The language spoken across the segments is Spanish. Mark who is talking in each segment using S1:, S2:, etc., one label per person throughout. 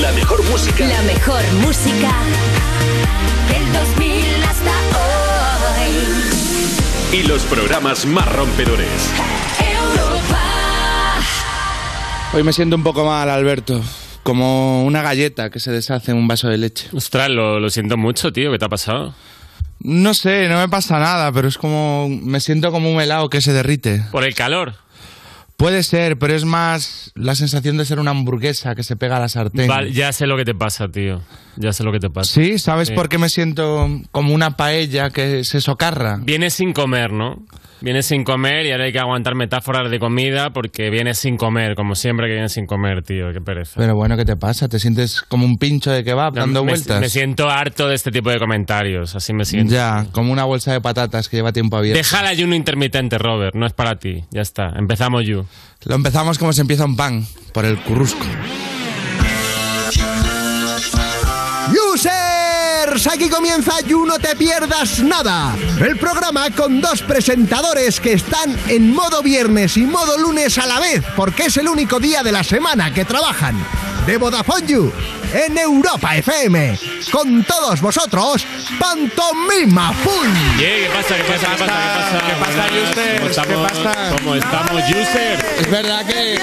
S1: La mejor música.
S2: La mejor música del 2000 hasta hoy.
S1: Y los programas más rompedores.
S3: Hoy me siento un poco mal, Alberto. Como una galleta que se deshace en un vaso de leche.
S4: Ostras, lo, lo siento mucho, tío. ¿Qué te ha pasado?
S3: No sé, no me pasa nada, pero es como. Me siento como un helado que se derrite.
S4: Por el calor.
S3: Puede ser, pero es más la sensación de ser una hamburguesa que se pega a la sartén.
S4: Vale, ya sé lo que te pasa, tío. Ya sé lo que te pasa.
S3: Sí, ¿sabes por qué me siento como una paella que se socarra?
S4: Vienes sin comer, ¿no? Vienes sin comer y ahora hay que aguantar metáforas de comida porque vienes sin comer, como siempre que vienes sin comer, tío. Qué pereza.
S3: Pero bueno, ¿qué te pasa? ¿Te sientes como un pincho de kebab dando
S4: me,
S3: vueltas?
S4: me siento harto de este tipo de comentarios. Así me siento.
S3: Ya, como una bolsa de patatas que lleva tiempo abierta.
S4: Deja el ayuno intermitente, Robert. No es para ti. Ya está. Empezamos, You.
S3: Lo empezamos como se empieza un pan, por el currusco.
S5: Users, aquí comienza You No Te Pierdas Nada, el programa con dos presentadores que están en modo viernes y modo lunes a la vez, porque es el único día de la semana que trabajan. De Vodafone You, en Europa FM, con todos vosotros, Pantomima Full.
S4: Yeah, ¿Qué pasa? ¿Qué pasa? ¿Qué pasa? ¿Qué pasa? ¿Qué pasa, ¿Cómo estamos? ¿Cómo estamos, users?
S3: Es verdad que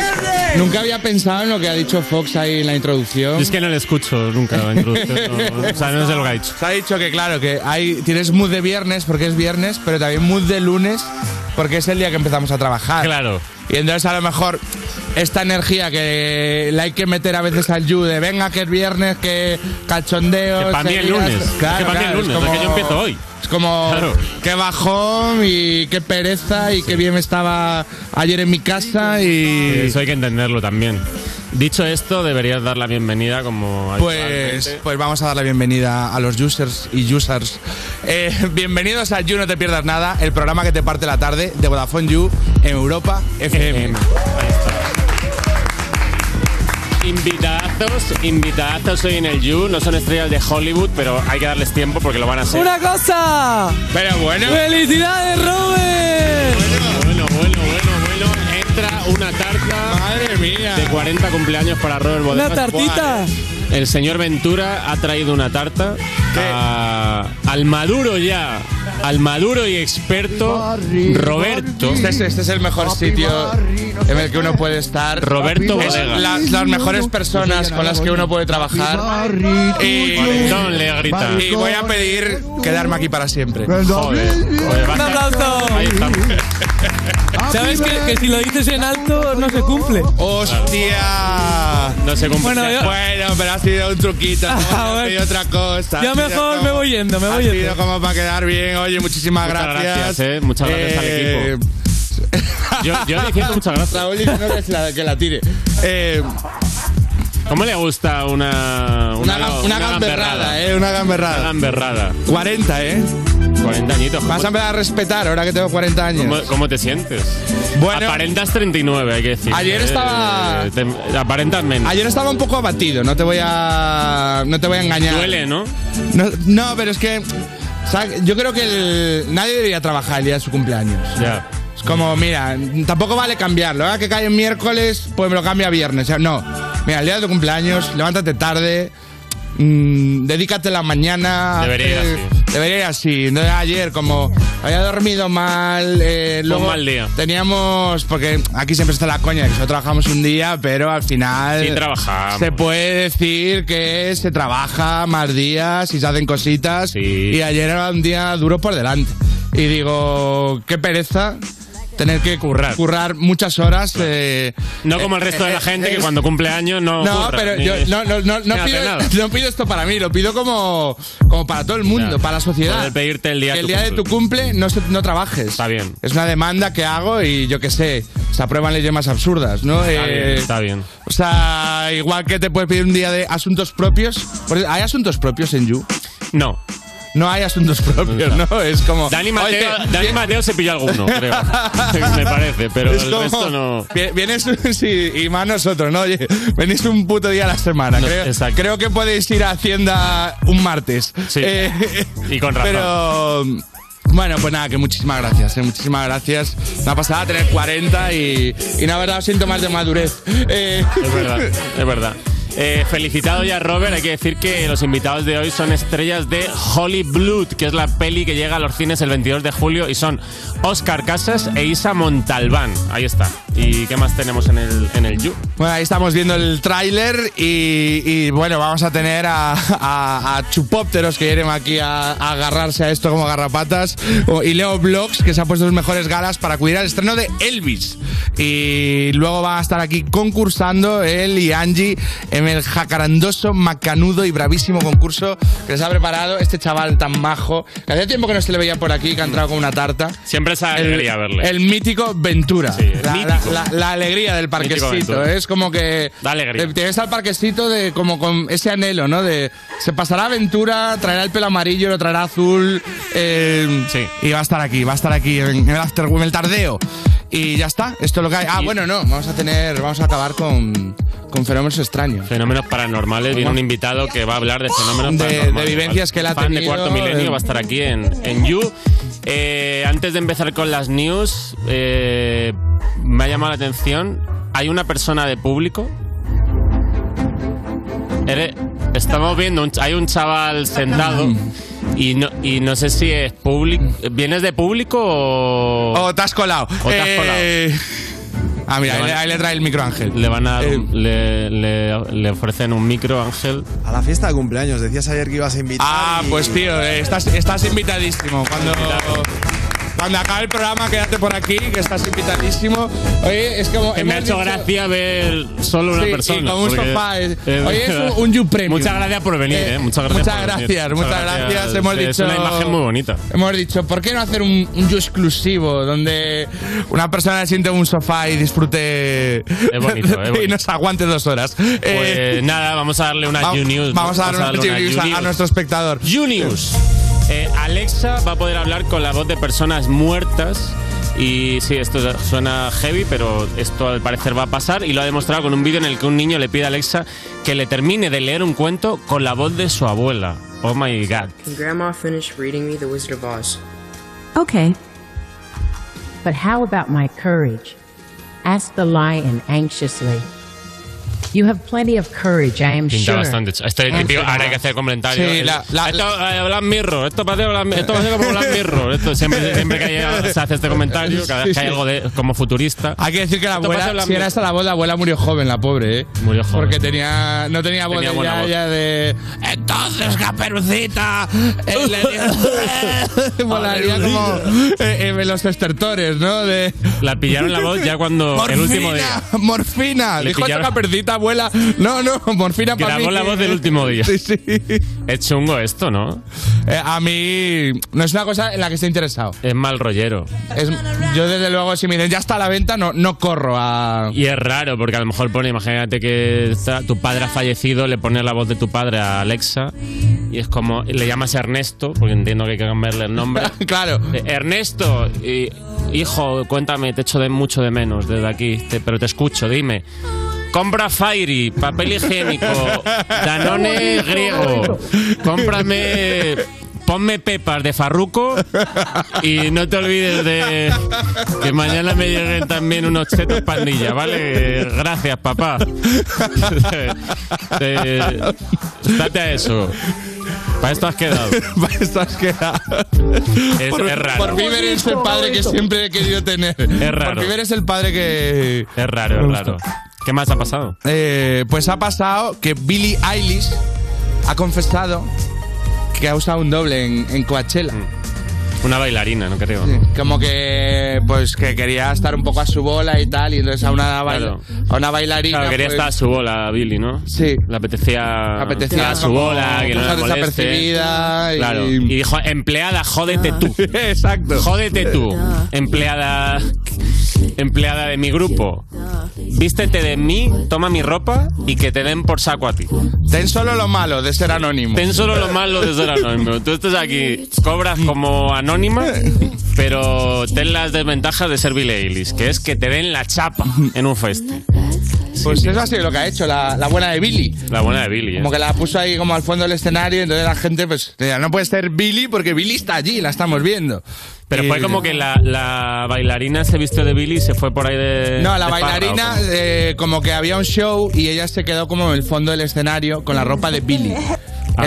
S3: nunca había pensado en lo que ha dicho Fox ahí en la introducción.
S4: Yo es que no le escucho nunca la introducción. no. O sea, no sé lo que ha dicho.
S3: Se ha dicho que claro, que hay, tienes mood de viernes porque es viernes, pero también mood de lunes porque es el día que empezamos a trabajar.
S4: Claro.
S3: Y entonces a lo mejor esta energía que la hay que meter a veces al yu de venga que es viernes, que cachondeo.
S4: Que pa' mí es
S3: seguidas".
S4: lunes.
S3: Claro,
S4: Es que pa' mí es
S3: claro,
S4: lunes, es que yo empiezo hoy.
S3: Es como
S4: Claro.
S3: qué bajón y qué pereza y qué bien estaba ayer en mi casa y
S4: Eso hay que entenderlo también. Dicho esto, deberías dar la bienvenida como ha dicho
S3: Pues,
S4: antes.
S3: pues vamos a dar la bienvenida a los users y users. Eh, bienvenidos a You No Te Pierdas Nada, el programa que te parte la tarde de Vodafone You en Europa FM.
S4: Ahí está. Invitazos, invitazos hoy en el You, no son estrellas de Hollywood, pero hay que darles tiempo porque lo van a ser.
S6: ¡Una cosa!
S4: Pero bueno, bueno,
S6: ¡Felicidades, Robert!
S4: bueno, bueno, bueno, entra una tarta
S3: Madre mía.
S4: de 40 cumpleaños para Robert
S6: ¡Una
S4: Bodegas.
S6: tartita!
S4: El señor Ventura ha traído una tarta a- al maduro ya, al maduro y experto Roberto.
S3: Este es, este es el mejor sitio en el que uno puede estar.
S4: Roberto
S3: Es
S4: Bodegas.
S3: la- las mejores personas con las que uno puede trabajar. Y,
S4: Cuarentón le grita.
S3: y voy a pedir quedarme aquí para siempre.
S4: Joder, joder,
S6: ¡Un
S4: basta.
S6: aplauso!
S4: Ahí estamos.
S3: Ah,
S6: ¿Sabes que, que si lo dices en alto no se cumple?
S3: ¡Hostia!
S4: No se cumple.
S6: Bueno, yo-
S3: Bueno, pero ha sido un truquito. ¿no?
S6: Ah,
S3: Ha
S6: bueno.
S3: sido otra cosa.
S6: Ya
S3: Ha sido
S6: mejor me voy yendo, me voy
S3: Ha sido
S6: yendo.
S3: como para quedar bien. Oye, muchísimas
S4: Muchas
S3: gracias. Eh,
S4: gracias, eh. Muchas gracias al equipo. Yo, yo diciendo muchas gracias.
S3: Raúl diciendo que, es la, que la tire. Eh,
S4: ¿Cómo le gusta una
S3: una, gam- una gamberrada, eh. Una
S4: Una
S3: gamberrada.
S4: gamberrada.
S3: 40, eh.
S4: 40 añitos.
S3: Vas a
S4: ¿Cómo,
S3: empezar a respetar ahora que tengo 40
S4: cómo,
S3: años.
S4: cómo te sientes?
S3: Bueno.
S4: aparentas 39, hay que decir.
S3: Ayer estaba-
S4: Eh, te- aparentas menos.
S3: Ayer estaba un poco abatido, no te voy a. No te voy a engañar.
S4: Duele, ¿no?
S3: No, no, pero es que. ¿sabes? Yo creo que el- nadie debería trabajar el día de su cumpleaños.
S4: Ya.
S3: Es como, mira, tampoco vale cambiarlo. Ahora que cae en miércoles, pues me lo cambia a viernes. O sea, no. Mira, el día de tu cumpleaños, levántate tarde, mm, dedícate la mañana.
S4: Debería ir
S3: hazte-
S4: así.
S3: Debería ir así. Entonces, ayer, como había dormido mal, eh, luego
S4: mal día.
S3: teníamos. Porque aquí siempre está la coña, que solo trabajamos un día, pero al final.
S4: Sí, trabajamos.
S3: Se puede decir que se trabaja más días y se hacen cositas.
S4: Sí.
S3: Y ayer era un día duro por delante. Y digo, qué pereza tener que
S4: Currar.
S3: muchas horas. eh,
S4: No como el
S3: eh,
S4: resto de
S3: eh,
S4: la gente
S3: eh,
S4: que cuando cumple años no.
S3: No,
S4: curra,
S3: pero
S4: ni-
S3: yo no, no, no, no
S4: ni hace
S3: pido,
S4: nada.
S3: no pido esto para mí, lo pido como, como para todo el mundo,
S4: Ya.
S3: para la sociedad.
S4: Poder pedirte el día
S3: Que
S4: de
S3: el
S4: tu
S3: día de tu cumple no, se- no trabajes.
S4: Está bien.
S3: Es una demanda que hago y yo qué sé, se aprueban leyes más absurdas, ¿no?
S4: Está bien,
S3: Eh,
S4: está bien.
S3: o sea, igual que te puedes pedir un día de asuntos propios. porque ¿Hay asuntos propios en You?
S4: No.
S3: No hay asuntos propios, ¿no? Es como.
S4: Dani Mateo,
S3: Oye,
S4: Dani Mateo se pilló alguno, creo. Me parece, pero
S3: es
S4: el
S3: como-
S4: resto no.
S3: vi- Vienes sí, y más nosotros, ¿no? Oye, venís un puto día a la semana.
S4: No,
S3: creo,
S4: exacto.
S3: creo que podéis ir a Hacienda un martes. Eh,
S4: Sí, y con razón.
S3: Pero. Bueno, pues nada, que muchísimas gracias, ¿eh? muchísimas gracias. Una pasada tener 40 y, y la verdad os siento más de madurez. Eh,
S4: Es verdad, es verdad. Eh, felicitado ya Robert, hay que decir que los invitados de hoy son estrellas de Holy Blood, que es la peli que llega a los cines el 22 de julio y son Oscar Casas e Isa Montalbán. Ahí está. ¿Y qué más tenemos en el, en el You?
S3: Bueno, ahí estamos viendo el tráiler y, y, bueno, vamos a tener a, a, a chupópteros que vienen aquí a, a agarrarse a esto como garrapatas o- y Leo Blogs que se ha puesto sus mejores galas para acudir al estreno de Elvis y luego va a estar aquí concursando él y Angie en el jacarandoso, macanudo y bravísimo concurso que les ha preparado este chaval tan majo que hacía tiempo que no se le veía por aquí que ha entrado con una tarta
S4: Siempre es alegría verle.
S3: el mítico Ventura La-
S4: mítico.
S3: la- la- la alegría del
S4: Mítico
S3: parquecito
S4: Ventura.
S3: es como que
S4: Da alegría.
S3: te, te ves al parquecito de como con ese anhelo, ¿no? De se pasará aventura, traerá el pelo amarillo, lo traerá azul. eh,
S4: Sí.
S3: Y va a estar aquí, va a estar aquí en, en el after- en el tardeo. Y ya está, esto es lo que hay. Ah, bueno, no, vamos a tener, vamos a acabar con, con fenómenos extraños.
S4: Fenómenos paranormales. Viene un invitado que va a hablar de fenómenos
S3: De-
S4: paranormales.
S3: de vivencias que él ha
S4: Fan de
S3: tenido,
S4: Cuarto Milenio
S3: eh.
S4: va a estar aquí en, en You. Eh, antes de empezar con las news, eh, me ha llamado la atención. Hay una persona de público. Eres- Estamos viendo, un ch- hay un chaval sentado y no, y no sé si es público. ¿Vienes de público o.?
S3: O te has colado.
S4: O te has
S3: Eh, Ah, mira,
S4: Le
S3: ahí,
S4: van-
S3: le- ahí le trae el micro Ángel. Eh,
S4: Le van a dar un- le, le- le ofrecen un micro, Ángel.
S7: A la fiesta de cumpleaños, decías ayer que ibas a invitar.
S3: Ah,
S7: y-
S3: pues tío, eh, estás, estás invitadísimo. Cuando, cuando acabe el programa, quédate por aquí, que estás invitadísimo. Oye, es como.
S4: Que me ha
S3: hemos
S4: hecho
S3: dicho-
S4: gracia ver solo una
S3: Sí,
S4: persona.
S3: y con un
S4: porque-
S3: sofá, es-
S4: eh,
S3: hoy es un- un You Premium.
S4: Muchas gracias por venir,
S3: Eh,
S4: eh, Muchas gracias.
S3: muchas
S4: por venir.
S3: gracias, muchas gracias, hemos
S4: es
S3: dicho-
S4: una imagen muy bonita.
S3: Hemos dicho, ¿por qué no hacer un, un yo exclusivo donde una persona siente un sofá y disfrute
S4: bonito, es
S3: y
S4: bonito.
S3: nos aguante dos horas?
S4: Pues
S3: Eh,
S4: nada, vamos a darle una
S3: va-
S4: You News.
S3: vamos a dar una
S4: You
S3: chivis a, a
S4: News.
S3: nuestro espectador.
S4: You News. Eh, Alexa va a poder hablar con la voz de personas muertas. Y sí, esto suena heavy, pero esto al parecer va a pasar. Y lo ha demostrado con un vídeo en el que un niño le pide a Alexa que le termine de leer un cuento con la voz de su abuela. Oh my god.
S8: Can Grandma finish reading me The Wizard of Oz?
S9: Okay. But how about my courage? asked the lion anxiously. You have plenty of courage, I am
S4: Pinta
S9: sure.
S4: bastante. ch- Este típico,
S9: answered
S4: ahora hay que
S9: Oz.
S4: hacer comentario.
S3: Ah, Sí, la- la-
S4: esto eh, Black Mirror, esto parece Black- esto parece como Black Mirror. Esto siempre, siempre que hay- se hace este comentario, cada vez que hay algo de, como futurista.
S3: Hay que decir que la
S4: Esto pasa en
S3: abuela,
S4: la
S3: si era
S4: mía.
S3: esta la voz, la abuela murió joven, la pobre, ¿eh?
S4: Murió joven.
S3: Porque tenía, no tenía voz
S4: Tenía
S3: de
S4: buena
S3: ya,
S4: voz.
S3: ya de... Entonces, Caperucita, eh, le dio- volaría como eh, eh, los estertores, ¿no? De...
S4: La pillaron la voz ya cuando
S3: Morfina,
S4: el último día.
S3: morfina.
S4: Le
S3: Dijo
S4: pillaron-
S3: esta caperucita, abuela. No, no, morfina para mí.
S4: Grabó la voz del último día.
S3: Sí, sí.
S4: Es chungo esto, ¿no?
S3: Eh, a mí no es una cosa en la que esté interesado.
S4: Es mal rollero.
S3: Es- yo desde luego si me dicen ya está a la venta no, no corro a...
S4: Y es raro, porque a lo mejor pone, imagínate que está- tu padre ha fallecido, le pones la voz de tu padre a Alexa y es como, le llamas Ernesto, porque entiendo que hay que cambiarle el nombre.
S3: claro.
S4: Eh, Ernesto, y- hijo, cuéntame, te echo de mucho de menos desde aquí, te- pero te escucho, dime. Compra Fairy, papel higiénico, Danone griego, cómprame, ponme pepas de Farruco y no te olvides de que mañana me lleguen también unos chetos pandilla, ¿vale? Eh, Gracias, papá. Eh, Date a eso. Para esto has quedado.
S3: Estás quedado.
S4: Es,
S3: por,
S4: es raro.
S3: por Bieber es el padre que siempre he querido tener.
S4: raro.
S3: Por Bieber es el padre que...
S4: Es raro, es raro. ¿Qué más ha pasado?
S3: Eh, pues ha pasado que Billie Eilish ha confesado que ha usado un doble en, en Coachella.
S4: Mm. Una bailarina, no creo. ¿no?
S3: Como que pues que quería estar un poco a su bola y tal, y entonces a una, baila-
S4: Claro.
S3: a una bailarina.
S4: Claro, quería
S3: pues,
S4: estar a su bola, Billy, ¿no?
S3: Sí.
S4: Le apetecía,
S3: Le apetecía
S4: estar a su
S3: como
S4: bola, que no le
S3: pasar
S4: moleste.
S3: desapercibida y-
S4: Claro. Y dijo, empleada, jódete tú.
S3: Exacto.
S4: Jódete tú, empleada, empleada de mi grupo. Vístete de mí, toma mi ropa y que te den por saco a ti.
S3: Ten solo lo malo de ser anónimo.
S4: Ten solo lo malo de ser anónimo. Tú estás aquí, cobras como anónima, pero ten las desventajas de ser Billie Eilish, que es que te den la chapa en un festival.
S3: Pues eso ha sido lo que ha hecho la, la buena de Billy.
S4: La buena de Billy, ¿eh?
S3: Como que la puso ahí como al fondo del escenario, entonces la gente pues decía, no puede ser Billy porque Billy está allí, la estamos viendo.
S4: Pero fue
S3: Y-
S4: como que la, la bailarina se vistió de Billy y se fue por ahí de.
S3: No, la
S4: de parra, ¿o
S3: bailarina
S4: cómo?
S3: eh, como que había un show y ella se quedó como en el fondo del escenario con la ropa de Billy.
S4: Ah.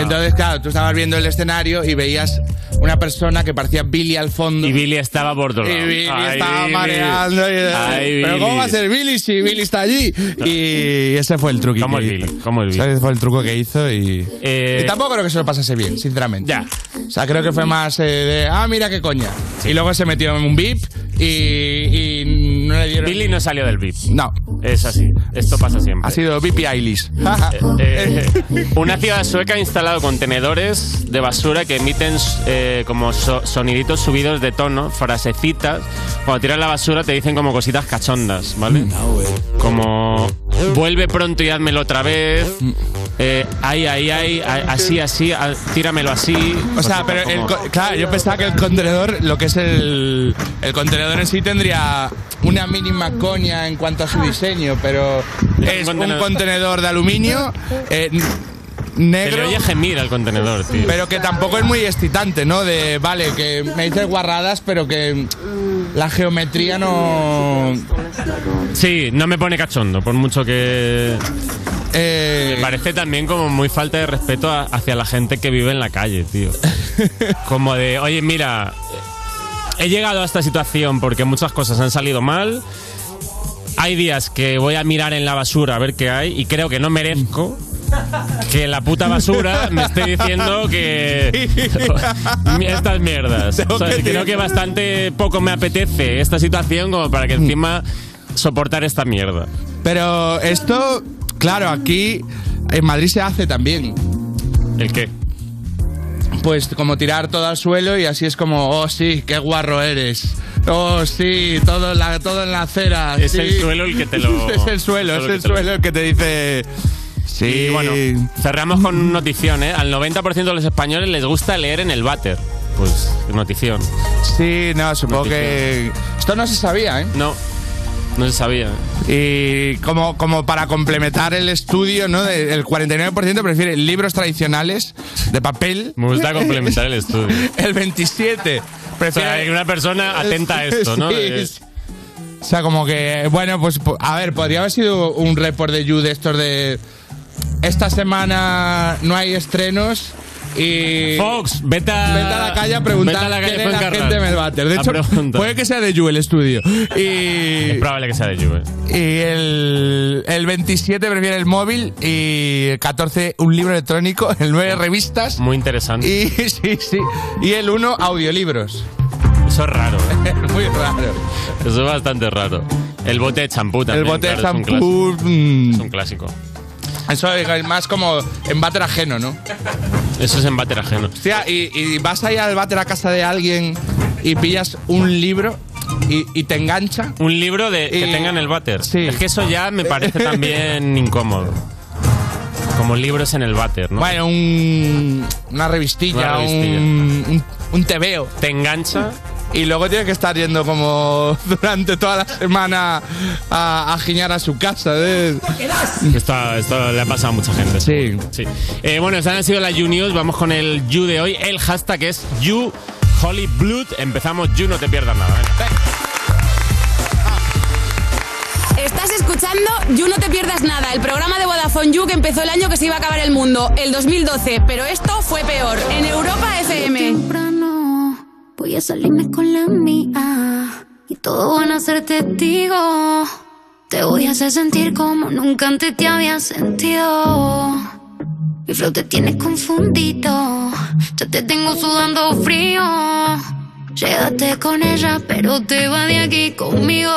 S3: Entonces, claro, tú estabas viendo el escenario y veías una persona que parecía Billy al fondo.
S4: Y Billy estaba por
S3: Y Billy estaba mareando. y-
S4: Ay,
S3: Pero ¿cómo va a
S4: Billy.
S3: ser Billy si Billy está allí? Y ese fue el truquito.
S4: ¿Cómo es Billy? ¿Cómo es Billy?
S3: Ese fue el truco que hizo y...
S4: Eh,
S3: y tampoco creo que se lo pasase bien, sinceramente.
S4: Ya.
S3: O sea, creo que fue más eh, de, ah, mira qué coña. Y luego se metió en un VIP y, y no le dieron...
S4: Billy no salió del VIP.
S3: No,
S4: Es así. Esto pasa siempre.
S3: ha sido VIP y Eilish.
S4: Eh, una ciudad sueca ha instalado contenedores de basura que emiten eh, como so- soniditos subidos de tono, frasecitas. Cuando tiras la basura te dicen como cositas cachondas, ¿vale? Como vuelve pronto y házmelo otra vez. Eh, ay, ay, ay, a- así, así, a- tíramelo así.
S3: O sea,
S4: Cositas
S3: pero el,
S4: como-
S3: co- claro, yo pensaba que el contenedor, lo que es el, el contenedor en sí tendría una mínima coña en cuanto a su diseño, pero es un
S4: contenedor.
S3: contenedor de aluminio eh, n-
S4: Se le
S3: negro,
S4: oye gemir al contenedor, tío.
S3: pero que tampoco es muy excitante, ¿no? De, vale, que me dices guarradas, pero que la geometría no...
S4: Sí, no me pone cachondo, por mucho que...
S3: eh,
S4: Me parece también como muy falta de respeto a- hacia la gente que vive en la calle, tío. Como de, oye, mira, he llegado a esta situación porque muchas cosas han salido mal. Hay días que voy a mirar en la basura a ver qué hay y creo que no merezco que la puta basura me esté diciendo que estas mierdas.
S3: Tengo
S4: O sea,
S3: que
S4: creo que bastante poco me apetece esta situación como para que
S3: Mm.
S4: encima soportar esta mierda.
S3: Pero esto, claro, aquí en Madrid se hace también.
S4: ¿El qué?
S3: pues como tirar todo al suelo y así es como, oh sí, qué guarro eres. Oh sí, todo en la, todo en la acera.
S4: Es
S3: sí".
S4: el suelo el que te lo-
S3: es el suelo, es
S4: solo que
S3: el
S4: te lo-
S3: suelo el que te dice. Sí,
S4: Y bueno, cerramos con notición, ¿eh? Al 90% de los españoles les gusta leer en el váter. Pues, notición.
S3: Sí, no, supongo que. Esto no se sabía, ¿eh?
S4: No, no se sabía.
S3: Y como, como para complementar el estudio, ¿no? De- El 49% prefiere libros tradicionales de papel.
S4: Me gusta Pues complementar el estudio.
S3: El 27
S4: O sea,
S3: prefiere
S4: hay una persona atenta a esto, ¿no?
S3: Sí,
S4: De-
S3: sí. O sea, como que, bueno, pues po- a ver, podría haber sido un report de You de estos de. Esta semana no hay estrenos y.
S4: Fox, vete a,
S3: Vete a la calle a preguntar
S4: vete a la calle
S3: quién es la
S4: Fuencarral.
S3: gente en el váter. De
S4: A
S3: hecho,
S4: preguntar.
S3: puede que sea de You el estudio. Y,
S4: Es probable que sea de Juve.
S3: y el, el 27 prefiere el móvil y el 14 un libro electrónico, el 9 revistas
S4: Muy interesante.
S3: y sí, sí, y el 1 audiolibros.
S4: Eso es raro, ¿eh?
S3: Muy raro.
S4: Eso es bastante raro. El bote de champú también.
S3: el bote de
S4: claro, es un
S3: champú.
S4: clásico.
S3: mm,
S4: Es un clásico.
S3: Eso es más como em- en váter ajeno, ¿no?
S4: Eso es en váter ajeno.
S3: Hostia, y, y vas allá al váter a casa de alguien y pillas un libro y, y te engancha.
S4: Un libro de que
S3: Y-
S4: tengan el váter.
S3: sí.
S4: Es que eso ya me parece también incómodo. Como libros en el váter, ¿no?
S3: Bueno, un- una revistilla,
S4: Una revistilla.
S3: un, un, un tebeo.
S4: Te engancha.
S3: Y luego tienes que estar yendo como durante toda la semana a, a giñar a su casa. ¿eh?
S4: Esto, esto le ha pasado a mucha gente.
S3: Sí.
S4: Sí. Eh, bueno, estas han sido las You News. Vamos con el You de hoy. El hashtag es You Holy Blood. Empezamos You, no te pierdas nada. Venga.
S1: Estás escuchando You No Te Pierdas Nada, el programa de Vodafone You que empezó el año que se iba a acabar el mundo, el 2012, pero esto fue peor, en Europa FM.
S10: Temprano voy a salirme con la mía y todos van a ser testigos. Te voy a hacer sentir como nunca antes te había sentido. Mi flow te tiene confundido, ya te tengo sudando frío. Llévate con ella, pero te va de aquí conmigo.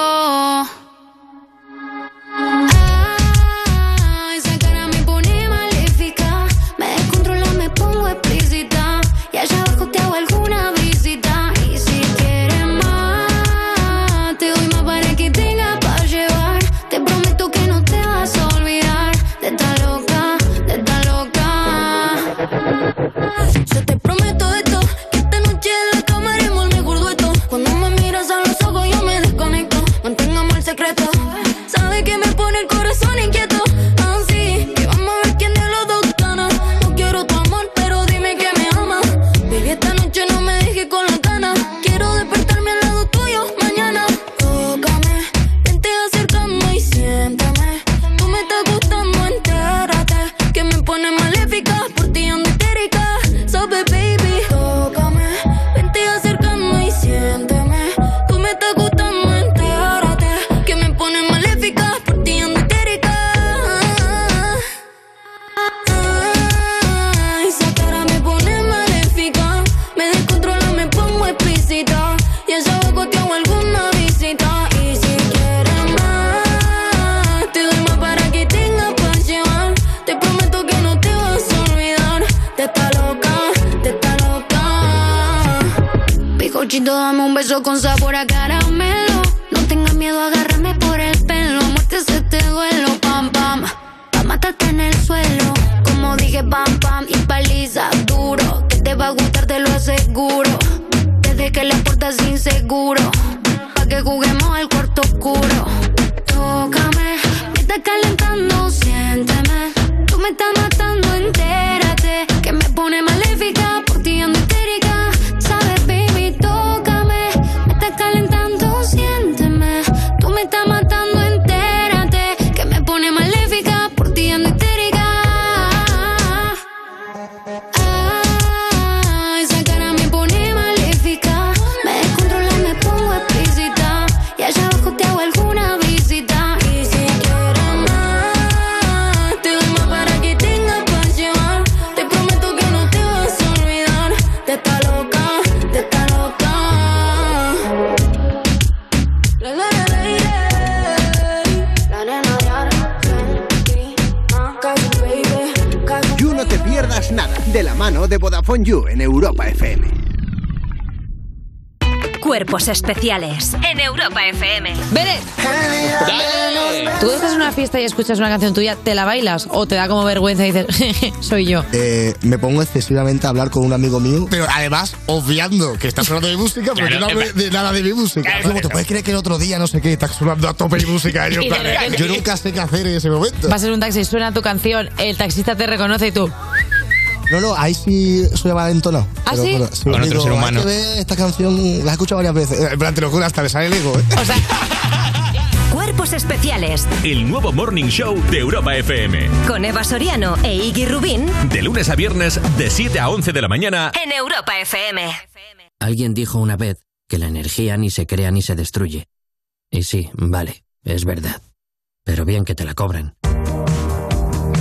S10: Ah, esa cara me pone maléfica, me descontrola, me pongo explícita. Y allá abajo te hago alguna visita. Y si quieres más, te doy más para que tengas para llevar. Te prometo que no te vas a olvidar de esta loca, de esta loca. Yo te prometo esto, que esta noche en la cama haremos el mejor dueto. Cuando me miras a los ojos yo me desconecto, manténgame el secreto. Sabe que me pone
S6: con el corazón inquieto. Así que vamos a ver quién de los dos gana. No quiero tu amor, pero dime que me amas. Baby, esta noche no me dejes con la ganas. Quiero despertarme al lado tuyo mañana. Tócame, vente acercando y siéntame. Tú me estás gustando, entérate. Que me pone maléfica, por ti ando histérica. Sabe, baby, tócame, vente acercando y siéntame. Tú me estás gustando, entérate. Que me pone maléfica, por ti ando histérica. Ay, esa cara me pone maléfica. Me descontrola, me pongo explícita. Y esa boca te hago alguna visita. Y si quieres más, te doy más para que tengas para llevar. Te prometo que no te vas a olvidar. Te está loca, te está loca. Picochito, dame un beso con sabor a caramelo. No tengas miedo, agárrame por el pelo. Muéstrese este duelo, pam, pam. Pa' matarte en el suelo. Como dije, pam, pam. Y paliza duro. Que te va a gustar, te lo aseguro. Desde que la puerta sin seguro. Pa' que juguemos al cuarto oscuro. Tócame, me estás calentando, siénteme. Tú me estás matando, entérate. Que me pone maléfica, por ti ando histérica. Sabes, baby, tócame. Me estás calentando, siénteme. Tú me estás matando, entérate. Que me pone maléfica, por ti ando histérica. Ah, esa cara me pone maléfica. Me descontrola, me pongo explícita. Y allá abajo te hago alguna visita. Y si quieres más, te doy más para que tengas para llevar. Te prometo que no te vas a olvidar. Te está loca, te está loca. La, la, la, la, yeah. La, la, la, la, la. Cause baby, cause
S5: You no te pierdas nada de la mano de Vodafone You en Europa FM.
S11: Cuerpos especiales en Europa FM.
S12: Beret. Tú estás en una fiesta y escuchas una canción tuya, ¿te la bailas o te da como vergüenza y dices, "Jeje, soy yo?
S13: Eh, me pongo excesivamente a hablar con un amigo mío, pero además obviando que está sonando mi música, porque
S2: Claro,
S13: no hablo
S2: eh,
S13: de nada de mi música.
S2: claro,
S13: Como, ¿te puedes creer que el otro día no sé qué, está sonando a tope mi música? Y yo,
S12: Y de
S13: en plan,
S12: repente-
S13: yo nunca sé qué hacer en ese momento.
S12: Vas en un taxi, suena tu canción, el taxista te reconoce y tú.
S13: No, no, ahí sí soy entonado.
S12: ¿Ah, sí?
S2: Con otro ser humano.
S13: esta canción la he escuchado varias veces. En plan, te lo juro, hasta le sale el ego. ¿eh?
S11: Cuerpos especiales
S14: El nuevo Morning Show de Europa FM.
S11: con Eva Soriano e Iggy Rubín
S14: De lunes a viernes, de 7 a 11 de la mañana.
S11: en Europa FM.
S15: Alguien dijo una vez que la energía ni se crea ni se destruye. Y sí, vale, es verdad. Pero bien que te la cobran.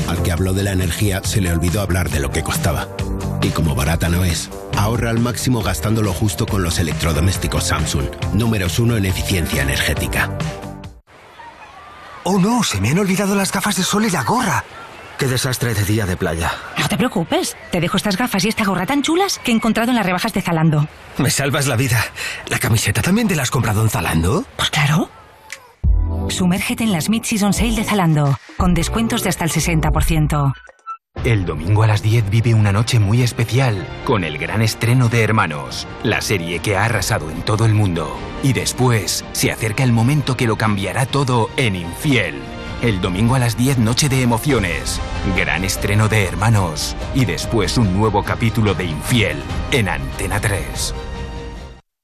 S16: Al que habló de la energía se le olvidó hablar de lo que costaba. Y como barata no es, ahorra al máximo gastando lo justo con los electrodomésticos Samsung, números uno en eficiencia energética.
S7: Oh no, se me han olvidado las gafas de sol y la gorra. Qué desastre de día de playa.
S8: No te preocupes, te dejo estas gafas y esta gorra tan chulas que he encontrado en las rebajas de Zalando.
S7: Me salvas la vida. ¿La camiseta también te la has comprado en Zalando?
S8: Pues claro. Sumérgete en las Mid-Season Sale de Zalando, con descuentos de hasta el 60%.
S17: El domingo a las 10 vive una noche muy especial con el gran estreno de Hermanos, la serie que ha arrasado en todo el mundo. Y después se acerca el momento que lo cambiará todo en Infiel. El domingo a las 10 noche de emociones, gran estreno de Hermanos y después un nuevo capítulo de Infiel en Antena 3.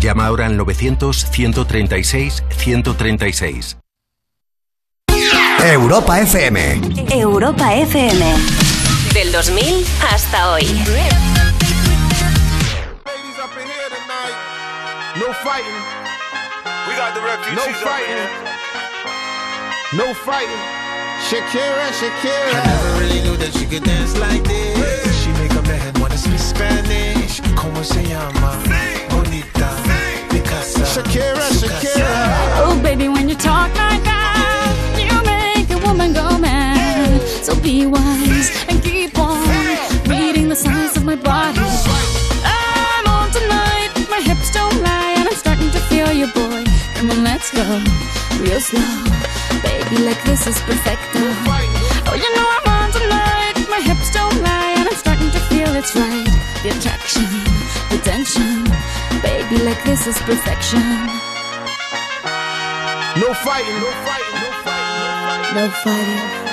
S17: Llama ahora al 900-136-136.
S5: Europa FM.
S11: Europa FM. Del 2000 hasta hoy.
S18: No fighting. We got the refugees. No fighting. No fighting. Shakira, Shakira. I never really knew that she could dance like this. She make a man wanna speak Spanish. Como se llama? Bonita. Picasa. Shakira, Shakira.
S6: Oh, baby, when you talk like that, you make a woman go mad. So be wise and keep on
S10: let's go real slow. Baby, like this is perfecto. Oh, you know I'm on tonight. My hips don't lie, and I'm starting to feel it's right. The attraction, the tension. Baby, like this is perfection.
S18: No fighting, no fighting, no fighting,
S10: no fighting.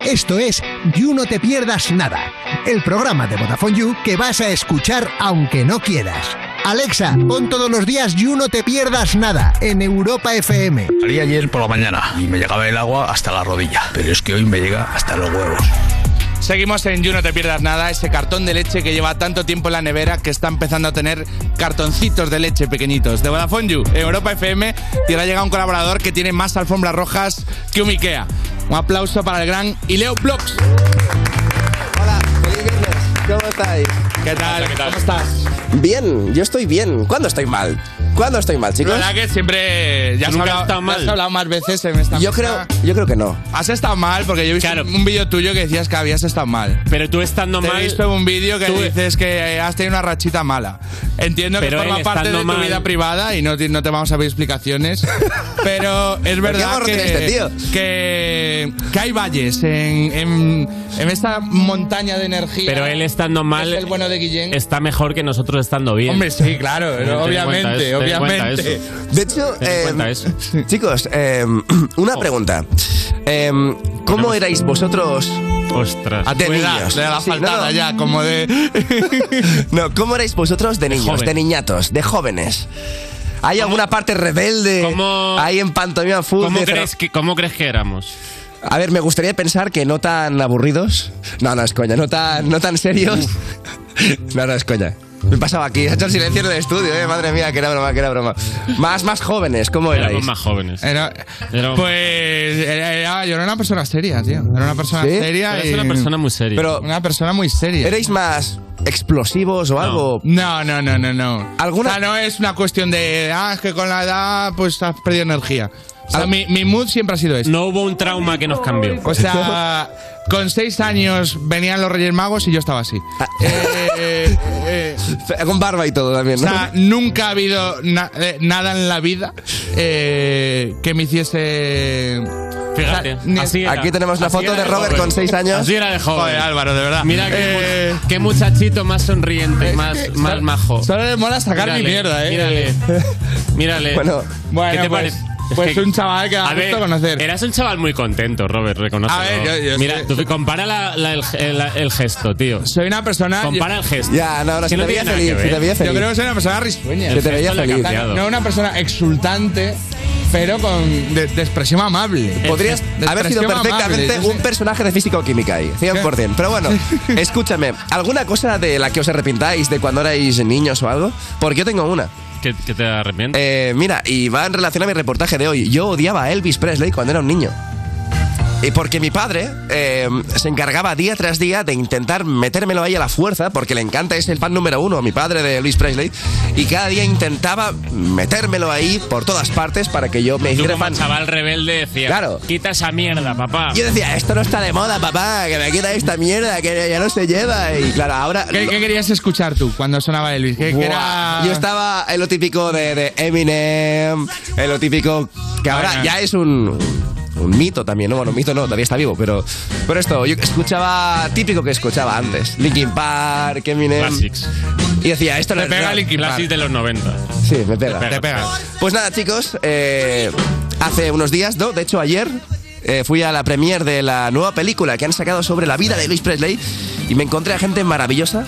S5: Esto es You No Te Pierdas Nada, el programa de Vodafone You que vas a escuchar aunque no quieras. Alexa, pon todos los días You No Te Pierdas Nada en Europa FM.
S14: Salí ayer por la mañana y me llegaba el agua hasta la rodilla, pero es que hoy me llega hasta los huevos.
S3: Seguimos en You, no te pierdas nada. Ese cartón de leche que lleva tanto tiempo en la nevera que está empezando a tener cartoncitos de leche pequeñitos. De Vodafone You, Europa FM, y ahora llega un colaborador que tiene más alfombras rojas que un Ikea. Un aplauso para el gran Ileo Blox.
S19: ¿Cómo estáis?
S3: ¿Qué tal? ¿Cómo estás?
S19: Bien, yo estoy bien. ¿Cuándo estoy mal? ¿Cuándo estoy mal, chicos?
S3: La verdad que siempre ya has,
S19: Nunca he
S3: hablado,
S19: estado
S3: ya has
S19: mal.
S3: hablado más veces en esta
S19: Yo
S3: mesa.
S19: creo, yo creo que no.
S3: Has estado mal porque yo he visto un vídeo tuyo que decías que habías estado mal.
S4: Pero tú estando
S3: Te
S4: mal-
S3: He visto un vídeo que
S4: tú-
S3: dices que eh, has tenido una rachita mala. Entiendo que
S4: Pero
S3: forma
S4: él
S3: parte de
S4: estando
S3: tu
S4: mal-
S3: vida privada y no te, no te vamos a pedir explicaciones. pero es verdad
S19: morro
S3: que,
S19: tiene este tío?
S3: que, que hay valles en, en, en esta montaña de energía.
S4: Pero él estando mal.
S3: Es el bueno de Guillén.
S4: Está mejor que nosotros estando bien.
S3: Hombre, sí, claro,
S4: Ten en cuenta
S3: obviamente,
S4: eso, ten en cuenta
S19: obviamente.
S4: eso.
S19: De hecho,
S4: Ten en
S19: eh,
S4: cuenta eso.
S19: chicos, eh, una pregunta. Eh, ¿Cómo erais vosotros
S4: Ostras.
S19: de
S3: Cuidado,
S19: niños?
S3: le da
S19: Sí, no,
S3: faltada
S19: no.
S3: ya, como de...
S19: no, ¿cómo erais vosotros de niños,
S3: joven.
S19: de niñatos, de jóvenes? ¿Hay alguna parte rebelde ahí en Pantomima Full?
S4: ¿Cómo
S19: de cero-
S4: crees, que, ¿Cómo crees que éramos?
S19: A ver, me gustaría pensar que no tan aburridos. No, no es coña, no tan, no tan serios. No, no es coña. Me he pasado aquí, he hecho el silencio en el estudio, eh. Madre mía, que era broma, que era broma. Más, más jóvenes, ¿cómo
S4: Éramos
S19: erais?
S4: más jóvenes.
S3: Era- pues era- era- yo era una persona seria, tío. Era una persona
S19: ¿Sí?
S3: seria.
S19: Eres una
S3: y-
S19: persona
S4: muy seria.
S19: Pero-
S3: una persona muy seria.
S19: ¿Erais más explosivos o algo?
S3: No, no, no, no, no. ¿Alguna? O sea, no es una cuestión de, ah, es que con la edad pues has perdido energía. O sea, mi, mi mood siempre ha sido este.
S4: No hubo un trauma que nos cambió.
S3: O sea, con seis años venían los Reyes Magos y yo estaba así. Ah. Eh, eh,
S19: Con barba y todo también,
S3: o
S19: ¿no?
S3: sea, nunca ha habido na- eh, nada en la vida eh, que me hiciese...
S4: Fíjate,
S3: O sea, ni-
S4: así era. Así era joven. Así era de joven.
S3: Joder, Álvaro, de verdad.
S4: Mira qué,
S3: Eh,
S4: mu- qué muchachito más sonriente, más, más majo.
S3: Solo le mola sacar mi mierda, eh.
S4: Mírale. Mírale.
S3: Bueno,
S4: ¿Qué
S3: bueno,
S4: te
S3: pues-
S4: parece?
S3: pues
S4: Es que-
S3: un chaval que da
S4: A ver,
S3: gusto conocer.
S4: Eras un chaval muy contento, Robert, reconozco.
S3: A ver, yo- yo
S4: Mira,
S3: sé.
S4: tú compara la- la- el, el- el gesto, tío.
S3: Soy una persona.
S4: Compara el gesto.
S19: Ya, no, no,
S4: Que
S19: si te
S4: tiene
S19: veía
S4: nada
S19: feliz,
S4: que
S19: si
S4: ver.
S19: te veía
S3: Yo creo que soy una persona risueña.
S19: Que te veía
S4: gesto le ha
S19: feliz.
S4: cambiado.
S3: No una persona exultante, pero con de, de expresión amable.
S19: Podrías
S3: De
S19: haber sido
S3: expresión
S19: perfectamente
S3: amable, yo
S19: un personaje de físico-química ahí, 100%. Pero bueno, escúchame, ¿alguna cosa de la que os arrepintáis de cuando erais niños o algo? Porque yo tengo una.
S4: ¿Qué, qué te arrepientes?
S19: Eh, mira, y va en relación a mi reportaje de hoy. Yo odiaba a Elvis Presley cuando era un niño. Y porque mi padre eh, se encargaba día tras día de intentar metérmelo ahí a la fuerza, porque le encanta, es el fan número uno, mi padre de Elvis Presley, y cada día intentaba metérmelo ahí por todas partes para que yo me
S4: Tú
S19: hiciera
S4: como
S19: fan.
S4: chaval rebelde decías,
S19: Claro.
S4: quita esa mierda, papá.
S19: Yo decía, esto no está de moda, papá, que me quita esta mierda, que ya no se lleva. Y claro, ahora.
S3: ¿Qué, qué querías escuchar tú cuando sonaba Elvis? ¿Qué, qué
S19: Buah,
S3: era?
S19: Yo estaba en lo típico de, de Eminem, en lo típico que ahora
S3: Bueno.
S19: ya es un, un mito también, ¿no? Bueno, mito no, todavía está vivo, pero, pero esto, yo escuchaba típico que escuchaba antes, Linkin Park, Eminem.
S4: Classics.
S19: Y decía, esto no es real.
S4: Classics de los 90.
S19: Sí, me pega.
S4: Te pega. Te pega.
S19: Pues nada, chicos, eh, hace unos días, ¿no? De hecho, ayer eh, fui a la premiere de la nueva película que han sacado sobre la vida de Luis Presley y me encontré a gente maravillosa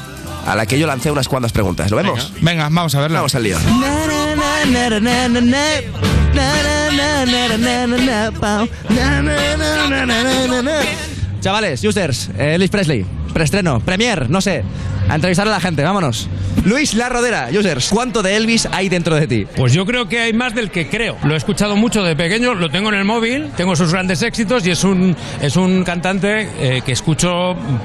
S19: a la que yo lancé unas cuantas preguntas. ¿Lo vemos?
S3: Venga, vamos a verlo.
S19: Vamos al lío. Chavales, users, eh, Elvis Presley, preestreno, premier, no sé. a entrevistar a la gente, vámonos. Luis La Rodera, users, ¿cuánto de Elvis hay dentro de ti?
S20: Pues yo creo que hay más del que creo. Lo he escuchado mucho de pequeño, lo tengo en el móvil, tengo sus grandes éxitos y es un, es un cantante eh, que escucho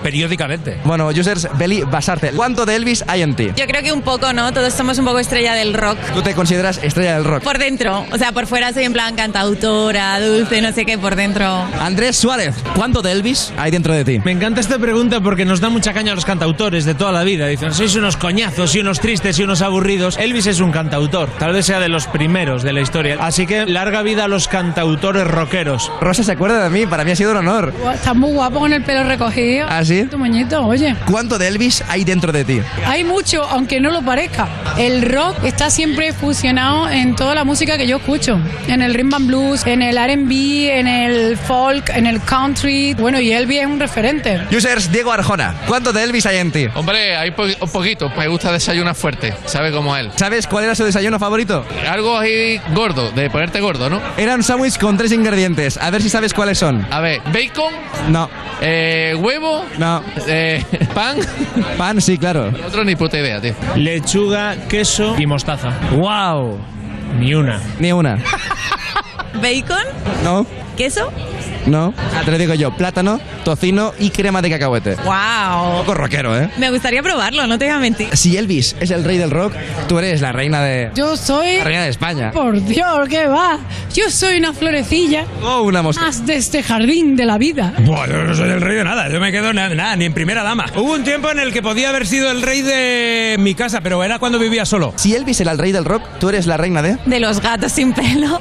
S20: periódicamente.
S19: Bueno, users, Beli Basarte, ¿cuánto de Elvis hay en ti?
S21: Yo creo que un poco, ¿no? Todos somos un poco estrella del rock.
S19: ¿Tú te consideras estrella del rock?
S21: Por dentro, o sea, por fuera soy en plan cantautora, dulce, no sé qué, por dentro.
S19: Andrés Suárez, ¿cuánto de Elvis hay dentro de ti?
S14: Me encanta esta pregunta porque nos da mucha caña a los cantautores de toda la vida. Dicen, sois unos coñazos y unos tristes y unos aburridos. Elvis es un cantautor, tal vez sea de los primeros de la historia. Así que larga vida a los cantautores rockeros.
S19: Rosa se acuerda de mí, para mí ha sido un honor.
S22: Guau, Estás muy guapo con el pelo recogido.
S19: ¿Ah, sí?
S22: Tu moñito, oye.
S19: ¿Cuánto de Elvis hay dentro de ti?
S22: Hay mucho, aunque no lo parezca. El rock está siempre fusionado en toda la música que yo escucho. En el rhythm and blues, en el R&B, en el folk, en el country. Bueno, y Elvis es un referente.
S19: Users, Diego Arjona, ¿cuánto de Elvis hay en ti?
S23: Hombre, hay po- un poquito. Me gusta desayunar fuerte, ¿sabes cómo él?
S19: ¿Sabes cuál era su desayuno favorito?
S23: Algo así gordo, de ponerte gordo, ¿no?
S19: Era un sándwich con tres ingredientes, a ver si sabes cuáles son.
S23: A ver, bacon,
S19: No,
S23: eh, huevo,
S19: no.
S23: eh, pan.
S19: Pan, sí, claro.
S23: Otro ni puta idea, tío.
S14: Lechuga, queso y mostaza. ¡Wow! Ni una.
S19: Ni una.
S21: ¿Bacon?
S19: No,
S21: ¿Queso?
S19: no. Ah, te lo digo yo, plátano, tocino y crema de cacahuete. Un
S21: ¡Wow!
S19: poco rockero, ¿eh?
S21: Me gustaría probarlo, no te voy a mentir.
S19: Si Elvis es el rey del rock, tú eres la reina de...
S22: Yo soy...
S19: La reina de España.
S22: Por Dios, ¿qué va? Yo soy una florecilla
S19: Oh, una mosca.
S22: más de este jardín de la vida.
S14: Buah, yo no soy el rey de nada, yo me quedo en nada, ni en primera dama. Hubo un tiempo en el que podía haber sido el rey de mi casa, pero era cuando vivía solo.
S19: Si Elvis era el rey del rock, tú eres la reina de...
S21: De los gatos sin pelo.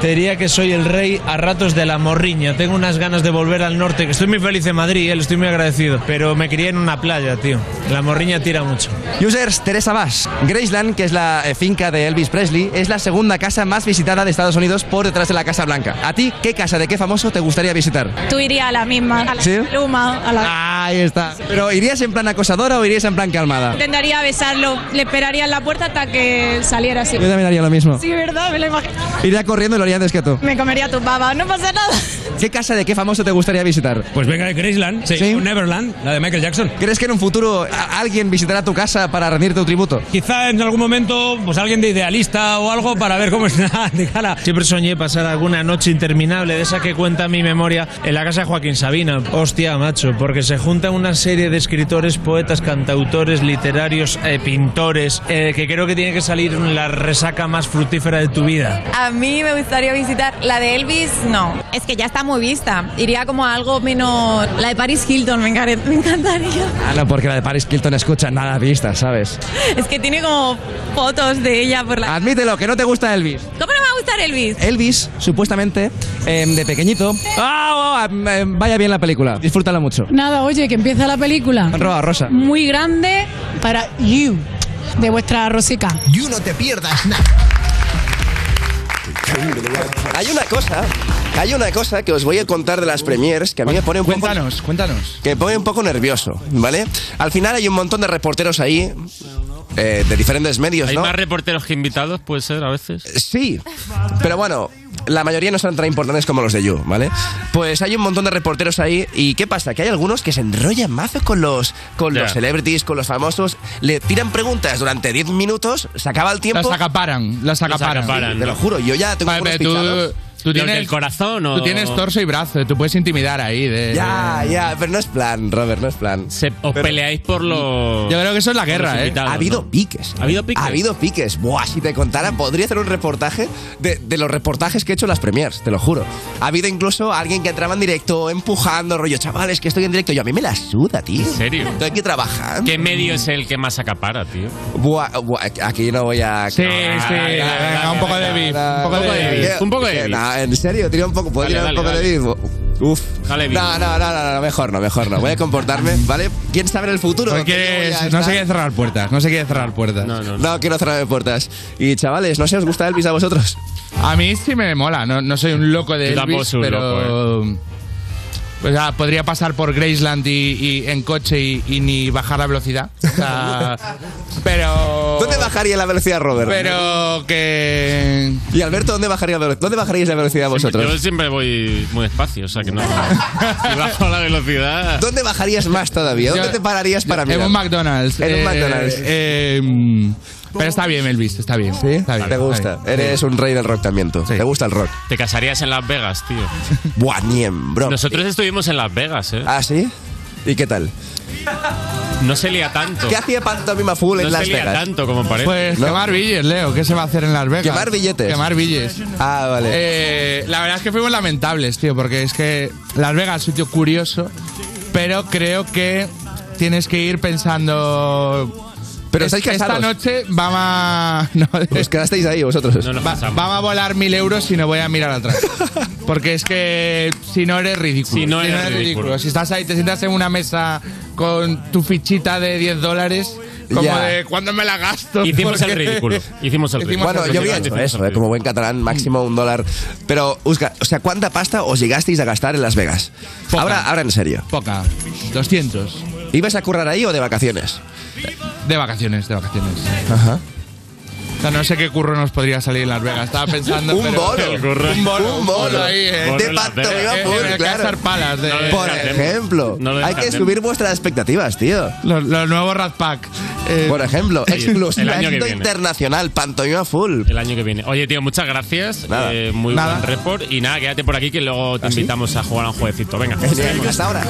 S14: Te diría que soy el rey a ratos de la morriña. Tengo unas ganas de volver al norte, que estoy muy feliz en Madrid, eh, le estoy muy agradecido. Pero me crié en una playa, tío. La morriña tira mucho.
S19: Users, Teresa Bass. Graceland, que es la eh, finca de Elvis Presley, es la segunda casa más visitada de Estados Unidos por detrás de la Casa Blanca. ¿A ti qué casa de qué famoso te gustaría visitar?
S21: Tú irías a la misma. A la
S19: ¿Sí?
S21: Luma, a la...
S19: Ahí está. ¿Pero irías en plan acosadora o irías en plan calmada?
S21: Intentaría besarlo, le esperaría en la puerta hasta que saliera así.
S19: Yo también haría lo mismo.
S21: Sí, ¿verdad? Me lo imagino.
S19: Iría corriendo y lo haría antes que tú.
S21: Me comería tu baba, no pasa nada.
S19: ¿Qué casa de qué famoso te gustaría visitar?
S14: Pues venga, de Graceland, sí, o Neverland, la de Michael Jackson.
S19: ¿Crees que en un futuro a- alguien visitará tu casa para rendir tu tributo?
S14: Quizá en algún momento, pues alguien de idealista o algo para ver cómo está de cara. Siempre soñé pasar alguna noche interminable de esa que cuenta mi memoria en la casa de Joaquín Sabina. Hostia, macho, porque se junta una serie de escritores, poetas, cantautores, literarios, eh, pintores, eh, que creo que tiene que salir la resaca más fructífera de tu vida.
S21: A mí me gustaría visitar la de Elvis, no. Es que ya está muy vista. Iría como a algo menos. La de Paris Hilton, me, encare- me encantaría.
S19: Ah, no, porque la de Paris Hilton escucha nada vista, ¿sabes?
S21: Es que tiene como fotos de ella por la.
S19: Admítelo, que no te gusta Elvis.
S21: ¿Cómo no me va a gustar Elvis?
S19: Elvis, supuestamente, eh, de pequeñito. ¡Ah! ah, eh, vaya bien la película. Disfrútala mucho.
S22: Nada, oye, que empieza la película.
S19: Roba, Rosa.
S22: Muy grande para you, de vuestra Rosica.
S24: You no te pierdas nada.
S25: Hay una cosa, hay una cosa que os voy a contar de las premiers que a mí me pone un poco...
S3: Cuéntanos, cuéntanos.
S25: que pone un poco nervioso, ¿vale? Al final hay un montón de reporteros ahí, eh, de diferentes medios,
S4: ¿Hay
S25: ¿no?
S4: más reporteros que invitados, puede ser, a veces?
S25: Sí, pero bueno, la mayoría no son tan importantes como los de You, ¿vale? Pues hay un montón de reporteros ahí y ¿qué pasa? Que hay algunos que se enrollan mazo con los con
S19: Ya.
S25: los celebrities, con los famosos, le tiran preguntas durante 10 minutos, se acaba el tiempo.
S3: Las acaparan, las acaparan.
S25: acaparan, Te lo ¿no? juro, yo ya tengo unos pichados. ¿Los del corazón o-
S3: Tú tienes torso y brazo, tú puedes intimidar ahí. De,
S26: Ah,
S25: Ya, ya, pero no es plan, Robert, no es plan.
S4: os peleáis por los...
S25: Yo creo que eso es la
S4: por los
S25: guerra, ¿eh?
S4: invitados,
S25: Ha habido
S4: ¿no?
S25: piques.
S4: ¿Ha habido piques?
S25: Ha habido piques. Buah, si te contara, podría hacer un reportaje de, de los reportajes que he hecho en las premiers, te lo juro. Ha habido incluso alguien que entraba en directo empujando, rollo, chavales, que estoy en directo. Yo, a mí me la suda, tío.
S4: ¿En serio?
S25: Estoy aquí trabajando.
S4: ¿Qué medio es el que más acapara, tío?
S25: Buah, buah, aquí no voy a... Sí,
S4: sí, venga, venga,
S25: un poco de beef, un poco de beef. Un poco de en serio, tira un poco, puedo
S4: Dale,
S25: tirar un
S4: dale,
S25: poco
S4: dale.
S25: de beef. Uf.
S4: beef.
S25: no, no, no, no, no, mejor no, mejor no. Voy a comportarme, ¿vale? ¿Quién sabe en el futuro?
S3: No,
S25: Pues Que yo voy a
S3: quieres- no
S25: estar-
S3: se quiere cerrar puertas, no se quiere cerrar puertas.
S25: No, quiero cerrar puertas. Y chavales, no sé, ¿os gusta Elvis a vosotros?
S3: A mí sí me mola, no, no soy un loco de
S25: Yo tampoco
S3: Elvis,
S25: soy un
S3: pero... pues, ah, podría pasar por Graceland y, y en coche y, y ni bajar la velocidad. O sea, pero.
S26: ¿Dónde bajaría la velocidad, Robert?
S3: Pero que.
S26: ¿Y Alberto, dónde bajaría la velocidad? ¿Dónde bajaríais la velocidad
S4: Yo
S26: vosotros?
S4: siempre voy muy despacio, o sea que no. Si bajo la velocidad.
S26: ¿Dónde bajarías más todavía? ¿Dónde
S3: Yo-
S26: te pararías para
S3: En
S26: mirar?
S3: un McDonald's.
S26: En un
S3: eh,
S26: McDonald's.
S3: eh, mm, pero está bien, Elvis, está bien. ¿Sí? Está bien
S26: Te gusta. Eres un rey del rock también, tú. Te gusta el rock.
S4: Te casarías en Las Vegas, tío.
S26: Buah, niem, bro.
S4: Nosotros estuvimos en Las Vegas, ¿eh?
S26: ¿Ah, sí? ¿Y qué tal?
S4: No se lía tanto.
S26: ¿Qué hacía Pantomima Full
S4: No
S26: en
S4: se
S26: Las
S4: lía
S26: Vegas?
S4: tanto como parece.
S3: Pues quemar billes, Leo. ¿Qué se va a hacer en Las Vegas?
S26: ¿Quemar billetes?
S3: Quemar billes.
S26: Ah, vale.
S3: Eh, la verdad es que fuimos lamentables, tío, porque es que Las Vegas es un sitio curioso, pero creo que tienes que ir pensando.
S26: Pero
S3: "Es-
S26: estáis
S3: Esta
S26: casados".
S3: noche vamos a. No,
S26: Os quedasteis ahí vosotros.
S3: Va- vamos a volar mil euros y no voy a mirar atrás. Porque es que si no eres ridículo.
S4: Si no eres ridículo.
S3: Si estás ahí, te sientas en una mesa con tu fichita de 10 dólares, como
S26: Ya.
S3: de ¿cuándo me la gasto?
S4: Hicimos el
S3: Porque-
S4: ridículo. Hicimos el ridículo.
S26: Bueno, yo había hecho eso, eh, como buen catalán, máximo un dólar. Pero, Usga, o sea, ¿cuánta pasta os llegasteis a gastar en Las Vegas? Ahora, ahora en serio.
S3: Poca, 200.
S26: ¿Ibas a currar ahí o de vacaciones?
S3: De vacaciones, de vacaciones.
S26: Ajá.
S3: O sea, no sé qué curro nos podría salir en Las Vegas. Estaba pensando.
S26: Un
S3: pero-
S26: bolo.
S3: El curro. Un bolo.
S26: Un bolo.
S3: ahí, eh.
S26: De pantomima
S3: Eh,
S26: full,
S3: en el
S26: claro.
S3: Alcázar Palace, de-
S26: Por ejemplo, hay que subir vuestras expectativas, tío.
S3: Los, nuevos Rat Pack.
S14: Eh,
S26: Por ejemplo,
S4: Sí, el
S26: exclusiva
S4: año que
S26: éxito
S4: viene.
S26: internacional, pantomima full.
S4: El año que viene. Oye, tío, muchas gracias. Eh, muy
S26: Nada.
S4: buen report. Y nada, quédate por aquí que luego te invitamos a jugar a un jueguecito. Venga.
S26: Hasta ahora.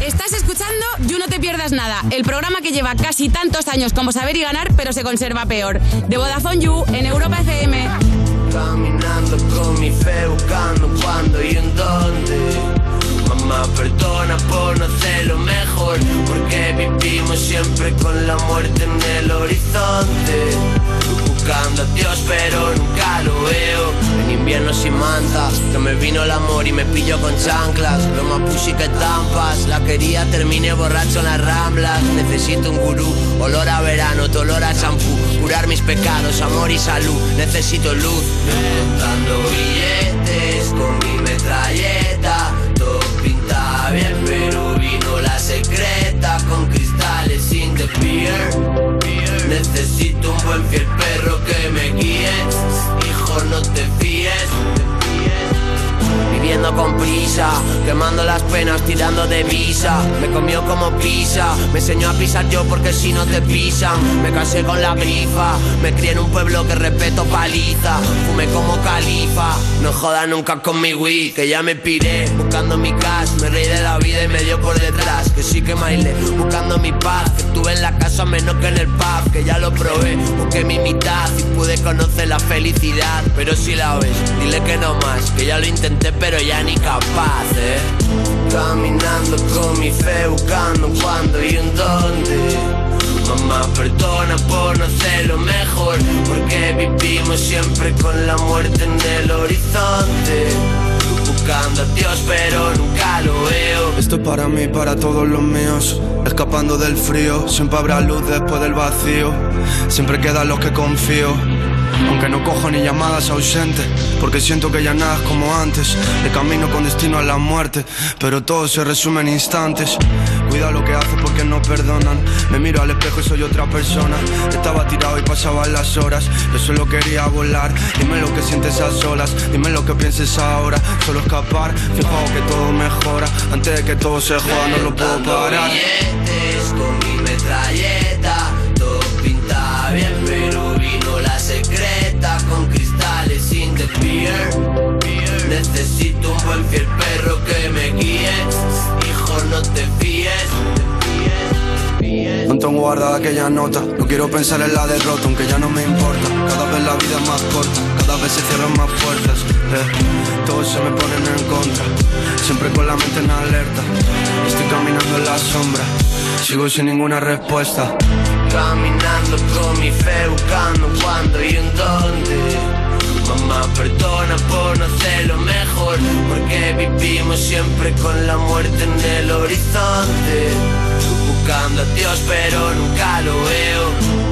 S1: Estás escuchando You No Te Pierdas Nada, el programa que lleva casi tantos años como saber y ganar, pero se conserva peor. De Vodafone You en Europa FM.
S9: Caminando con mi fe, buscando cuándo y en dónde. Mamá, perdona por no hacerlo mejor, porque vivimos siempre con la muerte en el horizonte. Buscando a Dios, pero nunca lo veo. En invierno sin mantas, que me vino el amor y me pillo con chanclas. Lo más pushy que tampas, la quería terminé borracho en las ramblas. Necesito un gurú, olor a verano, tu olor a champú. Curar mis pecados, amor y salud, necesito luz. Contando billetes con mi metralleta. Todo pintaba bien, pero vino la secreta con cristales in the beer. Necesito un buen fiel perro que me guíe. Hijo, no te fíes. Viviendo con prisa, quemando las penas, tirando de visa. Me comió como pizza, me enseñó a pisar yo porque si no te pisan. Me casé con la grifa, me crié en un pueblo que respeto paliza. Fumé como califa, no jodas nunca con mi Wii, que ya me piré. Buscando mi cash, me reí de la vida y me dio por detrás. Que sí que mailé, buscando mi paz. Que estuve en la casa menos que en el pub, que ya lo probé. Busqué mi mitad y pude conocer la felicidad. Pero si la ves, dile que no más, que ya lo intenté, pero ya ni capaz, eh. Caminando con mi fe, buscando un cuándo y un dónde. Mamá, perdona por no hacerlo mejor, porque vivimos siempre con la muerte en el horizonte. Buscando a Dios, pero nunca lo veo.
S27: Esto es para mí, para todos los míos. Escapando del frío, siempre habrá luz después del vacío. Siempre quedan los que confío. Aunque no cojo ni llamadas ausentes, porque siento que ya nada es como antes. El camino con destino a la muerte, pero todo se resume en instantes. Cuida lo que haces porque no perdonan. Me miro al espejo y soy otra persona. Estaba tirado y pasaban las horas. Yo solo quería volar. Dime lo que sientes a solas. Dime lo que pienses ahora. Solo escapar. Fijo que todo mejora. Antes de que todo se joda, no lo puedo
S9: Contando
S27: parar.
S9: billetes con mi metralleta. Todo pintaba bien, pero vino la secreta con cristales sin the beer. Necesito un buen fiel perro que me guíe. Hijo, no te fíes.
S27: Montón guarda aquella nota. No quiero pensar en la derrota, aunque ya no me importa. Cada vez la vida es más corta, cada vez se cierran más puertas. eh. Todos se me ponen en contra, siempre con la mente en alerta. Estoy caminando en la sombra, sigo sin ninguna respuesta.
S9: Caminando con mi fe, buscando un cuándo y un dónde. Mamá, perdona por no hacerlo mejor, porque vivimos siempre con la muerte en el horizonte. Buscando a Dios, pero nunca lo veo.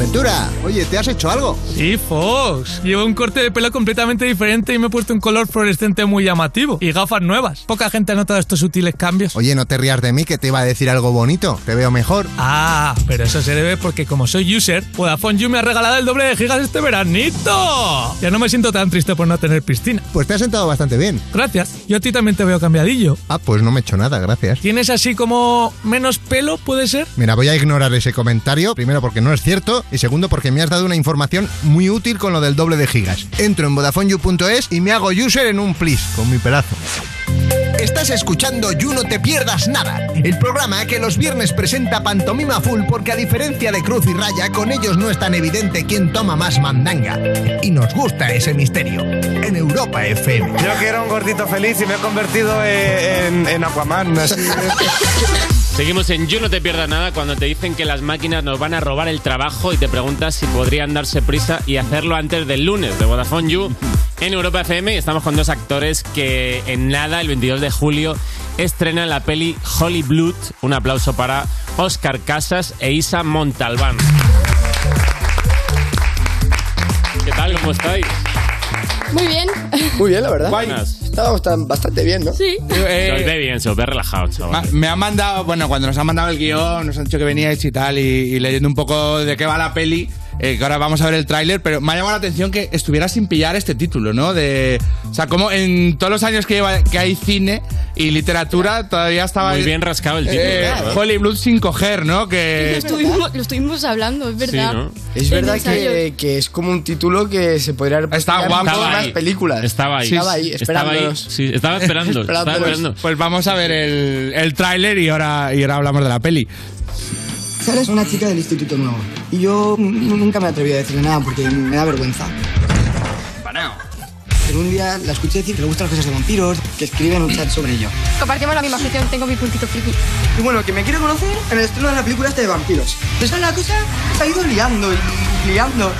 S5: Ventura, Eh, oye, ¿te has hecho algo?
S14: Sí, Fox. Llevo un corte de pelo completamente diferente y me he puesto un color fluorescente muy llamativo. Y gafas nuevas. Poca gente ha notado estos sutiles cambios.
S5: Oye, no te rías de mí que te iba a decir algo bonito. Te veo mejor.
S14: Ah, pero eso se debe porque como soy user, Vodafone You me ha regalado el doble de gigas este veranito. Ya no me siento tan triste por no tener piscina.
S5: Pues te has sentado bastante bien.
S14: Gracias. Yo a ti también te veo cambiadillo.
S5: Ah, pues no me he hecho nada, gracias.
S14: ¿Tienes así como menos pelo, puede ser?
S5: Mira, voy a ignorar ese comentario, primero porque no es cierto y segundo porque me has dado una información muy útil con lo del doble de gigas. Entro en VodafoneYou.es y me hago user en un plis con mi pedazo. Estás escuchando You No Te Pierdas Nada, el programa que los viernes presenta Pantomima Full porque a diferencia de Cruz y Raya, con ellos no es tan evidente quién toma más mandanga. Y nos gusta ese misterio. En Europa FM.
S28: Yo que era un gordito feliz y me he convertido eh, en, en- en Aquaman.
S4: Seguimos en You, no te pierdas nada cuando te dicen que las máquinas nos van a robar el trabajo y te preguntas si podrían darse prisa y hacerlo antes del lunes de Vodafone You en Europa FM. Y estamos con dos actores que en nada, el 22 de julio, estrenan la peli Holy Blood. Un aplauso para Oscar Casas e Isa Montalbán. ¿Qué tal? ¿Cómo estáis?
S29: Muy bien.
S2: Muy bien, la verdad.
S4: Buenas.
S2: Estábamos tan- bastante bien, ¿no?
S29: Sí.
S4: Se os ve bien, se os ve relajado, chaval.
S3: Ma- Me han mandado, bueno, cuando nos han mandado el guión, nos han dicho que veníais y tal, y, y leyendo un poco de qué va la peli, eh, que ahora vamos a ver el tráiler, pero me ha llamado la atención que estuviera sin pillar este título, ¿no? De, o sea, como en todos los años que, lleva, que hay cine y literatura, todavía estaba...
S4: Muy bien rascado el título,
S3: Eh,
S4: ¿verdad?
S3: Hollywood sin coger, ¿no?
S29: Lo
S3: Que...
S29: estuvimos, lo estuvimos hablando, es verdad.
S2: Es
S29: En
S2: verdad
S29: el ensayo.
S2: que, Eh, que es como un título que se podría haber puesto en
S3: guapo.
S2: todas
S3: Estaba
S2: las
S3: ahí.
S2: películas.
S4: Estaba ahí.
S2: Estaba ahí,
S4: Estaba ahí.
S2: esperándonos.
S4: Sí, estaba esperando. estaba
S2: Esperándonos.
S4: esperando.
S3: Pues vamos a ver el, el tráiler y ahora, y ahora hablamos de la peli.
S30: Sara es una chica del instituto nuevo y yo n- nunca me atreví a decirle nada porque me da vergüenza. Pero un día la escuché decir que le gustan las cosas de vampiros, que escribe en un chat sobre ello.
S29: Compartimos la misma afición, tengo mi puntito friki.
S30: Y bueno, que me quiero conocer en el estreno de la película esta de vampiros. Pues Esa es la cosa que se ha ido liando y liando.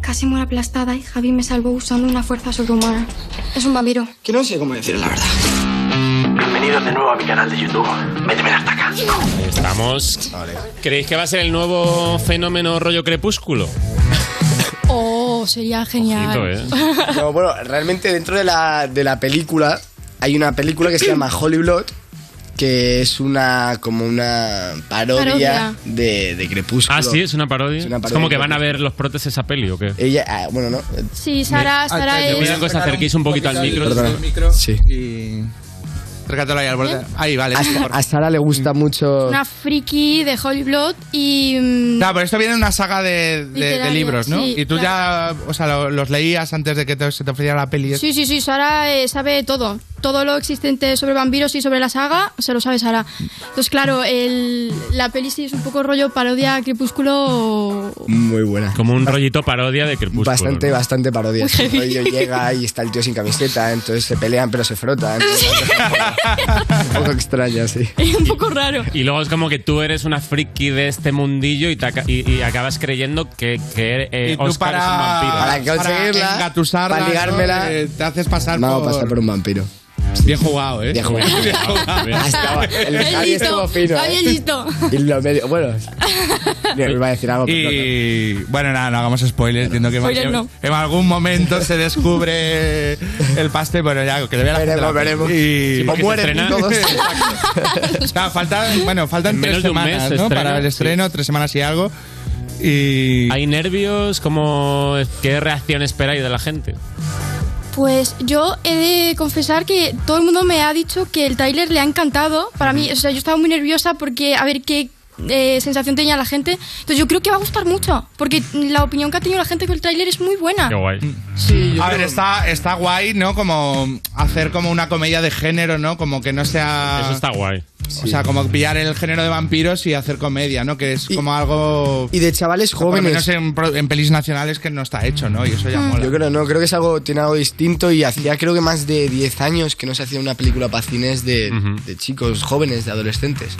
S29: Casi muero aplastada y Javi me salvó usando una fuerza sobrehumana. Es un vampiro.
S30: Que no sé cómo decir la verdad.
S18: Bienvenidos de nuevo a mi canal de YouTube. Méteme hasta acá.
S4: Estamos. ¿Creéis que va a ser el nuevo fenómeno rollo crepúsculo?
S29: Oh, sería genial.
S4: Ojito,
S2: No, bueno, realmente dentro de la, de la película hay una película que se llama Holy Blood que es una como una parodia,
S29: Parodia.
S2: De, de Crepúsculo.
S4: Ah, sí, es una parodia. Es,
S2: parodia
S4: como que
S2: de
S4: van a ver los protes esa peli o qué.
S2: Ella, ah, bueno, no.
S29: Sí, Sara, Sara
S4: Te
S29: es.
S4: pido que os Eh, acerquéis un poquito al micro.
S2: Perdona. Sí.
S3: Acércatelo ahí al borde. Ahí, vale.
S2: A, Sa- a Sara le gusta mucho.
S29: Una friki de Holy Blood y. mm,
S3: Claro, pero esto viene de una saga de, de- de,
S29: Literaria,
S3: libros, ¿no?
S29: sí,
S3: y tú ya, o sea, lo- los leías antes de que te- se te ofreciera la peli.
S29: Sí, sí, sí, Sara eh, sabe todo. Todo lo existente sobre vampiros y sobre la saga se lo sabe Sara. Entonces, claro, el, la peli sí es un poco rollo parodia crepúsculo.
S2: Muy buena.
S4: Como un rollito parodia de Crepúsculo.
S2: Bastante,
S4: ¿no?
S2: bastante parodia.
S29: Muy
S2: sí. El
S29: heavy.
S2: rollo llega y está el tío sin camiseta, entonces se pelean pero se frotan. entonces es un poco extraña, sí.
S29: Es un poco raro.
S4: Y luego es como que tú eres una friki de este mundillo y, te aca- y, y acabas creyendo que, que eh,
S3: Y tú
S4: Oscar es un vampiro.
S3: para engatusarla,
S2: para ligármela,
S3: ¿no? Eh, te haces pasar
S2: No,
S3: por...
S2: pasa por un vampiro.
S3: Bien jugado, ¿eh?
S2: Bien jugado.
S3: Bien jugado.
S2: Ha estado- el
S29: Es
S2: Javi
S29: listo,
S2: estuvo fino.
S29: Javi es
S2: ¿eh?
S29: listo.
S2: Y lo medio. Bueno, le iba a decir algo, pero
S3: Y bueno, nada, no hagamos spoilers. Entiendo que
S2: Spoiler
S3: en,
S2: no.
S3: en algún momento se descubre el pastel. Bueno, ya, que le vea la gente la
S2: Veremos,
S3: peli. Y...
S2: Sí, porque O se mueren estrena- todos.
S3: Exacto. o sea, faltan, bueno, faltan
S4: En
S3: tres
S4: menos de un mes
S3: semanas
S4: se
S3: ¿no?
S4: estrena,
S3: para el
S4: sí.
S3: estreno, tres semanas y algo. Y...
S4: ¿Hay nervios? ¿Cómo, ¿Qué reacción esperáis de la gente?
S29: Pues yo he de confesar que todo el mundo me ha dicho que el tráiler le ha encantado. Para mí, o sea, yo estaba muy nerviosa porque a ver qué eh, sensación tenía la gente. Entonces yo creo que va a gustar mucho, porque la opinión que ha tenido la gente con el tráiler es muy buena.
S3: Ah. a ver, está, está guay, ¿no? Como hacer como una comedia de género, ¿no? Como que no sea...
S4: Eso está guay.
S3: O sea, como pillar el género de vampiros y hacer comedia, ¿no? Que es como algo...
S2: Y de chavales
S3: Por lo menos
S2: jóvenes. Ah.
S3: en, pro- en pelis nacionales que no está hecho, ¿no? Y eso ya
S29: Mm.
S3: mola.
S2: Yo creo, no, creo que es algo, tiene algo distinto y hacía creo que más de 10 años que no se hacía una película para cines de, de chicos jóvenes, de adolescentes.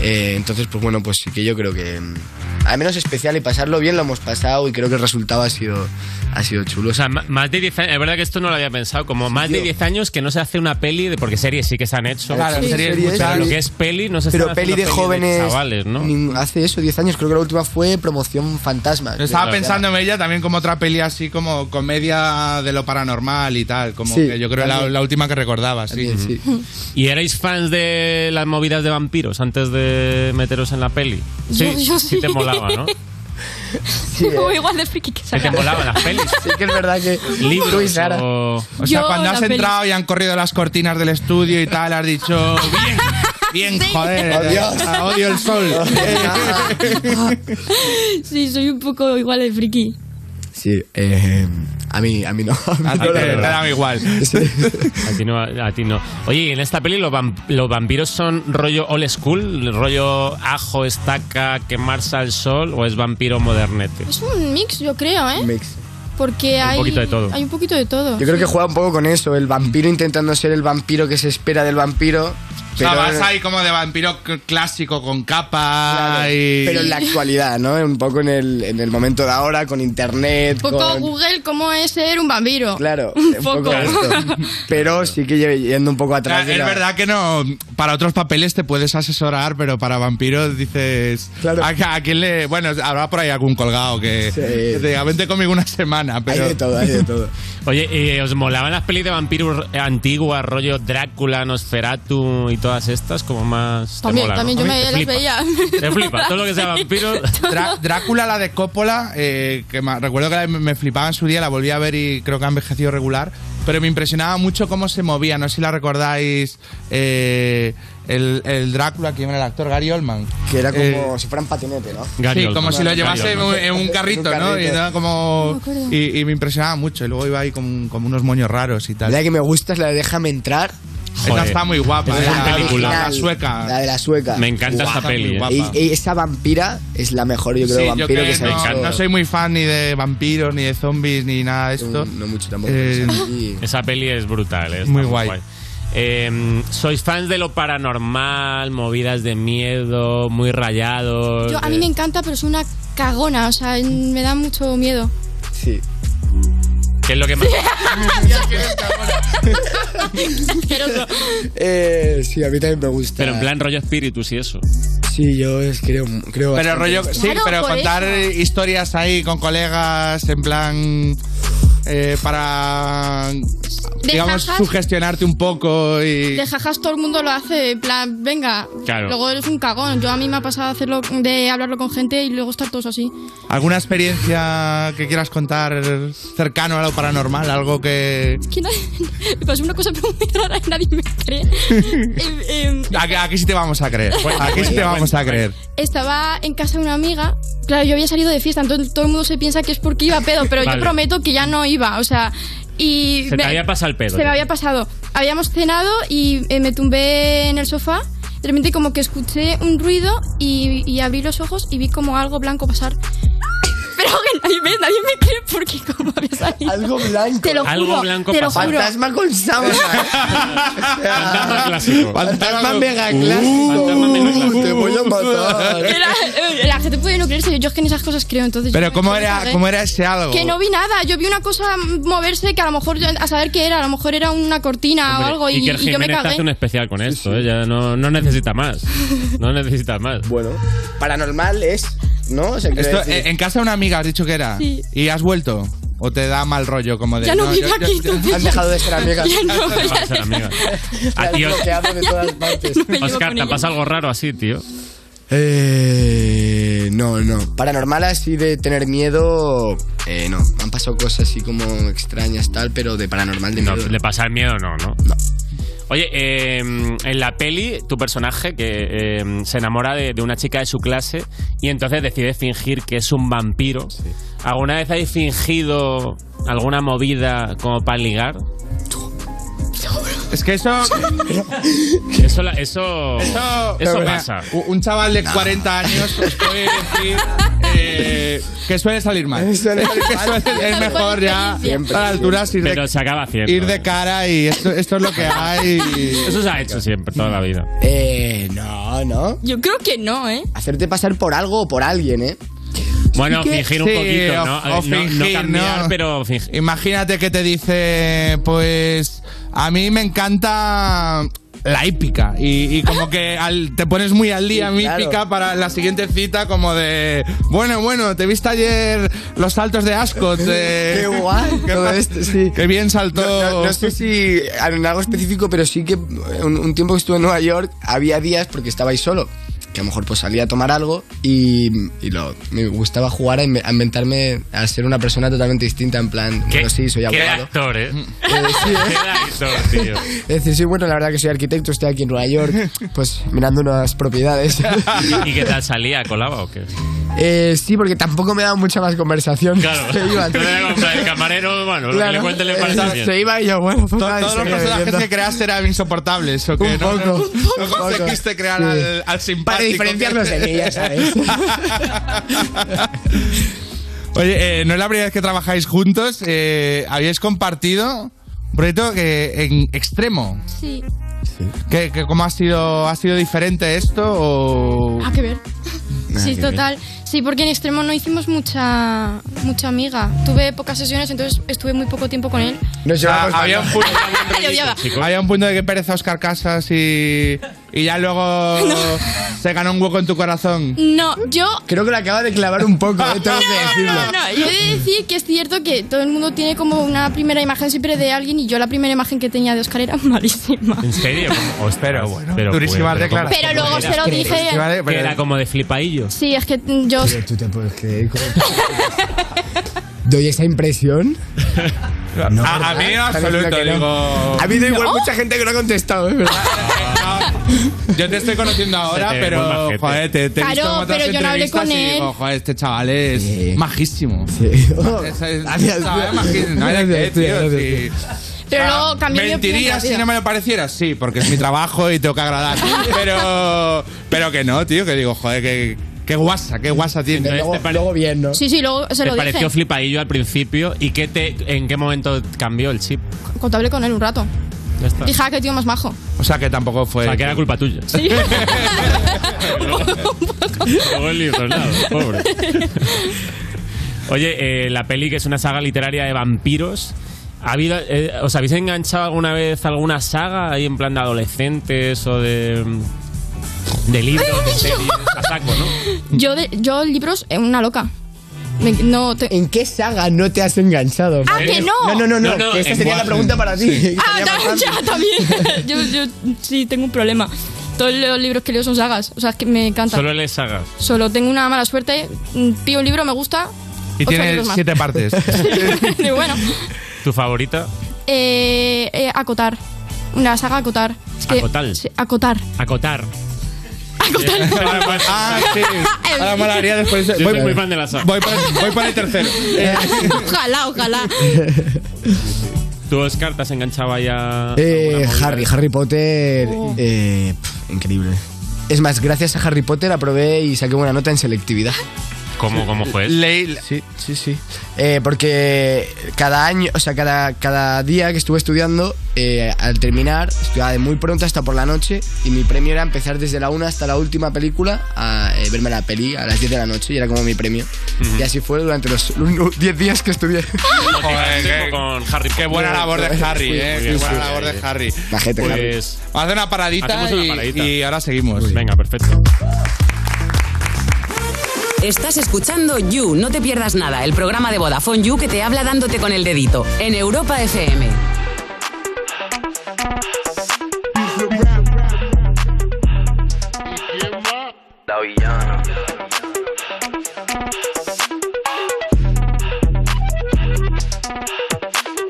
S2: Eh, entonces, pues bueno, pues sí que yo creo que, mm, al menos especial y pasarlo bien lo hemos pasado y creo que el resultado ha sido, ha sido chulo.
S4: O sea, ma- más de 10 años, es verdad que esto no lo había pensado, como más de 10 años que no se hace una peli, de, porque series sí que se han hecho,
S2: Claro, Sí,
S4: series,
S2: series,
S4: muchas,
S2: sí.
S4: lo que es peli no se
S2: Pero
S4: están
S2: peli de
S4: haciendo
S2: jóvenes.
S4: chavales, ¿no?
S2: nin- Hace eso, 10 años, creo que la última fue Promoción Fantasma.
S3: Estaba
S2: Creo que
S3: pensando en ella también como otra peli así como comedia de lo paranormal y tal, como
S2: Sí,
S3: que yo creo la,
S2: también.
S3: la última que recordaba, sí.
S4: ¿Y erais fans de las movidas de vampiros antes de meteros en la peli? Sí,
S2: Yo- yo
S4: sí te
S2: sí.
S4: molaba, ¿no?
S2: Sí, eh.
S29: O igual de friki que
S4: Que te
S29: Sara.
S4: molaban las pelis.
S2: Sí, que es verdad que.
S4: Libros
S2: Tú y Sara.
S4: o-
S3: Pues, O sea,
S2: Yo,
S3: cuando
S2: la
S3: has
S2: peli-
S3: entrado y han corrido las cortinas del estudio y tal, has dicho, bien, bien, joder,
S2: Oh, Dios.
S3: ah, odio el sol.
S29: Sí, soy un poco igual de friki.
S2: Sí, eh, a mí, a mí no. A mí no, la verdad.
S4: igual. A ti no. a ti no. Oye, y en esta peli los, vam- los vampiros son rollo old school, rollo ajo, estaca, quemarse al sol, o es vampiro modernete.
S29: Es un mix, yo creo, ¿eh?
S2: Mix.
S29: Porque hay.
S2: poquito de todo.
S29: Hay un poquito de todo.
S2: Yo creo
S29: sí.
S2: que juega un poco con eso, el vampiro intentando ser el vampiro que se espera del vampiro.
S3: O
S2: Pero,
S3: sea, vas ahí como de vampiro c- clásico con capa y...
S2: pero en la actualidad, ¿no? Un poco en el, en el momento de ahora, con internet.
S29: Un poco
S2: con-
S29: Google, ¿cómo es ser un vampiro?
S2: Claro,
S29: un
S2: un
S29: poco.
S2: poco esto. Pero sí que lle- yendo un poco
S3: O sea,
S2: atrás. de
S3: es
S2: la-
S3: verdad que no, para otros papeles te puedes asesorar, pero para vampiros dices... ¿a, a quién le...? Bueno, habrá por ahí algún colgado que, que te diga, vente conmigo una semana, pero...
S2: de todo, hay de todo.
S4: Oye, ¿y ¿os molaban las pelis de vampiros antiguas, rollo Drácula, Nosferatu y todas estas? Como más. te
S29: También,
S4: mola, ¿no?
S29: también yo
S4: Te
S29: me las
S4: flipa.
S29: veía.
S4: Te flipa, todo lo que sea vampiro.
S3: Drá- Drácula, la de Coppola, eh, que ma- recuerdo que la- me flipaba en su día, la volví a ver y creo que ha envejecido regular, pero me impresionaba mucho cómo se movía, no sé si la recordáis, eh, el, el Drácula, que era el actor, Gary Oldman.
S2: Que era como
S3: Eh,
S2: si fueran patinete, ¿no?
S3: sí, como si lo llevase en un, en un carrito, ¿no? Y, era como, y, y me impresionaba mucho, y luego iba ahí como, como unos moños raros y tal.
S2: La que me gusta es la de Déjame entrar.
S3: Esta está muy guapa,
S2: Es
S3: eh,
S2: la
S3: la,
S2: película.
S3: la sueca.
S2: La de la sueca.
S4: Me encanta
S2: Guau,
S4: esta peli,
S2: está
S4: eh.
S2: muy guapa. Y, y esa vampira es la mejor, yo creo,
S3: Sí,
S2: vampiro que,
S3: que
S2: se
S3: no,
S2: ha hecho.
S3: no soy muy fan ni de vampiros, ni de zombies, ni nada de esto.
S2: No, mucho tampoco.
S3: Eh,
S4: Esa peli es brutal, ¿eh? Está
S3: Muy guay.
S4: Eh, ¿Sois fans de lo paranormal, movidas de miedo, muy rayados?
S29: Yo, a mí
S4: eh?
S29: me encanta, pero soy una cagona, o sea, me da mucho miedo.
S2: Sí.
S4: ¿Qué es lo que más.?
S2: Eh, sí, a mí también me gusta.
S4: Pero en plan rollo espíritus y eso.
S2: Sí, yo es- creo, creo
S3: Pero
S2: bastante
S3: rollo,
S2: en esto.
S3: sí, pero contar historias ahí con colegas en plan eh, para digamos
S29: jajas.
S3: sugestionarte un poco y
S29: De jajas todo el mundo lo hace, en plan, venga.
S3: Claro.
S29: Luego eres un cagón. Yo a mí me ha pasado hacerlo, de hablarlo con gente y luego estar todos así.
S3: alguna experiencia que quieras contar cercano a lo paranormal, algo que
S29: Que nadie- me pasó una cosa pero muy rara y nadie me cree. Em, em,
S3: aquí, aquí sí te vamos a creer,
S29: Bueno,
S3: aquí sí te
S29: bueno,
S3: vamos a creer.
S29: estaba en casa de una amiga. Claro, yo había salido de fiesta, entonces todo el mundo se piensa que es porque iba a pedo, pero
S4: Vale.
S29: yo prometo que ya no iba, o sea, y
S4: Se te había pasado el pedo
S29: Se
S4: ya.
S29: me había pasado. Habíamos cenado y eh, me tumbé en el sofá. De repente como que escuché un ruido y, y abrí los ojos y vi como algo blanco pasar. Pero que nadie me, nadie me cree porque como había salido.
S2: Algo blanco.
S29: Te lo juro.
S2: Algo blanco
S29: te lo
S2: pasar.
S29: juro.
S2: Fantasma con
S4: Fantasma clásico.
S2: Fantasma mega clásico.
S3: Uh,
S2: te voy a matar.
S29: Era- eh, la gente puede no creerse, yo es que en esas cosas creo, entonces...
S3: Pero
S29: yo-
S3: cómo
S29: yo
S3: era,
S29: cagué.
S3: cómo era ese algo.
S29: Que no vi nada, yo vi una cosa moverse que a lo mejor, yo- a saber qué era, a lo mejor era una cortina
S4: Hombre,
S29: o Ah, algo y,
S4: Iker
S29: y yo me
S4: Jiménez te
S29: cagué.
S4: hace un especial con esto, ¿eh? Ya no, no necesita más. No necesita más.
S2: Bueno, paranormal es, ¿no? O sea, quiero
S3: Esto,
S2: decir-
S3: eh, en casa de una amiga has dicho que era
S2: Sí.
S3: y has vuelto o te da mal rollo como de
S2: Ya no vive
S3: eh, yo- yo-
S2: aquí,
S3: yo-
S2: tú Han dejado de ser amigas. Ya no,
S4: Deja de ser amiga. A ti,
S2: Te hablo de todas partes.
S4: Oscar, ¿te pasa algo raro así, tío?
S2: Eh, no, no. Paranormal así de tener miedo, eh, no. Me han pasado cosas así como extrañas tal, pero de paranormal de miedo.
S4: No, de pasar miedo no, ¿no? Oye, eh, en la peli, tu personaje que eh, se enamora de, de una chica de su clase y entonces decide fingir que es un vampiro. ¿Alguna vez habéis fingido alguna movida como para ligar?
S3: Es que eso.
S4: Eso, la- eso, eso,
S3: Pero, mira,
S4: pasa.
S3: u- Un chaval de 40 años os puede decir eh, que suele salir mal. Que suele- es mejor ya a la altura ir de,
S4: Pero se acaba haciendo. eh.
S3: ir de cara y esto, esto es lo que hay.
S4: Eso se ha hecho siempre, toda la vida.
S2: Eh, no, no.
S29: Yo creo que no, ¿eh?
S2: Hacerte pasar por algo o por alguien, ¿eh?
S4: Bueno, fingir un
S3: Sí,
S4: poquito,
S3: o-
S4: ¿no?
S3: o
S4: No- no
S3: fingir,
S4: cambiar, pero fingir.
S3: Imagínate que te dice, pues, a mí me encanta la hípica y, y como que al- te pones muy al día
S2: Sí,
S3: en
S2: claro.
S3: hípica para la siguiente cita como de, bueno, bueno, te viste ayer los saltos de Ascot. eh,
S2: Qué guay,
S3: ¿Qué,
S2: todo
S3: pa-
S2: esto, sí.
S3: qué bien saltó.
S2: No, no sé si en algo específico, pero sí que un, un tiempo que estuve en Nueva York había días porque estaba ahí solo. Que a lo mejor pues salía a tomar algo y, y lo, me gustaba jugar a, inve- a inventarme a ser una persona totalmente distinta. En plan, bueno, sí, soy
S4: Qué
S2: abogado.
S4: actor, ¿eh?
S2: sí, ¿eh?
S4: Qué actor, tío.
S2: Es decir, sí, bueno, la verdad que soy arquitecto, estoy aquí en Nueva York, pues mirando unas propiedades.
S4: ¿Y qué tal salía? ¿Colaba o qué?
S2: Eh, sí, porque tampoco me daba mucha más conversación.
S4: Claro.
S2: Se iban.
S4: No era como el camarero, bueno, lo que le cuente le parece
S2: Exacto,
S4: bien.
S2: Se iba y yo, bueno, pues nada, y
S3: Todos los
S2: seguía
S3: personajes
S2: bebiendo.
S3: que creaste eran insoportables, ¿o qué?
S2: Un
S3: ¿No?
S2: poco,
S3: No,
S2: un
S3: conseguiste
S2: poco,
S3: crear
S2: sí.
S3: al, al simpático.
S2: Para diferenciarnos de mí, ya sabes.
S3: Oye, eh, no es la primera vez que trabajáis juntos. eh, habíais compartido un proyecto que, en extremo.
S29: Sí.
S3: ¿Qué, qué- cómo ha sido, ha sido diferente esto? O...
S29: Ah, que ver.
S3: Ah,
S29: sí,
S3: qué
S29: total. Sí, porque en extremo no hicimos mucha mucha amiga. Tuve pocas sesiones, entonces estuve muy poco tiempo con él.
S3: O sea, había, un punto,
S29: Le odiaba.
S3: había un punto de que pereza Oscar Casas y, y ya luego se ganó un hueco en tu corazón.
S29: No, yo
S2: Creo que lo acaba de clavar un poco, eh, tengo que decirlo.
S29: No, no, yo he de decir que es cierto que todo el mundo tiene como una primera imagen siempre de alguien y yo la primera imagen que tenía de Oscar era malísima.
S4: ¿En serio? pero bueno,
S3: durísimas declaraciones.
S29: Pero luego se lo dije.
S4: Que era como de flipaillo.
S29: Sí, es que mm, yo...
S2: Pero tú te puedes creer cómo- ¿Doy esa impresión?
S3: a, a mí en absoluto, digo...
S2: Ha habido igual mucha gente que no ha contestado, es verdad.
S3: Yo te estoy conociendo ahora,
S2: Se te ve muy
S3: pero
S2: majete.
S3: joder, te, te he visto en
S29: Claro,
S3: otras
S29: pero yo no hablé
S3: entrevistas
S29: con
S3: y
S29: él.
S3: digo, joder, este chaval es majísimo. Es- es-
S2: Oh. Gracias.
S3: chaval, majísimo. No hay de qué, tío,
S2: Gracias,
S3: sí.
S29: Pero
S3: O sea,
S29: luego cambié mi opinión
S3: ¿Mentiría si
S29: rápido.
S3: no me lo pareciera? Sí, porque es mi trabajo y tengo que agradar. Pero, pero que no, tío, que digo, joder, que, que guasa, que guasa tiene.
S2: bien, ¿no?
S29: Sí, sí, luego se
S4: Te
S29: lo dije.
S4: pareció flipaillo al principio y qué te, en qué momento cambió el chip.
S29: Cuando hablé con él un rato.
S4: Ya está.
S29: Dije, ah, qué tío más majo.
S3: O sea, que tampoco fue.
S4: O sea, que era culpa tuya. Sí. pobre. Oye, eh, la peli que es una saga literaria de vampiros. ¿Ha habido, eh, ¿Os habéis enganchado alguna vez a alguna saga ahí en plan de adolescentes o de. de libros, de series? A saco, ¿no?
S29: Yo, de, yo libros, eh, una loca. Me- no te-
S2: ¿En qué saga no te has enganchado?
S29: ¡Ah, que no!
S2: No, no, no,
S29: No, no,
S2: que esa
S29: en
S2: sería
S29: cuál.
S2: la pregunta para ti.
S29: Sí. Ah,
S2: Estaría
S29: ta-
S2: bastante.
S29: ya, también. yo, yo sí tengo un problema. Todos los libros que leo son sagas. O sea, es que me encantan.
S4: Solo
S29: Solo,
S4: lees sagas.
S29: tengo una mala suerte. mm, Pido un libro, me gusta.
S4: Y
S29: ocho
S4: tiene
S29: libros más.
S4: siete partes.
S29: Y bueno,
S4: ¿Tu favorita?
S29: eh, eh, acotar. Una saga acotar. Es que-
S4: Acotal.
S29: Acotar.
S4: Acotar.
S3: Ah, sí. Ahora molaría después.
S4: Yo soy muy fan de la saga.
S3: Voy por, voy por el tercero. Eh,
S29: ojalá, ojalá.
S4: ¿Tú, Oscar, te has enganchado ahí a.?
S2: Eh, Harry, Harry Potter.
S29: Oh.
S2: eh, pf, increíble. Es más, gracias a Harry Potter aprobé y saqué buena nota en selectividad.
S4: ¿Cómo, cómo fue?
S2: Sí, sí, sí. Eh, porque cada año, o sea, cada, cada día que estuve estudiando, eh, al terminar, estudiaba de muy pronto hasta por la noche y mi premio era empezar desde la una hasta la última película a eh, verme la peli a las 10 de la noche y era como mi premio. Y así fue durante los 10 días que estudié.
S4: Joder, qué, con Harry
S3: Qué buena labor de Harry, eh. Qué buena labor de Harry.
S2: Majete,
S3: Pues, vamos a hacer una paradita,
S4: Hacemos una
S3: y-
S4: paradita.
S3: y ahora seguimos.
S4: Venga, perfecto.
S1: Estás escuchando You, no te pierdas nada, el programa de Vodafone You que te habla dándote con el dedito, en Europa FM.
S31: La villana.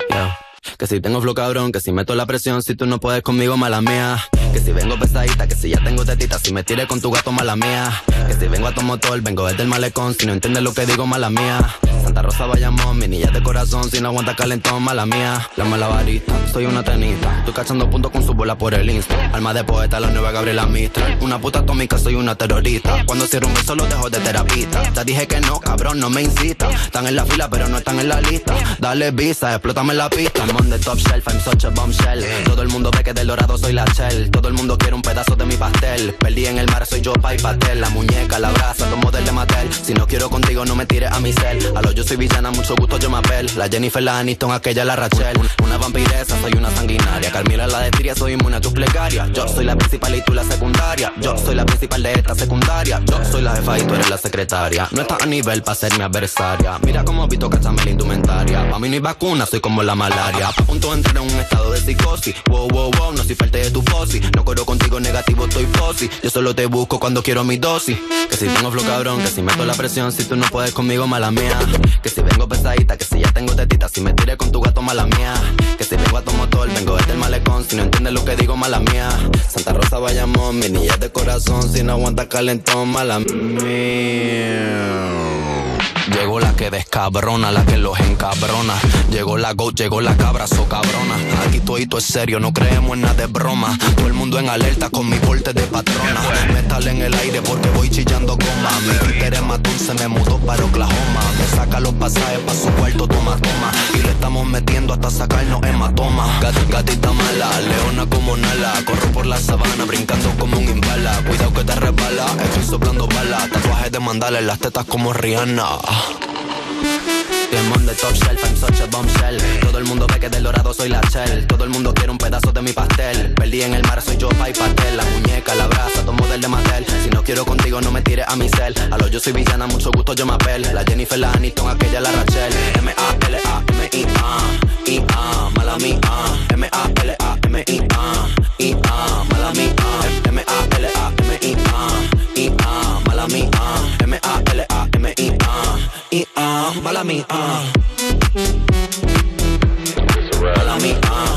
S32: Yeah. Que si tengo flow cabrón, que si meto la presión, si tú no puedes conmigo, mala mía. Que si vengo pesadita, que si ya tengo tetita, si me tires con tu gato, mala mía. Que si vengo a tu motor, vengo desde el malecón, si no entiendes lo que digo, mala mía. Santa Rosa Bayamón, mi niña de corazón, si no aguanta calentón, mala mía. La mala varita, soy una tenista. Estoy cachando puntos con su bola por el insta. Alma de poeta, la nueva Gabriela Mistral. Una puta atómica, soy una terrorista. Cuando cierro un beso, lo dejo de terapista. Te dije que no, cabrón, no me incita. Están en la fila, pero no están en la lista. Dale visa, explótame la pista. I'm on the top shelf, I'm such a bombshell. Todo el mundo ve que del dorado soy la shell. Todo el mundo quiere un pedazo de mi pastel. Perdí en el mar, soy yo, pa' y pastel. La muñeca, la brasa, tomo del de Mattel. Si no quiero contigo, no me tires a mi cel. A lo yo soy villana, mucho gusto, yo me apel. La Jennifer, la Aniston, aquella, la Rachel. Un- Una vampiresa, soy una sanguinaria. Carmila, la de Tiria, soy inmune a tus plegarias. Yo soy la principal y tú la secundaria. Yo soy la principal de esta secundaria. Yo soy la jefa y tú eres la secretaria. No estás a nivel para ser mi adversaria. Mira cómo Vito cachame la indumentaria. Pa' mí no hay vacuna, soy como la malaria. A punto de entrar en un estado de psicosis. Wow, wow, wow, no soy parte de tu fosi. No corro contigo negativo, estoy fosi. Yo solo te busco cuando quiero mi dosis. Que si tengo flow cabrón, que si meto la presión, si tú no puedes conmigo, mala mía. Que si vengo pesadita, que si ya tengo tetita, si me tiré con tu gato, mala mía. Que si vengo a tu motor, vengo desde el malecón, si no entiendes lo que digo, mala mía. Santa Rosa Bayamón, mi niña de corazón, si no aguanta calentón, mala mía. Llegó la que descabrona, la que los encabrona. Llegó la go, llegó la cabra, so cabrona. Aquí todo es serio, no creemos en nada de broma. Todo el mundo en alerta con mi porte de patrona. Metal en el aire porque voy chillando goma. Mi títere matón se me mudó para Oklahoma. Me saca los pasajes para su cuarto, toma, toma. Y le estamos metiendo hasta sacarnos hematoma. Gat, gatita mala, leona como Nala. Corro por la sabana, brincando como un imbala. Cuidado que te resbala, estoy soplando balas. Tatuajes de mandala en las tetas como Rihanna. I'm on the top shelf, I'm such a bombshell. Todo el mundo ve que del dorado soy la shell. Todo el mundo quiere un pedazo de mi pastel. Perdí en el mar, soy yo, pa' y pastel. La muñeca, la brasa, tomo del de Mattel. Si no quiero contigo, no me tires a mi cel. A lo yo soy villana, mucho gusto, yo me apel. La Jennifer, la Aniston, aquella, la Rachel. M-A-L-A-M-I-A, I-A, mala mía. M-A-L-A-M-I-A, I-A, mala mía. M-A-L-A-M-I-A, I-A, mala mía. M-A-L-A-M-I-A, I-A, mala mía. Mala mía.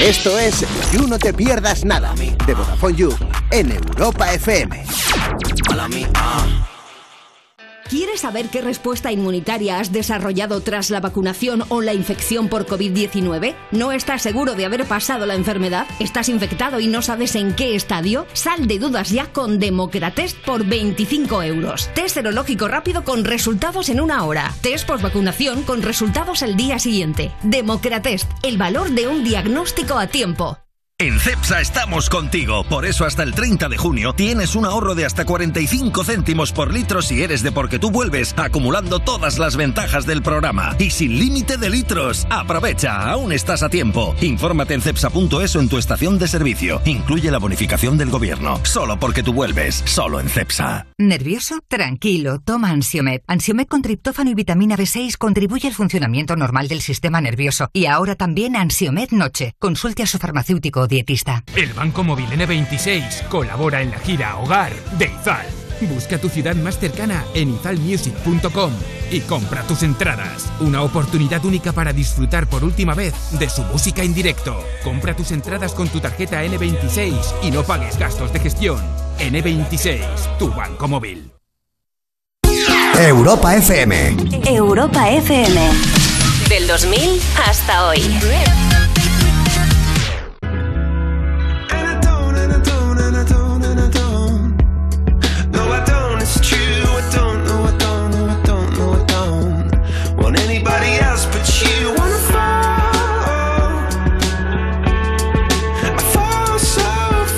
S33: Esto es You No Te Pierdas Nada de Vodafone You en Europa FM.
S34: ¿Quieres saber qué respuesta inmunitaria has desarrollado tras la vacunación o la infección por COVID-19? ¿No estás seguro de haber pasado la enfermedad? ¿Estás infectado y no sabes en qué estadio? Sal de dudas ya con Democratest por 25 euros. Test serológico rápido con resultados en una hora. Test posvacunación con resultados el día siguiente. Democratest, el valor de un diagnóstico a tiempo.
S7: En CEPSA estamos contigo, por eso hasta el 30 de junio tienes un ahorro de hasta 45 céntimos por litro si eres de porque tú vuelves, acumulando todas las ventajas del programa y sin límite de litros. Aprovecha, aún estás a tiempo. Infórmate en cepsa.es o en tu estación de servicio. Incluye la bonificación del gobierno, solo porque tú vuelves, solo en CEPSA.
S35: ¿Nervioso? Tranquilo, toma Ansiomed. Ansiomed con triptófano y vitamina B6 contribuye al funcionamiento normal del sistema nervioso. Y ahora también Ansiomed Noche. Consulte a su farmacéutico o dietista.
S20: El Banco Móvil N26 colabora en la gira Hogar de Izal. Busca tu ciudad más cercana en izalmusic.com y compra tus entradas. Una oportunidad única para disfrutar por última vez de su música en directo. Compra tus entradas con tu tarjeta N26 y no pagues gastos de gestión. N26, tu banco móvil.
S33: Europa FM.
S36: Europa FM. Del 2000 hasta hoy.
S18: No, I don't, it's true. I don't, no, I don't, no, I don't, no, I don't want anybody else but you. Wanna fall. I fall so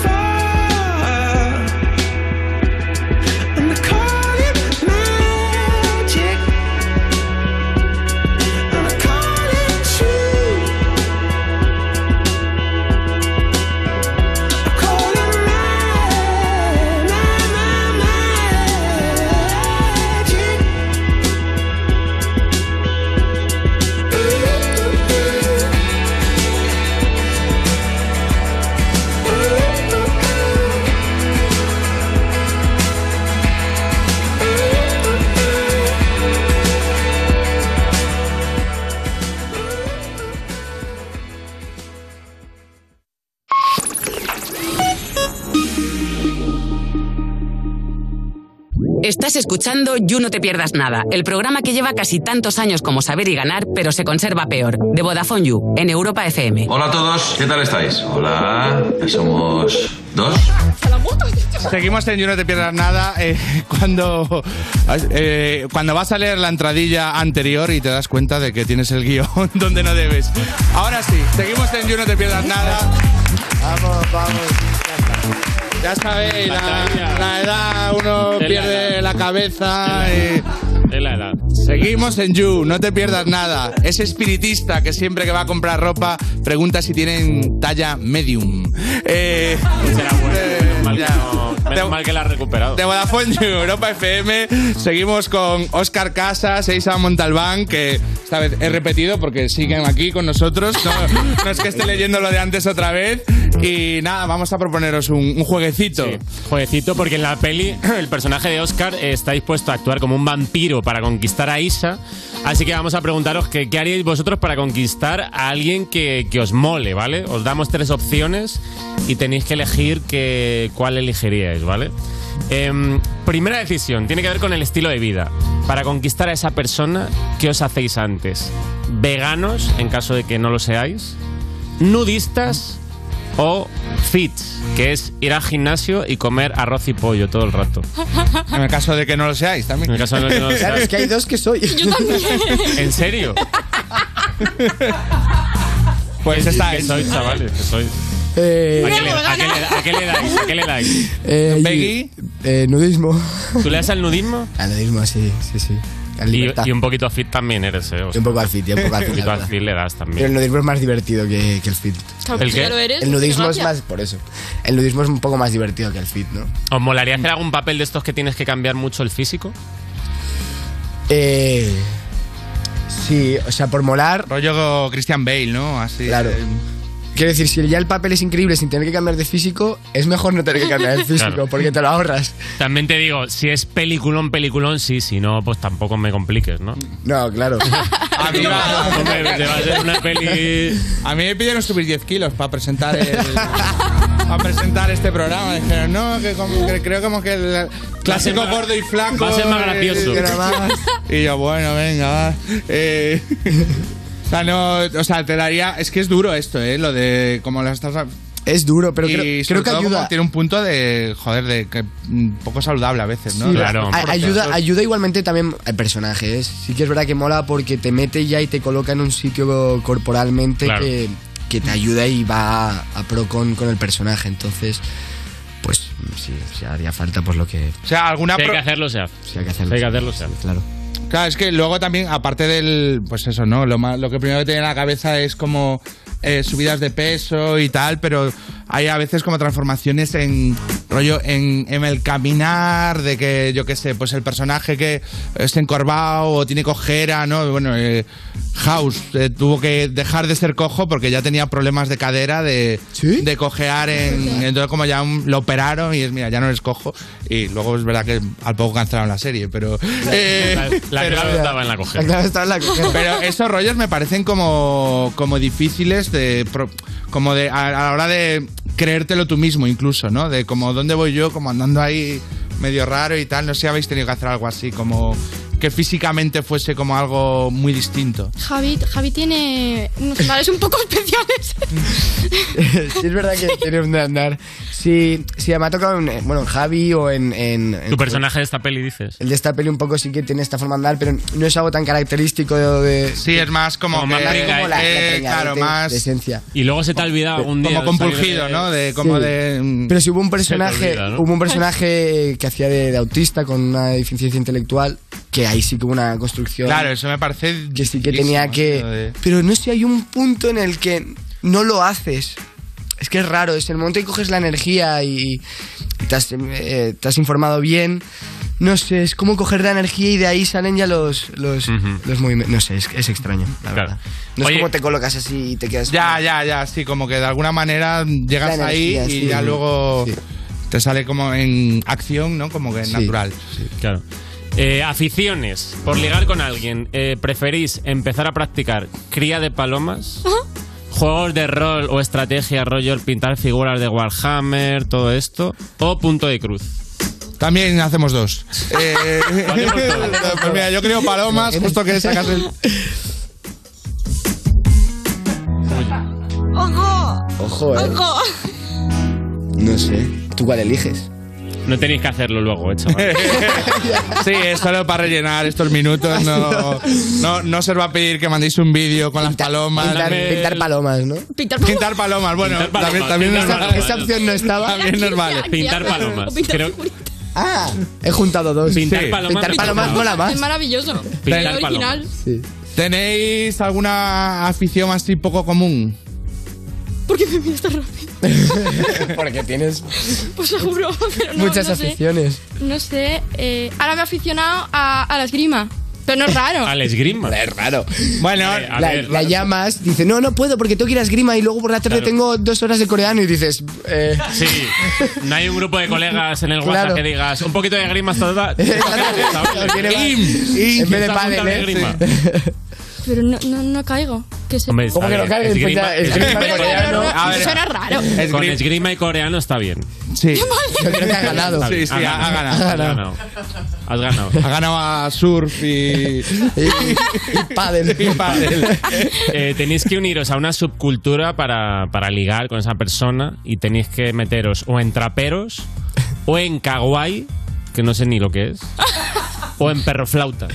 S18: far. And they call it magic. And I call it true.
S1: Estás escuchando You No Te Pierdas Nada, el programa que lleva casi tantos años como saber y ganar, pero se conserva peor, de Vodafone You, en Europa FM.
S7: Hola a todos, ¿qué tal estáis? Hola, somos dos.
S3: Seguimos en You No Te Pierdas Nada. eh, cuando, eh, cuando vas a leer la entradilla anterior y te das cuenta de que tienes el guión donde no debes. Ahora sí, seguimos en You No Te Pierdas Nada.
S2: Vamos, vamos.
S3: Ya sabéis, la, la edad, uno
S4: Es la
S3: pierde
S4: edad.
S3: la cabeza. eh,
S4: Es la edad.
S3: Seguimos en You, no te pierdas nada. Ese espiritista que siempre que va a comprar ropa pregunta si tienen talla medium. Eh, eh, ya.
S4: Menos
S3: Te-
S4: mal que la has recuperado.
S3: de Vodafone You, Europa FM, seguimos con Oscar Casas e Isa Montalbán, que esta vez he repetido porque siguen aquí con nosotros. No, no es que esté leyendo lo de antes otra vez. Y nada, vamos a proponeros un, un jueguecito.
S4: Jueguecito, porque en la peli el personaje de Oscar está dispuesto a actuar como un vampiro para conquistar a Isa. Así que vamos a preguntaros que, qué haríais vosotros para conquistar a alguien que, que os mole, ¿vale? Os damos tres opciones y tenéis que elegir que, cuál elegiríais, ¿vale? Em, primera decisión, tiene que ver con el estilo de vida. Para conquistar a esa persona, ¿qué os hacéis antes? ¿Veganos, en caso de que no lo seáis? ¿Nudistas? o fit, que es ir al gimnasio y comer arroz y pollo todo el rato.
S3: En el caso de que no lo seáis también.
S4: En el caso de que no lo
S2: Claro,
S4: seáis.
S2: es que hay dos que soy. Yo
S4: ¿En serio?
S3: Pues
S4: ¿Qué-
S3: está
S4: qué
S3: hecho.
S4: sois, chavales? ¿Qué sois? ¿A
S2: Eh,
S4: qué, le, a qué le- a qué le dais? ¿A qué le dais?
S2: eh,
S4: Peggy?
S2: eh, nudismo.
S4: ¿Tú le das al nudismo?
S2: Al nudismo, sí, sí, sí. Al
S4: Y,
S2: libertad.
S4: y un poquito a fit también eres, ¿eh? O sea,
S2: un poco al fit, y un poco al fit, la verdad.
S4: fit le das
S2: Pero el
S4: también.
S2: nudismo es más divertido que, que el fit.
S4: Claro, ¿El qué? ya lo eres,
S2: El nudismo es
S4: gracias.
S2: más. Por eso. El nudismo es un poco más divertido que el fit, ¿no?
S4: ¿Os molaría hacer algún papel de estos que tienes que cambiar mucho el físico?
S2: Eh, sí, o sea, por molar.
S3: Rollo Christian Bale, ¿no? Así.
S2: Claro.
S3: eh,
S2: Quiero decir, si ya el papel es increíble sin tener que cambiar de físico, es mejor no tener que cambiar de físico
S4: Claro.
S2: porque te lo ahorras.
S4: También te digo, si es peliculón, peliculón, sí, si no, pues tampoco me compliques, ¿no?
S2: No, claro.
S3: A mí,
S4: Hombre, te va a hacer una peli-
S3: A mí me pidieron subir 10 kilos para presentar el- para presentar este programa. Dijeron, no, que como- que creo como que el clásico
S4: más-
S3: gordo y flaco.
S4: va a ser más
S3: eh,
S4: gracioso.
S3: era más. Y yo, bueno, venga, va. Eh, o sea, no, o sea, te daría. Es que es duro esto, ¿eh? Lo de como las estás.
S2: Es duro, pero
S3: Y
S2: creo,
S3: sobre
S2: creo que
S3: todo como
S2: ayuda.
S3: Tiene un punto de, joder, de que un poco saludable a veces, ¿no?
S2: Sí, a- ayuda, ayuda igualmente también al personaje. es- Sí que es verdad que mola porque te mete ya y te coloca en un sitio corporalmente
S4: Claro.
S2: que, que te ayuda y va a, a pro con, con el personaje. Entonces, pues sí, si haría falta pues lo que...
S3: O sea, alguna
S4: Si hay
S3: pro-
S4: que hacerlo, sea.
S2: Si hay que hacerlo,
S4: hay que hacerlo, sea.
S2: Claro.
S3: Claro, es que luego también, aparte del. Pues eso, ¿no? Lo, ma- lo que primero que te viene a la cabeza es como eh, subidas de peso y tal, pero hay a veces como transformaciones en. rollo, en, en el caminar, de que, yo qué sé, pues el personaje que está encorvado o tiene cojera, ¿no? Bueno, eh, House eh, tuvo que dejar de ser cojo porque ya tenía problemas de cadera, de, de cojear en. Entonces, como ya un- lo operaron y es, mira, ya no eres cojo. Y luego es verdad que al poco cancelaron la serie, pero. eh,
S4: La
S3: pero-
S4: clave estaba en la
S2: La
S4: cojera.
S2: clave está en la cojera.
S3: pero esos rollos me parecen como, como difíciles de pro- como de a, a la hora de creértelo tú mismo incluso, ¿no? De como dónde voy yo, como andando ahí medio raro y tal, no sé si habéis tenido que hacer algo así, como que físicamente fuese como algo muy distinto.
S29: Javi, Javi tiene unos males un poco especiales.
S2: sí, es verdad que tiene un de andar. Si, si me ha tocado en, eh, bueno, en Javi o en... en- en-
S4: Tu personaje de esta peli dices.
S2: El de esta peli un poco sí que tiene esta forma de andar, pero no es algo tan característico de...
S3: Sí, es más como,
S2: más
S3: que-
S2: pringa,
S3: eh,
S2: la- la pringa,
S3: claro,
S2: de-
S3: más
S2: de esencia.
S4: Y luego se te ha olvidado un día.
S3: como compulgido, ¿no? De como
S2: Sí.
S3: de mm,
S2: Pero si hubo un
S3: se te
S2: personaje,
S3: olvida, ¿no?
S2: hubo un personaje que hacía de, de autista con una deficiencia intelectual, que ahí sí que hubo una construcción
S3: Claro, eso me parece
S2: que sí que tenía
S3: durísimo,
S2: que.
S3: tío, de-
S2: Pero no sé, hay un punto en el que no lo haces. Es que es raro, es el momento que coges la energía y, y te, has, eh, te has informado bien. No sé, es como coger la energía y de ahí salen ya los, los, los movimientos. No sé, es, es extraño, la verdad. No
S3: Oye.
S2: es como te colocas así y te quedas.
S3: Ya, ya, ya, sí, como que de alguna manera llegas
S2: La
S3: ahí
S2: energía,
S3: y
S2: sí.
S3: ya luego te sale como en acción, ¿no? Como que natural.
S4: Claro. Eh, aficiones. Por ligar con alguien, eh, ¿preferís empezar a practicar cría de palomas? Juegos de rol o estrategia, rollo el pintar figuras de Warhammer, todo esto. O punto de cruz.
S3: También hacemos dos. Eh, pues mira, yo creo palomas, justo que sacas el.
S6: ¡Ojo!
S2: Ojo, eh.
S6: ¡Ojo!
S2: No sé. ¿Tú cuál eliges?
S4: No tenéis que hacerlo luego, eh, chaval.
S3: Sí, es solo para rellenar estos minutos. No, no, no se os va a pedir que mandéis un vídeo con las palomas.
S2: Pintar, pintar palomas, ¿no?
S34: Pintar
S3: palomas. Pintar palomas, bueno,
S2: Pintar palomas,
S3: también, también
S2: pintar
S3: nos
S2: palomas.
S3: vale.
S2: Esa opción no estaba.
S3: También nos vale.
S4: Pintar palomas. Creo-
S2: Ah, he juntado dos.
S4: Pintar palomas,
S2: Pintar
S4: pintar
S2: palomas
S4: palomas.
S2: mola más.
S29: Es maravilloso.
S3: Pintar
S29: Es original.
S3: ¿Tenéis alguna afición así poco común?
S29: ¿Por qué me miras tan rápido?
S2: Porque tienes
S29: Pues seguro, pero no,
S2: muchas
S29: no sé.
S2: aficiones.
S29: No sé, eh, ahora me he aficionado a, a la esgrima. Pero no es raro.
S4: Al esgrima.
S2: Es raro.
S4: Eh,
S3: Bueno,
S2: la, la llamas, dice, no, no puedo porque tengo que ir a esgrima y luego por la tarde tengo dos horas de coreano y dices, eh,
S4: Sí. No hay un grupo de colegas en el WhatsApp
S2: Claro.
S4: que digas un poquito de grima hasta tal.
S2: tiene más- en vez de pádel, eh.
S29: Pero no, no, no caigo. ¿Qué sé?
S4: Hombre, está bien. Esgrima- esgrima y
S29: Pero, pero,
S4: coreano.
S29: no,
S4: A
S29: eso
S4: ver.
S29: suena raro.
S4: Con esgrima y coreano está bien.
S3: Sí.
S2: Yo creo que ha ganado.
S4: Está bien,
S3: Sí, sí, ha
S4: ganado.
S3: ganado.
S4: Has ganado.
S3: Ha ganado a surf y.
S2: y pádel.
S4: Eh, tenéis que uniros a una subcultura para, para ligar con esa persona y tenéis que meteros o en traperos o en kawaii, que no sé ni lo que es, o en perroflautas.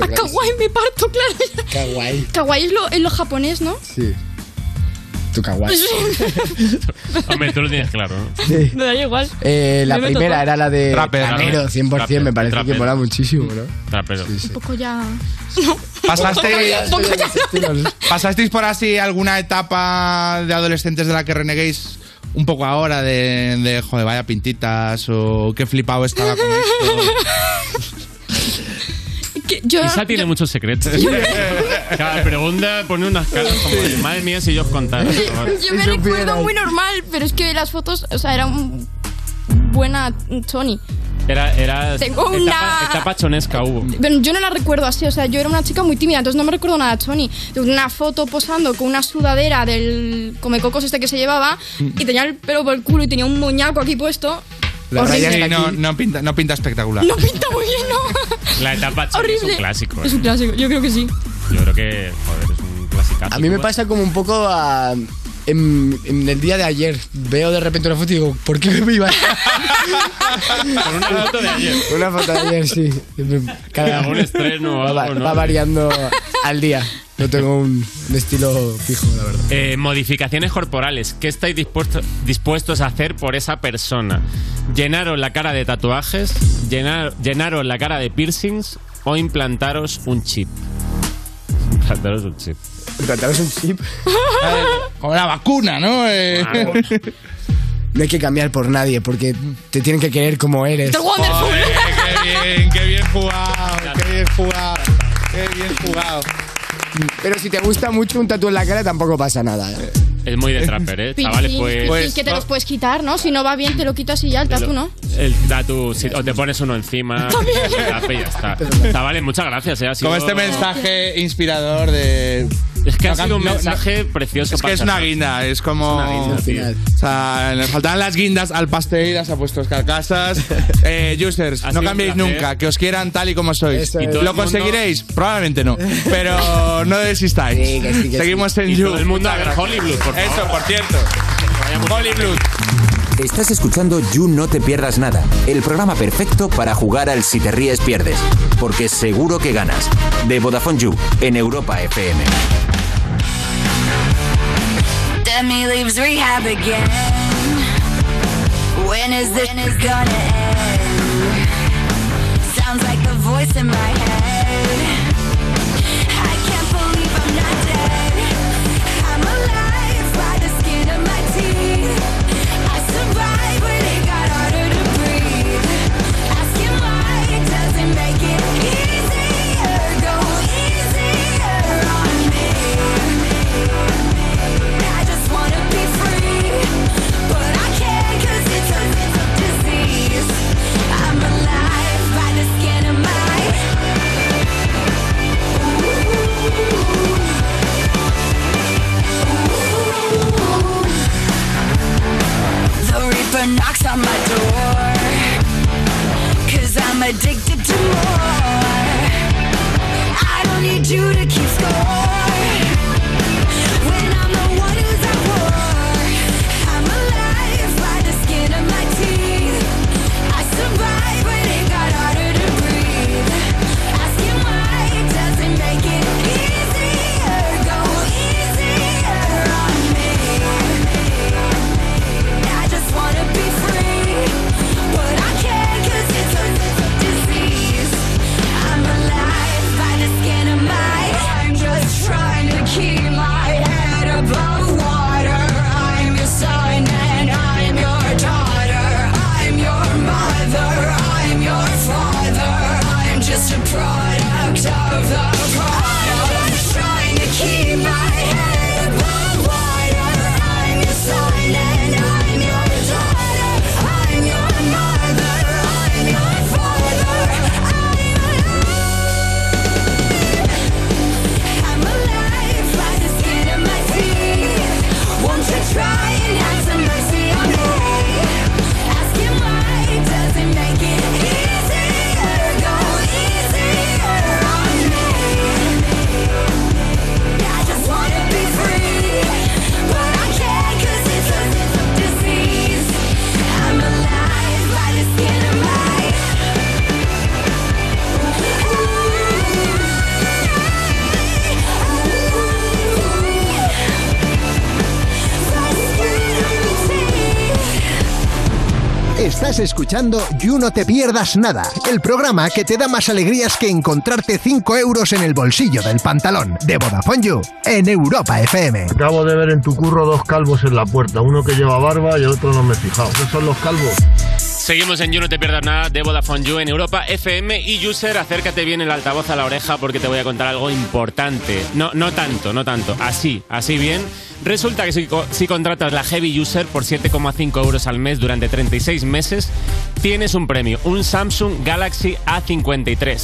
S29: A kawaii me parto, claro.
S2: Kawaii.
S29: Ah, Kawaii es lo, es lo japonés, ¿no?
S2: Sí. Tu kawaii.
S4: Hombre, tú lo tienes claro, ¿no?
S2: Sí.
S29: Me da igual.
S2: Eh, la
S29: Me meto
S2: primera
S29: todo.
S2: era la de
S4: Trapero,
S2: Trapero,
S4: ¿no?
S2: 100%, me
S4: Trapero,
S2: parece que
S4: trapero.
S2: mola muchísimo, ¿no?
S4: Trapero.
S29: Un poco ya.
S3: ¿Pasasteis,
S29: Un poco ya.
S3: ¿Pasasteis por así alguna etapa de adolescentes de la que reneguéis un poco ahora? De, de, joder, vaya pintitas o qué flipado estaba con esto.
S29: Que yo,
S4: Isa tiene muchos secretos. Cada pregunta pone unas caras como de, madre mía si yo os contara.
S29: Pues yo me recuerdo muy normal, pero es que las fotos, o sea, era un buena Tony.
S4: Era, era
S29: Tengo
S4: etapa,
S29: una-
S4: etapa chonesca hubo.
S29: Pero yo no la recuerdo así, o sea, yo era una chica muy tímida, entonces no me recuerdo nada de Tony. Tengo Una foto posando con una sudadera del comecocos este que se llevaba y tenía el pelo por el culo y tenía un moñaco aquí puesto.
S3: La
S29: Horrible.
S3: raya sí, no, no pinta, no pinta espectacular.
S29: No pinta muy bien, ¿no?
S4: La etapa chonesca es un
S29: Horrible.
S4: clásico. ¿eh?
S29: Es un clásico, yo creo que sí.
S4: Yo creo que, joder, es un clasicazo.
S2: A mí me pasa como un poco a... En, en el día de ayer veo de repente una foto y digo, ¿por qué me iba
S4: Con una foto de ayer.
S2: Una foto de ayer, sí.
S4: Cada un estreno o
S2: va,
S4: algo, ¿no?
S2: va variando al día. No tengo un, un estilo fijo, la verdad.
S4: Eh, modificaciones corporales. ¿Qué estáis dispuesto- dispuestos a hacer por esa persona? ¿Llenaros la cara de tatuajes? Llenar, ¿Llenaros la cara de piercings? ¿O implantaros un chip? Implantaros un chip.
S2: ¿Implantaros un chip?
S3: Como la vacuna, ¿no? Eh.
S2: No hay que cambiar por nadie, porque te tienen que querer como eres.
S3: Joder, qué bien, qué bien jugado, qué bien jugado, qué bien jugado.
S2: Pero si te gusta mucho un tatu en la cara, tampoco pasa nada.
S4: Es muy de trapper, ¿eh? Chavales,
S29: Piercings,
S4: pues...
S29: piercings que te los puedes quitar, ¿no? Si no va bien, te lo quitas y ya, el tatu, ¿no?
S4: El tatu, si- o te pones uno encima.
S29: También.
S4: te tapa y ya está. Chavales, muchas gracias. ¿eh? Ha sido-
S3: Como este mensaje inspirador de.
S4: Es que ha
S3: No,
S4: sido un
S3: no, no.
S4: mensaje precioso.
S3: Es que
S4: para
S3: es una
S4: cerrar.
S3: guinda, es como.
S4: Es una guinda, Al final.
S3: O sea, le faltaban las guindas al pastel, las a vuestros carcasas. Eh, users,
S4: Ha sido
S3: no
S4: un
S3: cambiéis
S4: placer.
S3: nunca, que os quieran tal y como sois.
S4: Eso Y es. todo el
S3: ¿Lo
S4: mundo-
S3: conseguiréis? Probablemente no, pero no desistáis.
S4: Sí, que sí, que
S3: Seguimos
S4: sí.
S3: en
S4: Y
S3: You.
S4: todo el mundo
S3: Muchas
S4: a ver
S3: gracias.
S4: Hollywood, por favor.
S3: Eso, por cierto. Hollywood.
S8: Estás escuchando You No Te Pierdas Nada, el programa perfecto para jugar al Si Te Ríes Pierdes, porque seguro que ganas. De Vodafone You, en Europa FM.
S6: Demi leaves rehab again. When is this gonna end? Sounds like a voice in my head. I can't believe I'm not dead. I'm alive by the skin of my teeth. I survived when it got harder to breathe. Asking why doesn't make it easier. Go easier on me. I just wanna be free, but I can't 'cause it turns into disease. I'm alive by the skin of my. The reaper knocks on my door.
S18: addicted to more. I don't need you to keep score. When I'm the one who's at war, I'm alive by the skin of my teeth. I survive when it got harder to breathe. Asking why doesn't make it easier. Go easier on me. I just wanna be free, but I can't 'cause it's a disease. I'm alive by the skin of my. I'm just trying to keep my head above water. I'm your son and I'm your daughter. I'm your mother. I'm your father. I'm just a product of the product. I'm just trying to keep my head above water. I'm your son and I'm your daughter. I'm your mother. I'm your father. I'm alive by the skin of my teeth. Won't you try and have some mercy on me? Asking why doesn't make it easier. Go easier on me. I just wanna be free, but I can't 'cause it's a disease. I'm alive by the skin of my.
S5: Estás escuchando You No Te Pierdas Nada, el programa que te da más alegrías que encontrarte 5 euros en el bolsillo del pantalón de Vodafone You en Europa FM.
S37: Acabo de ver en tu curro dos calvos en la puerta, uno que lleva barba y el otro no me he fijado. ¿Qué son los calvos?
S4: Seguimos en You, no te pierdas nada de Vodafone You en Europa, FM y User. Acércate bien el altavoz a la oreja porque te voy a contar algo importante. No, no tanto, no tanto. Así, así bien. Resulta que si, co- si contratas la Heavy User por 7,5 euros al mes durante 36 meses, tienes un premio, un Samsung Galaxy A53.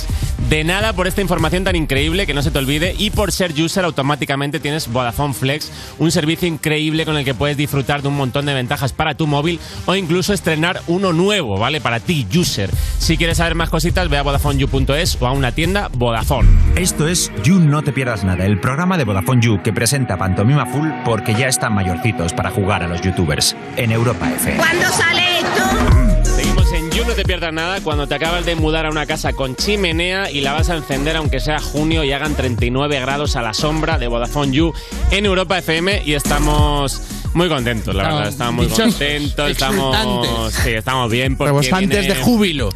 S4: De nada por esta información tan increíble que no se te olvide y por ser user automáticamente tienes Vodafone Flex, un servicio increíble con el que puedes disfrutar de un montón de ventajas para tu móvil o incluso estrenar uno nuevo, ¿vale? Para ti, user. Si quieres saber más cositas, ve a VodafoneYou.es o a una tienda Vodafone.
S26: Esto es You No Te Pierdas Nada, el programa de Vodafone You que presenta Pantomima Full porque ya están mayorcitos para jugar a los youtubers en Europa FM.
S18: sale esto?
S4: Seguimos en You, no te pierdas nada cuando te acabas de mudar a una casa con chimenea y la vas a encender aunque sea junio y hagan 39 grados a la sombra de Vodafone You en Europa FM y estamos muy contentos, la verdad, estamos muy
S20: dichosos,
S4: contentos, estamos,
S20: exultantes.
S4: sí, estamos bien porque
S20: Rebosantes
S4: viene-
S20: de júbilo.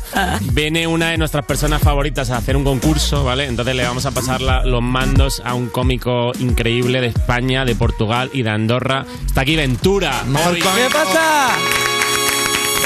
S4: Viene una de nuestras personas favoritas a hacer un concurso, ¿vale? Entonces le vamos a pasar la- los mandos a un cómico increíble de España, de Portugal y de Andorra. Está aquí Ventura. Hoy-
S20: ¿Qué pasa?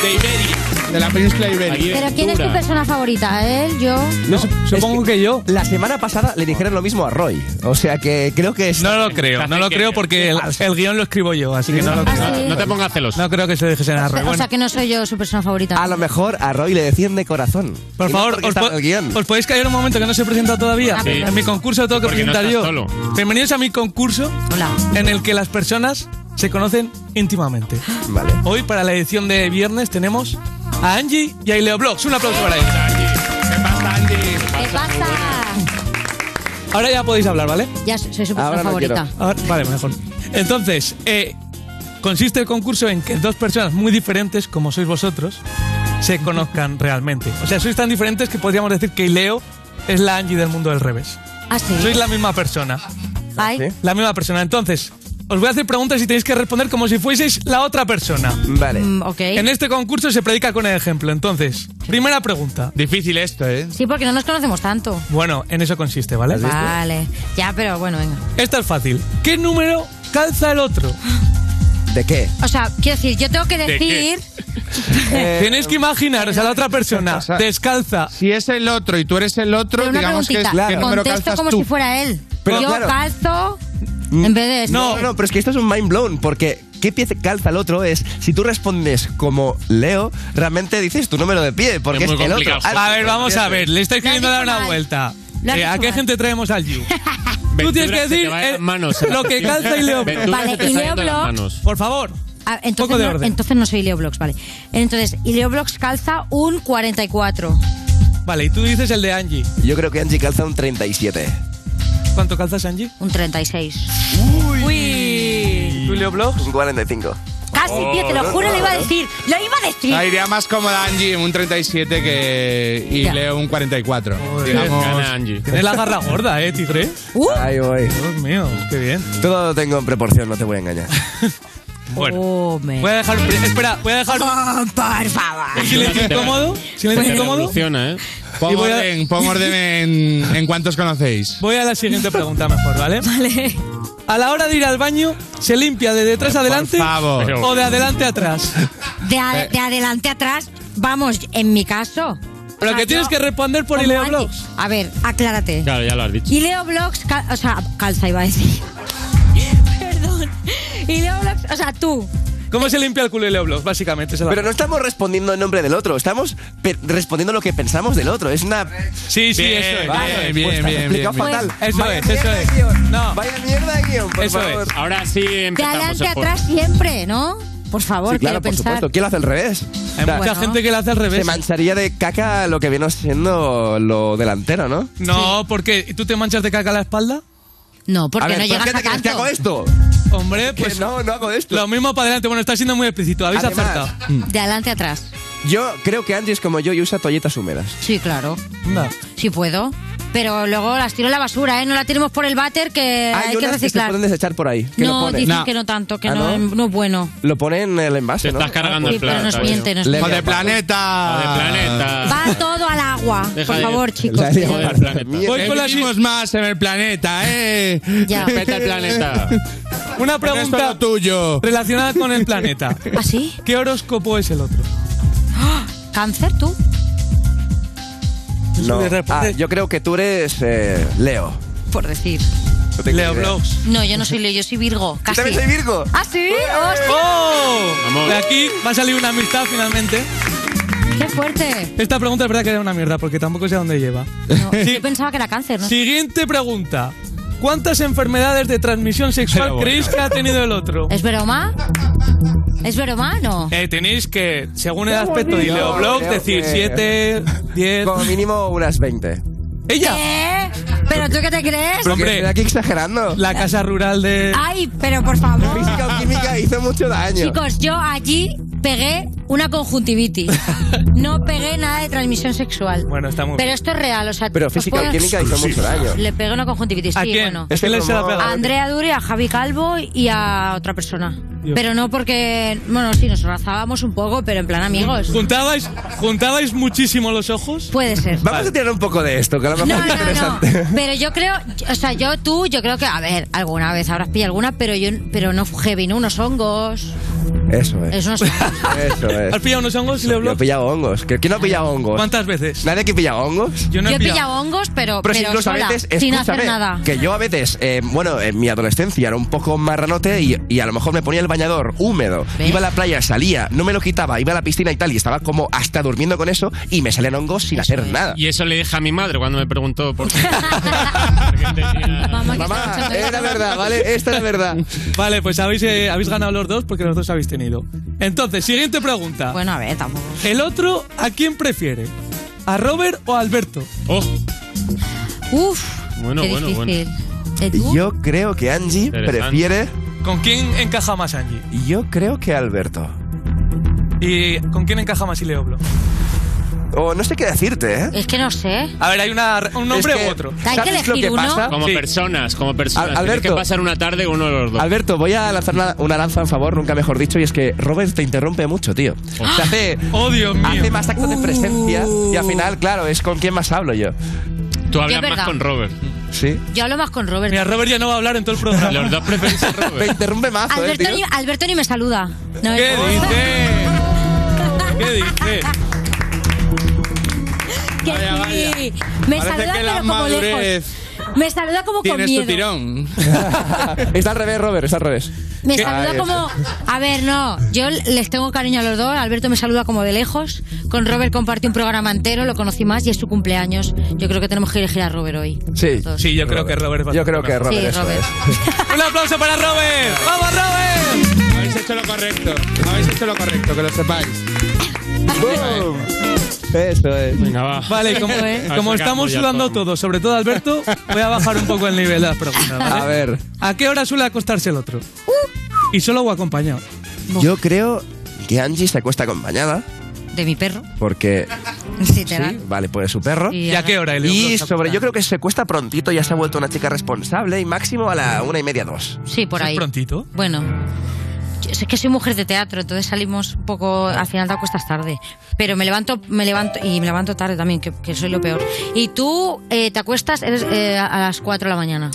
S4: De Iberia. De la península ibérica.
S38: Pero ¿quién es tu persona favorita? ¿Él? ¿Yo?
S19: Ah,
S14: No, supongo que, yo. La semana pasada le dijeron lo mismo a Roy. O sea que creo que es. No lo creo, no lo creo porque el, el guión lo escribo yo, así que no
S2: Ah,
S14: lo creo.
S38: sí? No
S4: te pongas celoso.
S14: No creo que se lo dijesen a Roy.
S38: O
S14: Bueno,
S38: sea, que no soy yo su persona favorita.
S14: a lo mejor a Roy le decían de corazón. por favor, os, po- os podéis callar un momento que no se he presentado todavía.
S38: Sí.
S14: En mi concurso lo tengo que
S38: Ah, Porque no
S14: presentar
S38: estás
S14: yo.
S38: solo.
S14: Bienvenidos a mi concurso en el que las personas se conocen íntimamente. Vale. Hoy para la edición de viernes tenemos a Angie y a Ileo Blogs. Un aplauso para ellos.
S38: ¿Qué pasa?
S14: Ahora ya podéis hablar, ¿vale?
S38: Ya soy su persona favorita.
S14: Ahora- Ah, vale, mejor. Entonces, eh, consiste el concurso en que dos personas muy diferentes, como sois vosotros, se conozcan realmente. O sea, sois tan diferentes que podríamos decir que Leo es la Angie del mundo del revés.
S38: Ah, sí.
S14: Sois la misma persona.
S38: Ay.
S14: La misma persona. Entonces, os voy a hacer preguntas y tenéis que responder como si fueseis la otra persona. Vale.
S38: Mm, ok.
S14: En este concurso se predica con el ejemplo. Entonces, primera pregunta. Difícil esto, ¿eh?
S38: Sí, porque no nos conocemos tanto.
S14: Bueno, en eso consiste, ¿vale?
S38: Vale. Ya, pero bueno, venga.
S14: Esta es fácil. ¿Qué número calza el otro? ¿De qué?
S38: O sea, quiero decir, yo tengo que
S14: ¿De qué?
S38: decir...
S14: Tenéis que imaginaros a la otra persona descalza.
S20: Si es el otro y tú eres el otro,
S38: Pero una
S20: digamos que es
S38: preguntita.
S20: que número
S38: Contesto
S20: calzas
S38: como
S20: tú.
S38: si fuera él.
S14: Pero
S38: yo
S14: claro.
S38: calzo en vez de...
S14: Mm. No,
S38: no,
S14: no, pero es que esto es un mind blown, porque qué pie calza el otro es si tú respondes como Leo, realmente dices tu número de pie, porque es, el otro. Ah, A ver, vamos a ver, le estáis queriendo dar una vuelta. Lo has Eh, ¿A hecho qué mal. gente traemos al You? Tú tienes que se te decir va de eh, las manos, lo que Sebastián. calza y Leo. Blogs.
S38: Vale, y Leo Blogs...
S14: Por favor.
S38: Ah, entonces,
S14: Poco de
S38: no,
S14: orden.
S38: entonces no soy Leo Blogs, vale. Entonces, y Leo Blogs calza un 44.
S14: Vale, y tú dices el de Angie. Yo creo que Angie calza un 37. ¿Cuánto calzas, Angie?
S38: Un 36.
S14: Uy. ¿Tú Leo Blogs? Un 45.
S38: Casi, tío, te lo
S3: no,
S38: juro,
S3: no,
S38: lo iba a
S3: no.
S38: decir. Lo iba a decir.
S3: La idea más cómoda Angie un 37 que y
S38: Ya.
S3: Leo un 44.
S14: Gana
S3: Angie.
S14: Tienes la garra gorda, ¿eh, tigre?
S38: Uh.
S14: Ahí voy. Dios mío, qué bien. Todo lo tengo en proporción, no te voy a engañar.
S38: Bueno.
S14: Voy a dejar un... Espera, voy a dejar...
S38: Oh, por favor.
S14: ¿Silencio incómodo? ¿Silencio incómodo?
S3: Funciona, ¿eh? Pon
S14: Y voy a-
S3: orden, pon orden en, en cuántos conocéis.
S14: Voy a la siguiente pregunta mejor, ¿vale? Vale. A la hora de ir al baño, ¿se limpia de detrás adelante
S3: favor.
S14: o de adelante atrás?
S38: De, a-
S14: Eh.
S38: de adelante atrás, vamos, en mi caso.
S14: Pero que tienes que responder por Ileo
S38: Blogs. A ver, aclárate.
S4: Claro, ya lo has dicho.
S38: Ileo Blogs, cal- o sea, calza iba a decir. Perdón. Ileo Blogs, o sea, tú.
S14: ¿Cómo se limpia el culo de Leo Blogs, básicamente? Pero no estamos respondiendo en nombre del otro, estamos respondiendo lo que pensamos del otro. Es una. Sí, sí,
S3: Bien,
S14: eso
S3: bien, bien,
S14: es.
S3: bien, bien.
S14: Explicado
S3: bien.
S14: fatal.
S3: Pues-
S14: Eso
S3: Vaya
S14: es, eso
S3: mierda
S14: es. No. Vaya mierda de guión,
S3: por Eso favor. es.
S4: Ahora sí em-
S38: De
S4: empezamos.
S38: adelante
S4: el juego.
S38: atrás siempre, ¿no? Por favor, quiero pensar.
S14: ¿Quién lo hace al revés?
S38: Hay mucha Bueno. gente
S14: que lo hace al revés.
S19: Se
S14: mancharía de caca lo que viene siendo lo delantero, ¿no? No, porque ¿tú te manchas de caca la espalda?
S38: No, porque
S14: A ver,
S38: no
S14: ¿por
S38: llegas
S14: qué
S38: a
S14: te crees que
S38: tanto.
S14: hago esto? Hombre, pues. No, no hago esto. Lo mismo para adelante. Bueno, está siendo muy explícito. Habéis
S38: Además-
S14: acertado.
S38: De adelante atrás.
S14: Yo creo que Angie es como yo y usa toallitas húmedas.
S38: Sí, claro.
S14: No.
S38: Sí puedo. Pero luego las tiro en la basura, ¿eh? No la tiremos por el váter que Eh,
S14: Ah,
S38: hay, que reciclar.
S14: desechar por ahí.
S38: no, dicen que no tanto, que
S14: Ah,
S38: no,
S14: ¿no?
S38: no es bueno.
S14: Lo pone en el envase, ¿no?
S4: Estás cargando el
S38: pero
S4: plan.
S38: nos
S4: Octavio.
S38: miente, nos
S4: Joder,
S38: miente.
S3: planeta!
S4: ¡Joder,
S3: Ah.
S4: planeta!
S38: Va todo al agua,
S4: Deja
S38: por
S4: de-
S38: favor, chicos.
S4: La idea- Joder, planeta.
S3: Voy con las mismas más en el planeta, ¿eh?
S38: Ya.
S4: Respeta el planeta.
S14: Una pregunta
S3: tuyo.
S14: relacionada con el planeta.
S38: ¿Ah, sí?
S14: ¿Qué horóscopo es el otro?
S38: ¡Ah! ¿Cáncer tú?
S19: No.
S14: Ah,
S19: yo creo que tú eres eh, Leo.
S38: Por decir.
S19: Leo Blogs.
S38: No, yo no soy Leo, yo soy Virgo. Casi.
S14: también soy Virgo?
S38: ¿Ah, sí? ¡Hostia!
S14: ¡Oh! De aquí va a salir una amistad finalmente.
S38: ¡Qué fuerte!
S14: Esta pregunta es verdad que era una mierda porque tampoco sé a dónde lleva.
S38: No, Yo pensaba que era cáncer, ¿no?
S14: Siguiente pregunta. ¿Cuántas enfermedades de transmisión sexual Pero bueno. creéis que ha tenido el otro?
S38: ¿Es broma? ¿Es broma? No.
S14: Eh, tenéis que, según el
S38: Qué
S14: aspecto de
S19: bonito.
S14: Leo Blog,
S19: Creo
S14: decir
S19: que-
S14: 7, 10. Como mínimo unas 20. ¡Ella!
S38: ¿Eh? ¿Pero tú qué te crees?
S14: aquí exagerando. La casa rural de.
S38: Ay, pero por favor.
S14: Física o química hizo mucho daño.
S38: Chicos, yo allí pegué una conjuntivitis. No pegué nada de transmisión sexual.
S14: Bueno, está muy
S38: Pero
S14: bien.
S38: esto es real, o sea,
S14: Pero
S38: os
S14: física o
S38: puedo-
S14: química hizo mucho daño.
S38: Le pegué una conjuntivitis,
S14: ¿A
S38: sí,
S14: quién?
S38: bueno.
S14: Es que le se la pega.
S38: A Andrea Duri, a Javi Calvo y a otra persona. Pero no porque, bueno, sí, nos rozábamos un poco, pero en plan amigos.
S14: ¿Juntabais, ¿Juntabais muchísimo los ojos?
S38: Puede ser.
S14: Vamos a tirar un poco de esto, que a lo
S38: No,
S14: mejor
S38: no, no. Pero yo creo, o sea, yo tú, yo creo que, a ver, alguna vez habrás pillado alguna, pero yo, pero no heavy, ¿no? Unos hongos.
S19: Eso es.
S38: Es unos hongos.
S19: Eso es.
S14: ¿Has pillado unos hongos, Leo
S19: Yo he pillado hongos. ¿Que- ¿Quién no ha pillado hongos?
S14: ¿Cuántas veces?
S19: ¿Nadie que pilla hongos?
S38: Yo he pillado hongos, pero,
S19: Pero, si
S38: pero
S19: incluso a
S38: sola,
S19: veces,
S38: sin hacer
S19: escúchame,
S38: nada.
S19: que yo a veces, eh, bueno, en mi adolescencia era un poco marranote y, y a lo mejor me ponía el bañador húmedo, iba a la playa, salía, no me lo quitaba, iba a la piscina y tal, y estaba como hasta durmiendo con eso y me salían hongos sin hacer nada.
S4: Y eso le dije a mi madre cuando me preguntó por qué.
S19: Mamá, era verdad, ¿vale? Esta era verdad.
S14: Vale, pues habéis, eh, habéis ganado los dos porque los dos habéis tenido. Entonces, siguiente pregunta.
S38: Bueno, a ver, tampoco.
S14: ¿El otro a quién prefiere? ¿A Robert o a Alberto?
S4: ¡Oh!
S38: Uf,
S4: Bueno,
S14: qué bueno, bueno. difícil.
S38: ¿Y tú?
S19: Yo creo que Angie prefiere.
S14: ¿Con quién encaja más Angie?
S19: Yo creo que Alberto.
S14: ¿Y con quién encaja más Ileoblo?
S19: O no sé qué decirte, ¿eh?
S38: Es que no sé.
S14: A ver, hay una, un nombre
S19: Es que-
S14: u otro.
S38: Hay que
S19: ¿Sabes lo
S38: elegir
S19: que
S38: uno.
S19: pasa?
S4: Como
S19: Sí.
S4: personas, como personas.
S19: Al-
S4: Tienes
S19: Alberto.
S4: que pasar una tarde con uno de los dos.
S19: Alberto, voy a lanzar una, una lanza en favor, nunca mejor dicho, y es que Robert te interrumpe mucho, tío. Te hace,
S14: ¡Oh, Dios mío!
S19: hace más actos de presencia y al final, claro, es con quién más hablo yo.
S4: Tú
S38: hablas Yo es más verdad. con
S4: Robert.
S19: Sí.
S38: Yo hablo más con Robert.
S14: Mira, Robert ya no va a hablar en todo el programa.
S4: Los dos preferís a Robert.
S19: Me interrumpe más.
S38: Alberto, ni, Alberto ni me saluda. No,
S14: ¿Qué
S38: no.
S14: dices? ¿Qué dices?
S38: Que
S14: Vaya, vaya.
S38: sí. Me
S14: Parece
S38: saluda,
S14: que la
S38: pero como
S14: madurez
S38: lejos. Me saluda como con
S19: Tienes tu
S38: miedo.
S19: tirón. está al revés, Robert, está al revés.
S38: Me
S19: ¿Qué?
S38: saluda
S19: Ahí
S38: como. A ver, no. Yo les tengo cariño a los dos. Alberto me saluda como de lejos. Con Robert compartí un programa entero, lo conocí más y es su cumpleaños. Yo creo que tenemos que elegir a Robert hoy.
S19: Sí.
S14: Sí, yo creo que Robert va a
S19: Yo creo que Robert,
S38: Sí,
S19: eso
S38: Robert.
S14: ¡Un aplauso para Robert! ¡Vamos, Robert!
S3: Habéis hecho lo correcto. Habéis hecho lo correcto, que lo sepáis. Eh,
S39: Eso es.
S4: Venga, va.
S39: Eso
S14: Vale, como,
S39: es.
S14: como estamos sudando todos, sobre todo Alberto, voy a bajar un poco el nivel de las preguntas. ¿vale?
S39: A ver.
S14: ¿A qué hora suele acostarse el otro? Y solo o acompañado.
S19: Yo creo que Angie se acuesta acompañada
S38: De mi perro.
S19: porque
S38: Literal.
S19: Sí, vale, pues su perro.
S38: ¿Y a qué hora el
S19: Y
S38: Euros
S19: sobre, yo creo que se cuesta prontito, ya se ha vuelto una chica responsable y máximo a la una y media, dos.
S38: Sí, por ahí.
S14: prontito?
S38: Bueno, yo- es que soy mujer de teatro, entonces salimos un poco, al final te acuestas tarde. Pero me levanto, me levanto, y me levanto tarde también, que, que soy lo peor. Y tú eh, te acuestas eres, eh, a las 4 de la mañana.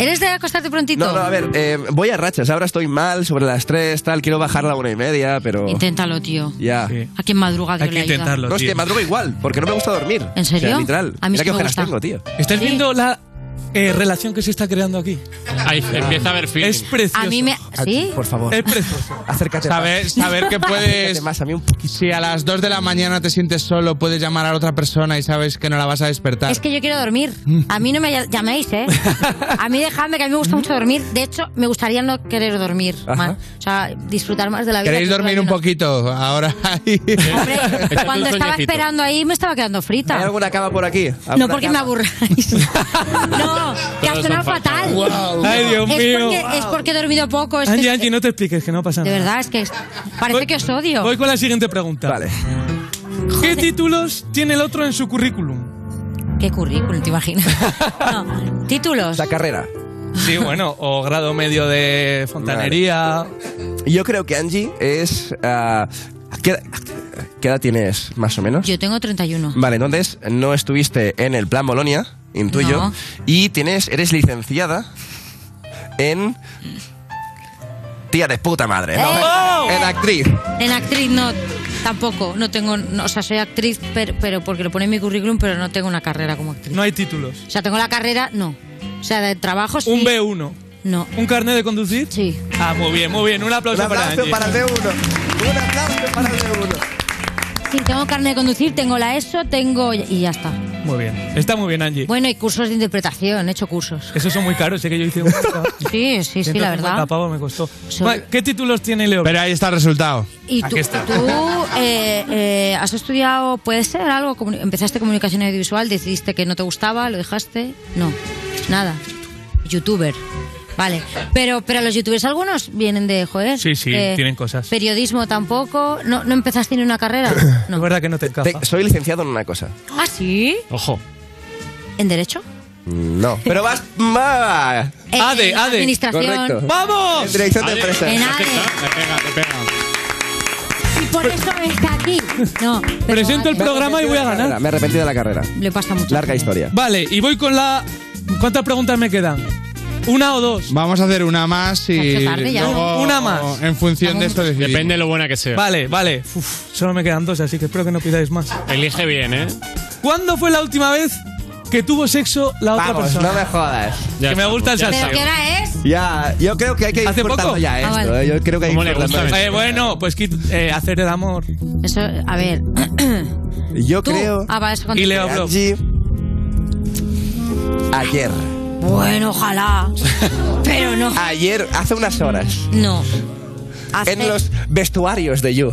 S38: ¿Eres de acostarte prontito?
S19: No, no, a ver, eh, voy a rachas. Ahora estoy mal, sobre las tres, tal. Quiero bajar a la una y media, pero.
S38: Inténtalo, tío.
S19: Ya.
S38: A quien madruga, Dios le ayuda.
S19: No, es que madrugo igual, porque no me gusta dormir.
S38: ¿En serio?
S19: O sea, literal.
S38: A mí
S19: Mira
S38: sí
S19: qué
S38: me
S19: ojeras
S38: gusta.
S19: tengo, tío.
S14: ¿Estáis viendo la eh, relación que se está creando aquí?
S4: Ahí empieza a haber feeling.
S14: Es precioso.
S38: A mí me... ¿Ah, ¿Sí?
S19: Por favor.
S14: Es precioso.
S19: Acércate
S3: Saber, saber que puedes.
S19: más, a mí un
S3: Si a las 2 de la mañana te sientes solo, puedes llamar a la otra persona y sabes que no la vas a despertar.
S38: Es que yo quiero dormir.
S19: Mm.
S38: A mí no me ll- llaméis, ¿eh? A mí dejadme, que a mí me gusta mucho dormir. De hecho, me gustaría no querer dormir más. O sea, disfrutar más de la vida.
S3: ¿Queréis
S38: que
S3: dormir un poquito ahora?
S38: todavía- Cuando estaba esperando ahí, me estaba quedando frita.
S19: ¿Hay alguna cama por aquí?
S38: No porque me aburráis. no, que ha
S14: Todos
S38: sonado
S14: son
S38: fatal.
S14: fatal. Ay, Dios
S38: es
S14: mío.
S38: Porque, es porque he dormido poco. Pues Es que-
S14: Angie, Angie, no te expliques, que no pasa
S38: de
S14: nada.
S38: verdad, es que es- parece que os odio.
S14: Voy con la siguiente pregunta. Vale. ¿Qué títulos tiene el otro en su currículum?
S38: Qué currículum, te imaginas. No, títulos.
S19: La carrera.
S14: Sí, bueno, o grado medio de fontanería.
S19: Yo creo que Angie es. ah, ¿qué, edad- qué edad tienes, más o menos?
S38: Yo tengo 31.
S19: Vale, entonces no estuviste en el Plan Bolonia, intuyo.
S38: No.
S19: Y tienes, eres licenciada en. Tía de puta madre. ¿no?
S38: ¡Eh!
S19: En actriz.
S38: En actriz no, tampoco. No tengo, no, o sea, soy actriz, pero, pero porque lo pone en mi currículum, pero no tengo una carrera como actriz.
S14: No hay títulos.
S38: O sea, tengo la carrera, no. O sea, de trabajo sí.
S14: Un B1.
S38: No.
S14: ¿Un carnet de conducir?
S38: Sí.
S14: Ah, muy bien, muy bien. Un aplauso,
S19: Un aplauso
S14: para Angie.
S19: Un aplauso para el B1.
S38: Sí, tengo carne de conducir, tengo la ESO, tengo y ya está.
S14: Muy bien. Está muy bien, Angie.
S38: Bueno, y cursos de interpretación, he hecho cursos.
S14: Esos son muy caros, sé que yo hice un
S38: Sí, sí, sí, la
S14: 150
S38: verdad.
S14: pavos me costó. Va, ¿Qué títulos tiene Leo? Pero
S3: ahí está el resultado.
S38: Y tú,
S14: Aquí está.
S38: tú, eh, eh, has estudiado, puede ser algo, Comuni- empezaste comunicación audiovisual, decidiste que no te gustaba, lo dejaste, no, nada, youtuber, vale, pero pero los youtubers algunos vienen de joder,
S14: Sí, sí,
S38: eh,
S14: tienen cosas.
S38: periodismo tampoco, no, no empezaste ni una carrera,
S14: Es verdad que no te encaja.
S19: soy licenciado en una cosa.
S38: ah sí,
S4: Ojo.
S38: en derecho,
S19: No. Pero vas. va.
S38: En- ADE, en ADE. Eh, administración.
S19: Correcto.
S14: ¡Vamos!
S19: En dirección de empresas.
S4: Me pega, me pega.
S38: y por eso está aquí, no, pero
S14: Presento el
S38: vale,
S14: programa y voy a ganar.
S19: Me he arrepentido de la carrera.
S38: le pasa mucho,
S19: Larga historia.
S14: Vale, y voy con la. ¿Cuántas preguntas me quedan? ¿Una o dos?
S3: Vamos a hacer una más y.
S14: tarde ya,
S3: luego,
S14: ¿no? Una más.
S3: En función de esto decidimos.
S4: Depende de lo buena que sea.
S14: Vale, vale. Uf, solo me quedan dos, así que espero que no pidáis más.
S4: Elige bien, ¿eh?
S14: ¿Cuándo fue la última vez que tuvo sexo la otra
S19: Vamos,
S14: persona?
S19: no me jodas.
S14: que me gusta el
S19: ya
S14: salsa.
S19: está.
S38: ¿qué hora es?
S19: Ya, yo creo que hay que ir
S14: ¿Hace
S19: cortando
S14: poco?
S19: ya
S38: Ah,
S19: esto.
S38: vale.
S19: eh, Yo creo que hay
S14: ¿Cómo
S19: que ir cortando
S14: Eh,
S19: esto.
S14: bueno, pues quit- eh, hacer el amor.
S38: Eso, a ver,
S19: Yo
S38: tú,
S19: creo
S38: ah, vale, eso
S14: Y
S38: contesta.
S14: Leo Blog.
S19: Angie, ayer.
S38: bueno, ojalá, pero no,
S19: Ayer, hace unas horas.
S38: no. Hace-
S19: En los vestuarios de You.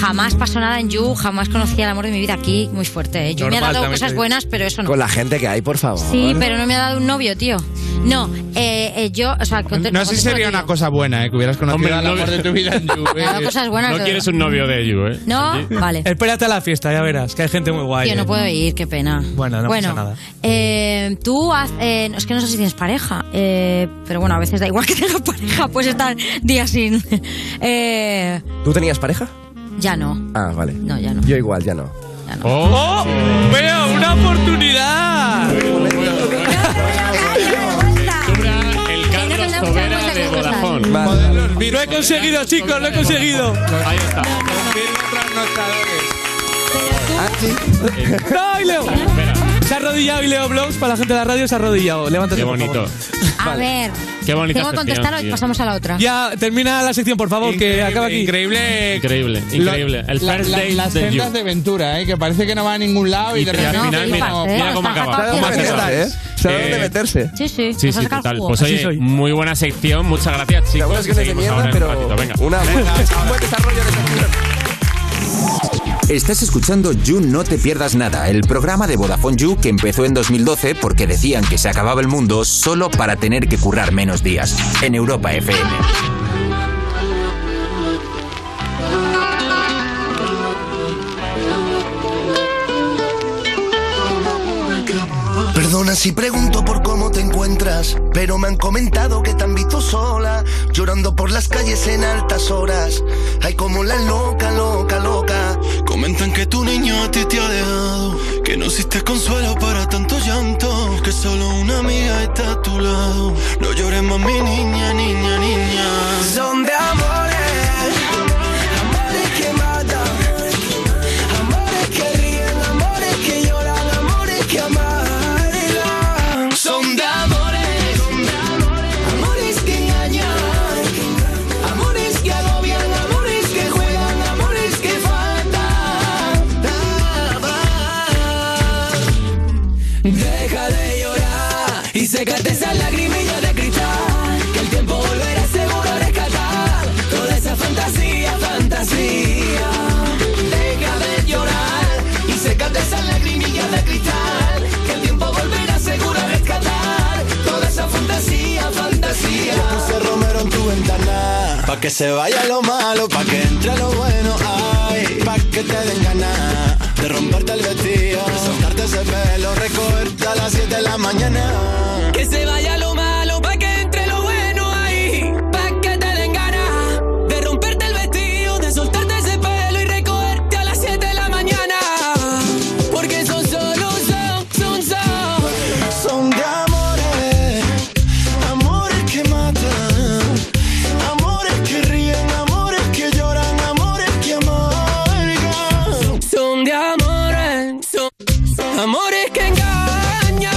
S38: Jamás pasó nada en You, jamás conocí el amor de mi vida aquí, muy fuerte. ¿eh? Yo me
S19: Normal,
S38: ha dado
S19: también te
S38: cosas
S19: digo.
S38: buenas, pero eso no.
S19: Con la gente que hay, por favor.
S38: Sí, pero no me ha dado un novio, tío. No, eh, eh, yo, o sea, conte-
S3: No sé si
S38: contesto
S3: sería
S38: lo que
S3: una cosa buena, eh, que hubieras conocido
S4: Hombre,
S3: al
S4: no-
S3: amor de tu vida en
S38: digo. Me ha dado cosas buenas.
S4: No
S38: pero-
S4: quieres un novio de ello, ¿eh?
S38: No, vale.
S14: Espérate a la fiesta, ya verás, que hay gente muy guay.
S38: Tío,
S14: eh.
S38: no puedo ir, qué pena.
S14: Bueno, no
S38: bueno,
S14: pasa nada.
S38: eh, tú haz, eh, es que no sé si tienes pareja, eh, pero bueno, a veces da igual que tengas pareja, puedes estar días sin. Eh,
S19: ¿Tú tenías pareja?
S38: ya no.
S19: Ah, vale.
S38: No, ya no.
S19: Yo igual, ya no.
S14: ¡Oh! ¡Veo una
S4: Ah,
S14: oportunidad!
S4: El Carlos Tobera de Vodafone.
S14: Lo he conseguido, chicos, lo he conseguido.
S4: Ahí está.
S18: Ah,
S14: ¡No, y Leo! Se ha arrodillado y Leo Blogs para la gente de la radio se ha arrodillado. Levántate.
S4: Qué
S14: por favor.
S4: bonito.
S38: A ver.
S4: Qué bonita
S38: Tengo que
S4: sección,
S38: contestar y
S4: tío.
S38: pasamos a la otra.
S14: Ya, termina la sección, por favor, que acaba aquí.
S3: Increíble.
S4: Increíble, increíble. El
S3: La-
S4: first
S3: la-
S4: date
S3: las
S4: de You.
S3: sendas de Ventura, eh, que parece que no ¿eh? va a ningún lado y,
S4: Y
S3: de
S4: al
S3: repente.
S4: final, mira, mira cómo acaba.
S19: Claro,
S4: ¿Cómo
S19: pues,
S4: acaba?
S19: ¿eh? Sabe dónde meterse.
S38: Sí, sí.
S4: Sí, sí, total. Pues oye, muy buena sección. Muchas gracias, chicos.
S19: Algunas que no es de
S4: Seguimos
S19: mierda,
S4: ahora en un
S19: pero
S4: ratito. Venga.
S19: una buena- un buen desarrollo de
S8: Estás escuchando You No Te Pierdas Nada, el programa de Vodafone You que empezó en 2012 porque decían que se acababa el mundo solo para tener que currar menos días. En Europa FM.
S18: Perdona si pregunto por cómo te encuentras, pero me han comentado que te han visto sola, llorando por las calles en altas horas. Hay como la loca, loca, loca.
S31: Comentan que tu niño a ti te ha dejado, que no hiciste consuelo para tanto llanto, que solo una amiga está a tu lado. No llores más mi niña, niña, niña.
S18: Son de amores, amores que matan, amores que ríen, amores que lloran, amores que amargan. Son de amores, amores que engañan, amores que agobian, amores que juegan, amores que faltan. Deja de llorar y sécate esa lagrimilla de cristal. Que el tiempo volverá seguro a rescatar toda esa fantasía, fantasía. Deja de llorar y sécate esa lagrimilla de cristal. Que el tiempo volverá seguro a rescatar toda esa fantasía, fantasía.
S31: Yo puse romero en tu ventana, pa' que se vaya lo malo, pa' que entre lo bueno, ay, pa' que te den ganas de romperte el vestido, soltarte ese pelo, recogerte a las 7 de la mañana.
S18: Que se vaya lo malo, pa' que entre lo bueno ahí. Pa' que te den ganas de romperte el vestido, de soltarte ese pelo y recogerte a las 7 de la mañana. Porque son solo son, son, son.
S31: Son de amores, amores que matan, amores que ríen, amores que lloran, amores que amargan.
S18: Son de amores, son, son amores que engañan,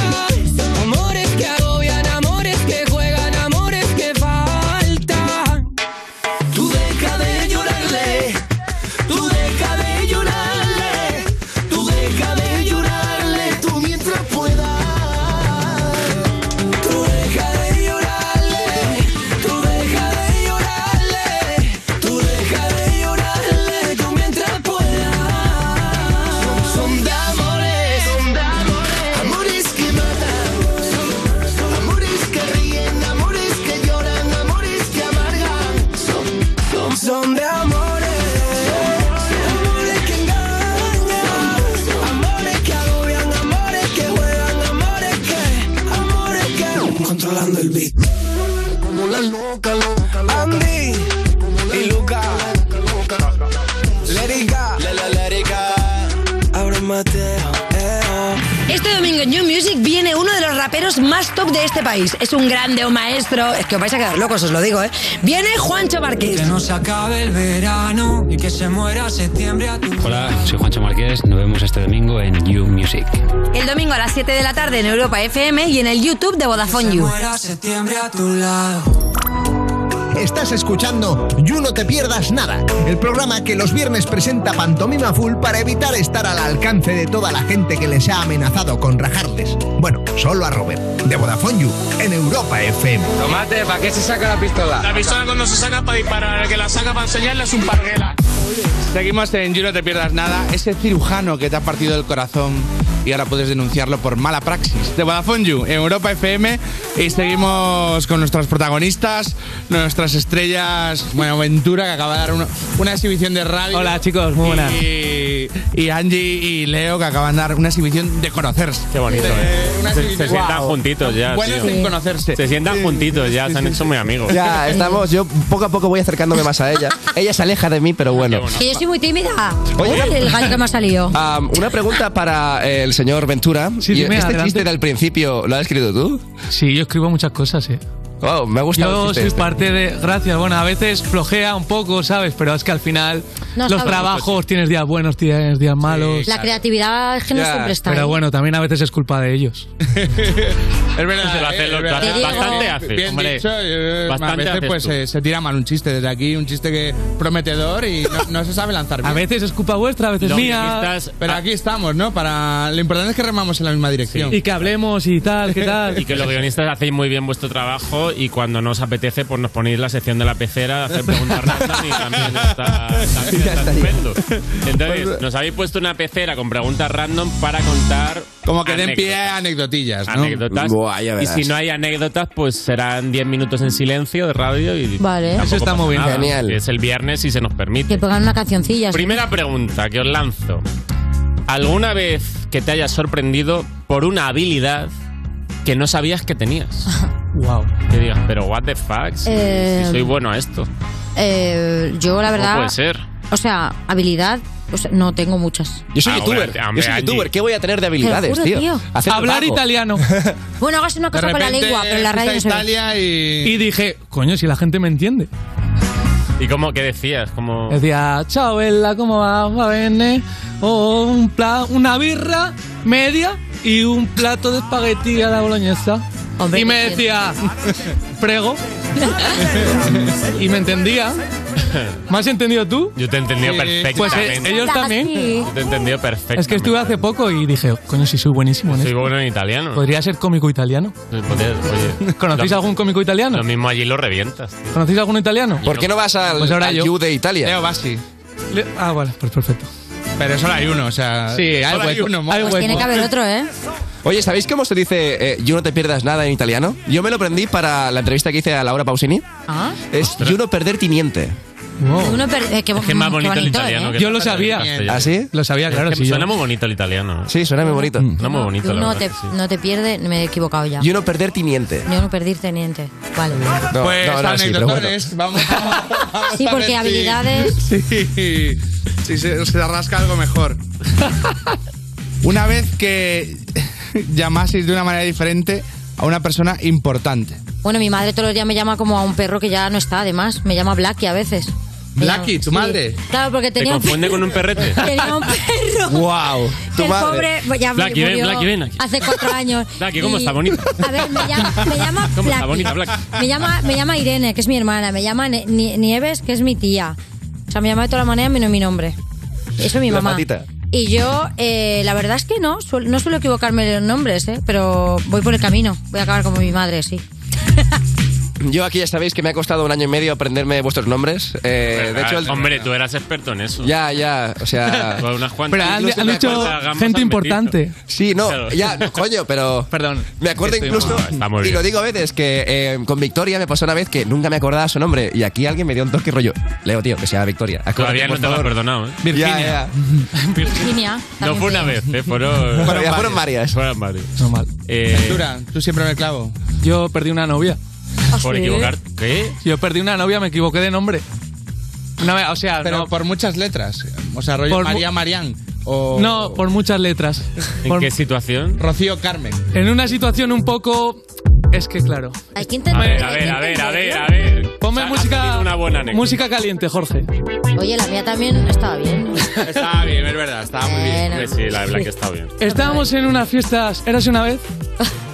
S18: amores que agobian, amores que juegan, amores que faltan. Tú deja de llorarle, tú deja de llorarle, tú deja de llorarle, tú mientras puedas. Tú deja de llorarle, tú deja de llorarle, tú deja de llorarle, tú mientras puedas. Son de amores, son de amores, amores que matan, amores que ríen, amores que lloran, amores que amargan. Son, son, son de amores. amores que engañan, amores que agobian, amores que juegan, amores que, amores que controlando el beat. Como la loca, loca, loca. Andy y Luca. Let it go. La, la, let it go. Ahora Mateo.
S40: eh, oh.
S34: Este domingo en New Music viene uno de los raperos más top de este país. Es un grande, un maestro. Es que os vais a quedar locos, os lo digo, ¿eh? Viene Juancho Márquez.
S40: Que no se acabe el verano y que se muera septiembre a tu
S26: Hola, soy Juancho Márquez. Nos vemos este domingo en You Music.
S34: El domingo a las 7 de la tarde en Europa FM y en el YouTube de Vodafone You.
S40: septiembre a tu lado.
S5: Estás escuchando You No Te Pierdas Nada, el programa que los viernes presenta Pantomima Full para evitar estar al alcance de toda la gente que les ha amenazado con rajarles. Bueno, solo a Robert, de Vodafone You, en Europa ¿eh? FM.
S4: Tomate, ¿para qué se saca la pistola? La pistola cuando se saca para disparar, el que la saca para enseñarle es un parguela.
S3: Seguimos en You, no te pierdas nada. Ese cirujano que te ha partido el corazón y ahora puedes denunciarlo por mala praxis. De Vodafone You, en Europa FM. Y seguimos con nuestros protagonistas, nuestras estrellas. Bueno, Ventura, que acaba de dar una, una exhibición de radio.
S22: Hola, chicos, muy buenas.
S3: Y, y Angie y Leo, que acaban de dar una exhibición de conocerse. Qué
S4: bonito, ¿eh? Se, se sientan
S3: Wow.
S4: juntitos ya.
S3: Buenos
S4: tío.
S3: en conocerse.
S4: Se sientan juntitos ya, se han hecho muy amigos.
S19: Ya, estamos. Yo poco a poco voy acercándome más a ella. Ella se aleja de mí, pero bueno.
S38: Que yo soy muy tímida.
S19: Oye,
S38: Uy, el gallo que me ha salido.
S19: Am, una pregunta para eh, el señor Ventura.
S22: Sí,
S19: Y
S22: dime,
S19: este
S22: adelante.
S19: chiste del principio, ¿lo has escrito tú?
S22: Sí, yo escribo muchas cosas, ¿eh?
S19: Wow, me ha gustado. el
S14: Yo
S19: chiste
S14: soy
S19: este.
S14: Pues parte de. Gracias. Bueno, a veces flojea un poco, ¿sabes? Pero es que al final
S38: No
S14: los
S38: está bueno.
S14: trabajos tienes días buenos, tienes días malos.
S38: La creatividad es que no siempre está.
S14: Pero
S38: ahí.
S14: bueno, también a veces es culpa de ellos.
S3: Es verdad.
S4: Se lo hace,
S3: eh,
S4: lo
S3: es verdad.
S4: hace,
S3: Bien
S4: bastante
S3: dicho,
S4: haces,
S3: Bien
S4: hombre.
S3: dicho. eh,
S4: Bastante
S3: a veces
S4: haces
S3: pues
S4: tú.
S3: eh, se tira mal un chiste desde aquí, un chiste que prometedor y no, no se sabe lanzar bien.
S14: A veces es culpa vuestra, a veces
S3: Los
S14: mía.
S3: guionistas- ah. Pero aquí estamos, ¿no? Para lo importante es que remamos en la misma dirección.
S14: Y que hablemos y tal, que tal.
S4: Y que los guionistas hacéis muy bien vuestro trabajo y cuando no os apetece, pues nos ponéis la sección de la pecera, hacer preguntas random y también está, también está estupendo.
S3: Pues,
S4: Entonces, nos habéis puesto una pecera con preguntas random para contar.
S3: Como que den
S4: anécdotas.
S3: pie a anecdotillas, ¿no?
S4: Anécdotas.
S3: Buah, ya
S4: y
S3: verás.
S4: si no hay anécdotas, pues serán 10 minutos en silencio de radio y.
S38: Vale.
S4: tampoco
S38: Eso está
S4: pasa
S38: muy bien.
S4: nada.
S38: Genial.
S4: Es el viernes y se nos permite.
S38: Que pongan una cancioncilla.
S4: Primera pregunta que os lanzo. ¿Alguna vez que te hayas sorprendido por una habilidad que no sabías que tenías?
S14: wow.
S4: Que digas, pero what the fuck, si,
S38: Eh,
S4: si soy bueno a esto.
S38: Eh, yo, la
S4: ¿Cómo
S38: verdad.
S4: puede ser?
S38: O sea, habilidad. o sea, no tengo muchas.
S19: Yo soy
S4: Ah,
S19: youtuber.
S4: bueno, hombre,
S19: yo soy
S4: Angie.
S19: youtuber. ¿Qué voy a tener de habilidades,
S38: juro,
S19: tío?
S38: tío.
S19: Hacer
S14: Hablar
S19: vago.
S14: italiano.
S38: Bueno, hagas una cosa con la lengua, pero en la radio no se ve.
S3: y...
S14: dije, coño, si la gente me entiende.
S4: ¿Y cómo qué decías? Como
S14: Decía, chao, Bella, ¿cómo va? Va bene. Oh, un pla- una birra media y un plato de espagueti a la boloñesa. y me decía, prego. y me entendía. ¿Me has entendido tú?
S4: Yo te he entendido
S14: Sí.
S4: perfectamente.
S14: Pues, eh, ellos también. Sí.
S4: Yo te he entendido perfectamente.
S14: Es que estuve hace poco y dije, coño, si soy buenísimo en
S4: Soy
S14: esto.
S4: bueno en italiano.
S14: Podría ser cómico italiano.
S4: Oye,
S14: ¿Conocéis
S4: lo-
S14: algún cómico italiano?
S4: Lo mismo allí lo revientas.
S14: ¿Conocéis algún italiano?
S4: ¿Por qué no vas al-
S14: pues ahora
S4: al
S14: yo.
S4: You de Italia?
S3: Leo Bassi.
S14: Le- ah, vale, pues perfecto.
S3: Pero solo hay uno, o sea.
S19: Sí, hay
S3: solo
S19: hueco.
S3: uno.
S19: Hay
S3: mola.
S19: hueco.
S38: Pues Tiene que haber otro, ¿eh?
S19: Oye, ¿sabéis cómo se dice eh, yo no te pierdas nada en italiano? Yo me lo aprendí para la entrevista que hice a Laura Pausini.
S38: Ah.
S19: Es yo no perder tiniente.
S38: Uno per- eh, qué,
S4: Es que es más
S38: qué
S4: bonito el
S38: bonito,
S4: italiano.
S38: ¿eh?
S4: que
S19: Yo
S4: el
S19: lo sabía.
S4: castellano.
S19: ¿Ah, sí? Lo sabía,
S4: Es
S19: claro,
S4: que
S19: sí, yo-
S4: Suena muy bonito el italiano.
S19: Sí, suena muy bonito.
S4: Mm, Suena muy bonito, la
S38: no,
S4: verdad.
S38: te, no te pierdes, me he equivocado ya.
S19: Yo no perder tiniente.
S38: Yo no perdí teniente. Vale.
S19: No,
S3: Pues
S19: no, no, sí, pero bueno.
S3: anecdotones, vamos, vamos, vamos
S38: Sí,
S3: a ver
S38: porque
S3: si-
S38: habilidades-
S3: Sí, si se, se rasca algo mejor. Una vez que llamaseis de una manera diferente a una persona importante.
S38: Bueno, mi madre todos los días me llama como a un perro que ya no está, además. Me llama Blacky a veces. Me llama-
S3: Blacky, tu
S38: sí.
S3: madre.
S38: Claro, porque tenía un perro.
S4: con un perrete?
S38: Tenía un perro.
S19: ¡Wow!
S38: que el pobre pues, ya
S4: Blacky, ven,
S38: murió
S4: Blacky, ven aquí.
S38: hace cuatro años.
S4: Blacky, ¿eh? ¿cómo
S38: Y-
S4: está bonita?
S38: A ver, me llama, me llama
S4: ¿Cómo
S38: Blacky.
S4: está bonita, Blacky?
S38: Me llama, me llama Irene, que es mi hermana. Me llama Ne- Nie- Nieves, que es mi tía. O sea, me llama de todas las maneras menos mi nombre. Eso es mi
S19: La
S38: mamá.
S19: patita.
S38: Y yo, eh, la verdad es que no, suel- no suelo equivocarme de los nombres, ¿eh? pero voy por el camino. Voy a acabar como mi madre, sí.
S19: Yo aquí ya sabéis que me ha costado un año y medio aprenderme vuestros nombres. Eh, de hecho, el-
S4: Hombre, tú eras experto en eso.
S19: ya, ya, o sea...
S4: Tú unas cuantas.
S19: Pero han-
S4: incluso
S19: han
S4: unas
S19: dicho
S4: cuantas gambas
S14: gente
S4: has
S14: importante.
S19: Sí, no,
S4: Claro.
S19: ya, no, coño, pero. Perdón. Me acuerdo
S4: Estoy
S19: incluso.
S4: mal. Está muy
S19: Y
S4: bien.
S19: lo digo a veces, que eh, con Victoria me pasó una vez que nunca me acordaba su nombre. Y aquí alguien me dio un toque rollo. Leo, tío, que sea Victoria. acuérdate,
S4: Todavía no
S19: por
S4: te lo has
S19: favor.
S4: perdonado, ¿eh?
S19: Ya, ya.
S38: Virginia.
S4: No
S38: también
S4: fue una
S38: te-
S4: vez, ¿eh? Fueron,
S19: Bueno, ya fueron varias.
S4: Fueron varias.
S14: Normal.
S4: Eh,
S14: Ventura, tú siempre me clavo. Yo perdí una novia.
S4: por equivocar. ¿Qué?
S14: Yo perdí una novia, me equivoqué de nombre. Una vez, o sea,
S3: Pero
S14: no,
S3: por muchas letras. O sea, rollo
S14: Por mu-
S3: María Marián. O
S14: no, por muchas letras.
S4: ¿En
S14: Por-
S4: qué situación?
S3: Rocío Carmen.
S14: en una situación un poco... Es que claro.
S38: Hay que
S4: A
S38: intentar.
S4: ver, a ver, a ver, a ver, a ver.
S14: Ponme
S4: O sea, has tenido
S14: música,
S4: Una buena anécdota.
S14: música caliente, Jorge.
S38: Oye, la mía también estaba bien.
S4: Estaba bien, es verdad, estaba Ah, muy bien.
S38: Bueno.
S4: Sí, la verdad que estaba bien.
S14: Estábamos en unas fiestas, eras una vez,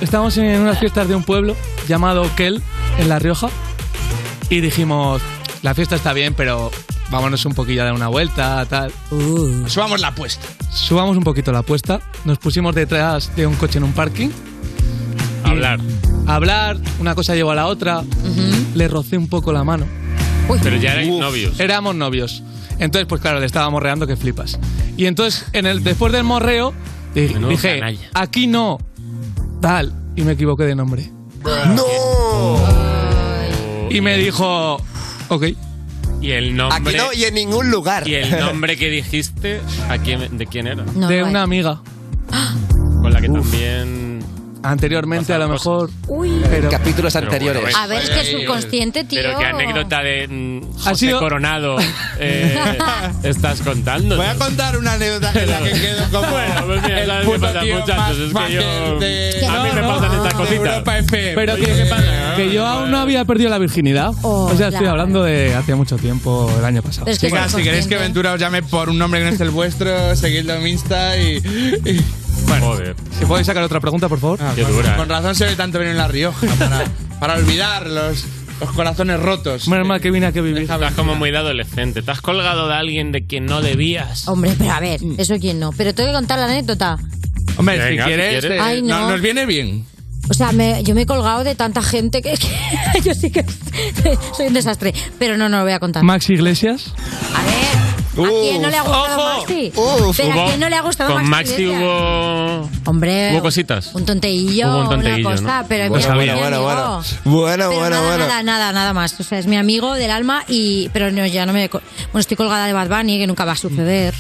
S14: estábamos en unas fiestas de un pueblo llamado Kel, en La Rioja, y dijimos, la fiesta está bien, pero vámonos un poquillo a dar una vuelta, tal.
S38: Uh.
S3: Subamos la apuesta.
S14: Subamos un poquito la apuesta, nos pusimos detrás de un coche en un parking,
S4: Hablar.
S14: a hablar, una cosa llevó a la otra, le rocé un poco la mano.
S4: Pero ya erais novios.
S14: Éramos novios. Entonces, pues claro, le estaba morreando que flipas. Y entonces, en el, después del morreo, di-
S4: Menudo
S14: dije,
S4: canalla.
S14: aquí no, tal, y me equivoqué de nombre. ¡No! Y
S4: Oh,
S14: me dijo, ok.
S4: Y el nombre.
S19: Aquí no, y en ningún lugar.
S4: Y el nombre que dijiste, ¿a quién- ¿de quién era?
S14: de una amiga.
S4: Con la que también.
S32: anteriormente a lo mejor. pero-
S19: Capítulos
S32: Pero bueno,
S19: anteriores.
S32: ves.
S38: A ver, es que el subconsciente, tío.
S4: Pues, Pero qué anécdota de mm,
S32: Ha
S4: José
S32: sido-
S4: Coronado eh, estás contando. Voy a
S3: contar una anécdota en la que quedo como
S4: bueno, pues mira,
S3: el
S4: ¿sabes qué
S3: puto
S4: pasa,
S3: tío
S4: muchachos?
S3: más
S4: Es que
S3: magen
S4: yo-
S3: de-
S4: a mí me
S3: No, no,
S4: pasan estas
S3: de
S4: cositas.
S3: Europa FM.
S32: Pero
S3: Oye,
S32: que, que yo aún no había perdido la virginidad. o sea, estoy
S3: Oh, claro.
S32: hablando de hace mucho tiempo, el año pasado.
S3: Chicas, si queréis que Ventura os llame por un nombre que no es el vuestro, seguidlo en Insta y. y- bueno,
S32: si podéis sacar otra pregunta, por favor.
S3: con, con
S32: eh.
S3: razón se ve tanto venir en La Rioja para, para olvidar los, los corazones rotos.
S32: Menos mal que vine aquí a vivir.
S4: Estás como muy de adolescente. Te has colgado de alguien de quien no debías.
S38: Hombre, pero a ver,
S4: Mm.
S38: eso quién no. Pero tengo que contar la anécdota.
S3: Hombre,
S4: Venga,
S3: si
S4: si
S3: quieres,
S4: quieres.
S3: eh,
S38: Ay,
S3: no-
S38: no.
S3: nos viene bien.
S38: O sea, me- yo me he colgado de tanta gente que, que yo sí que soy un desastre. Pero no, no lo voy a contar.
S32: Max Iglesias.
S38: ¿A quién no le ha gustado
S32: Ojo.
S38: Maxi? Pero ¿a
S4: Hubo-
S38: quién no le ha gustado
S4: Con
S38: Maxi?
S4: Maxi
S38: Iglesias?
S4: hubo.
S38: Hombre.
S4: Hubo cositas.
S38: eh, Un tonteillo,
S4: Hubo un tonteillo,
S38: una cosa,
S4: ¿no?
S38: pero es
S4: Bueno,
S38: mi-
S4: bueno,
S38: mi
S4: bueno,
S38: amigo.
S4: bueno.
S19: Bueno,
S38: Pero
S19: bueno,
S38: nada,
S19: bueno.
S38: nada, nada, nada más. O sea, es mi amigo del alma y... Pero no, ya no me... co- Bueno, estoy colgada de Bad Bunny, que nunca va a suceder.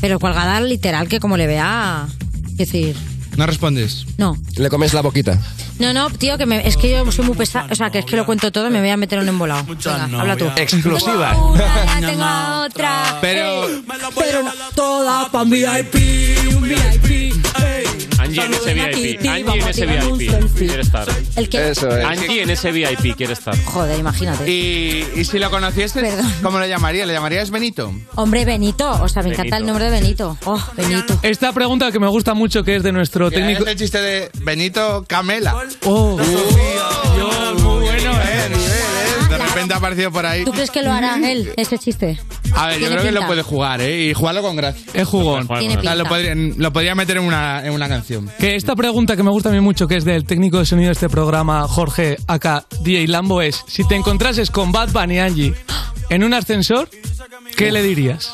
S38: Pero colgada literal, que como le vea... Es decir...
S3: No respondes.
S38: No.
S19: Le comes la boquita.
S38: No, no, tío, que me- es que yo soy muy pesada. O sea, que es que lo cuento todo y me voy a meter en un embolado. Venga, habla tú.
S19: Exclusiva.
S38: Ya tengo otra.
S3: Pero.
S38: Pero no, toda pa' VIP. eh,
S4: Angie en ese VIP. Angie en ese VIP. Quiere estar.
S38: ¿El Eh, qué?
S19: Eso es.
S4: Angie en ese VIP quiere estar.
S38: Joder, imagínate.
S3: Y, y si lo conocieses, ¿cómo lo llamaría? ¿Le llamarías Benito?
S38: Hombre, Benito. O sea, me
S3: Benito.
S38: encanta el nombre de Benito. Oh, Benito.
S32: Esta pregunta que me gusta mucho, que es de nuestro
S3: Que
S32: técnico.
S3: hagas el chiste de Benito Camela.
S32: Oh,
S3: muy bueno, eh, nivel, eh. De repente ha aparecido por ahí.
S38: ¿Tú crees que lo hará él, ese chiste?
S3: A ver, yo
S38: Tiene
S3: creo que
S38: pinta.
S3: lo puede jugar, ¿eh? Y jugarlo con gracia.
S32: Es jugón.
S38: Tiene pinta.
S3: Lo podría, lo podría meter en una, en una canción.
S32: Que esta pregunta que me gusta a mí mucho, que es del técnico de sonido de este programa, Jorge, acá, DJ Lambo, es: si te encontrases con Bad Bunny y Angie en un ascensor, ¿qué le dirías?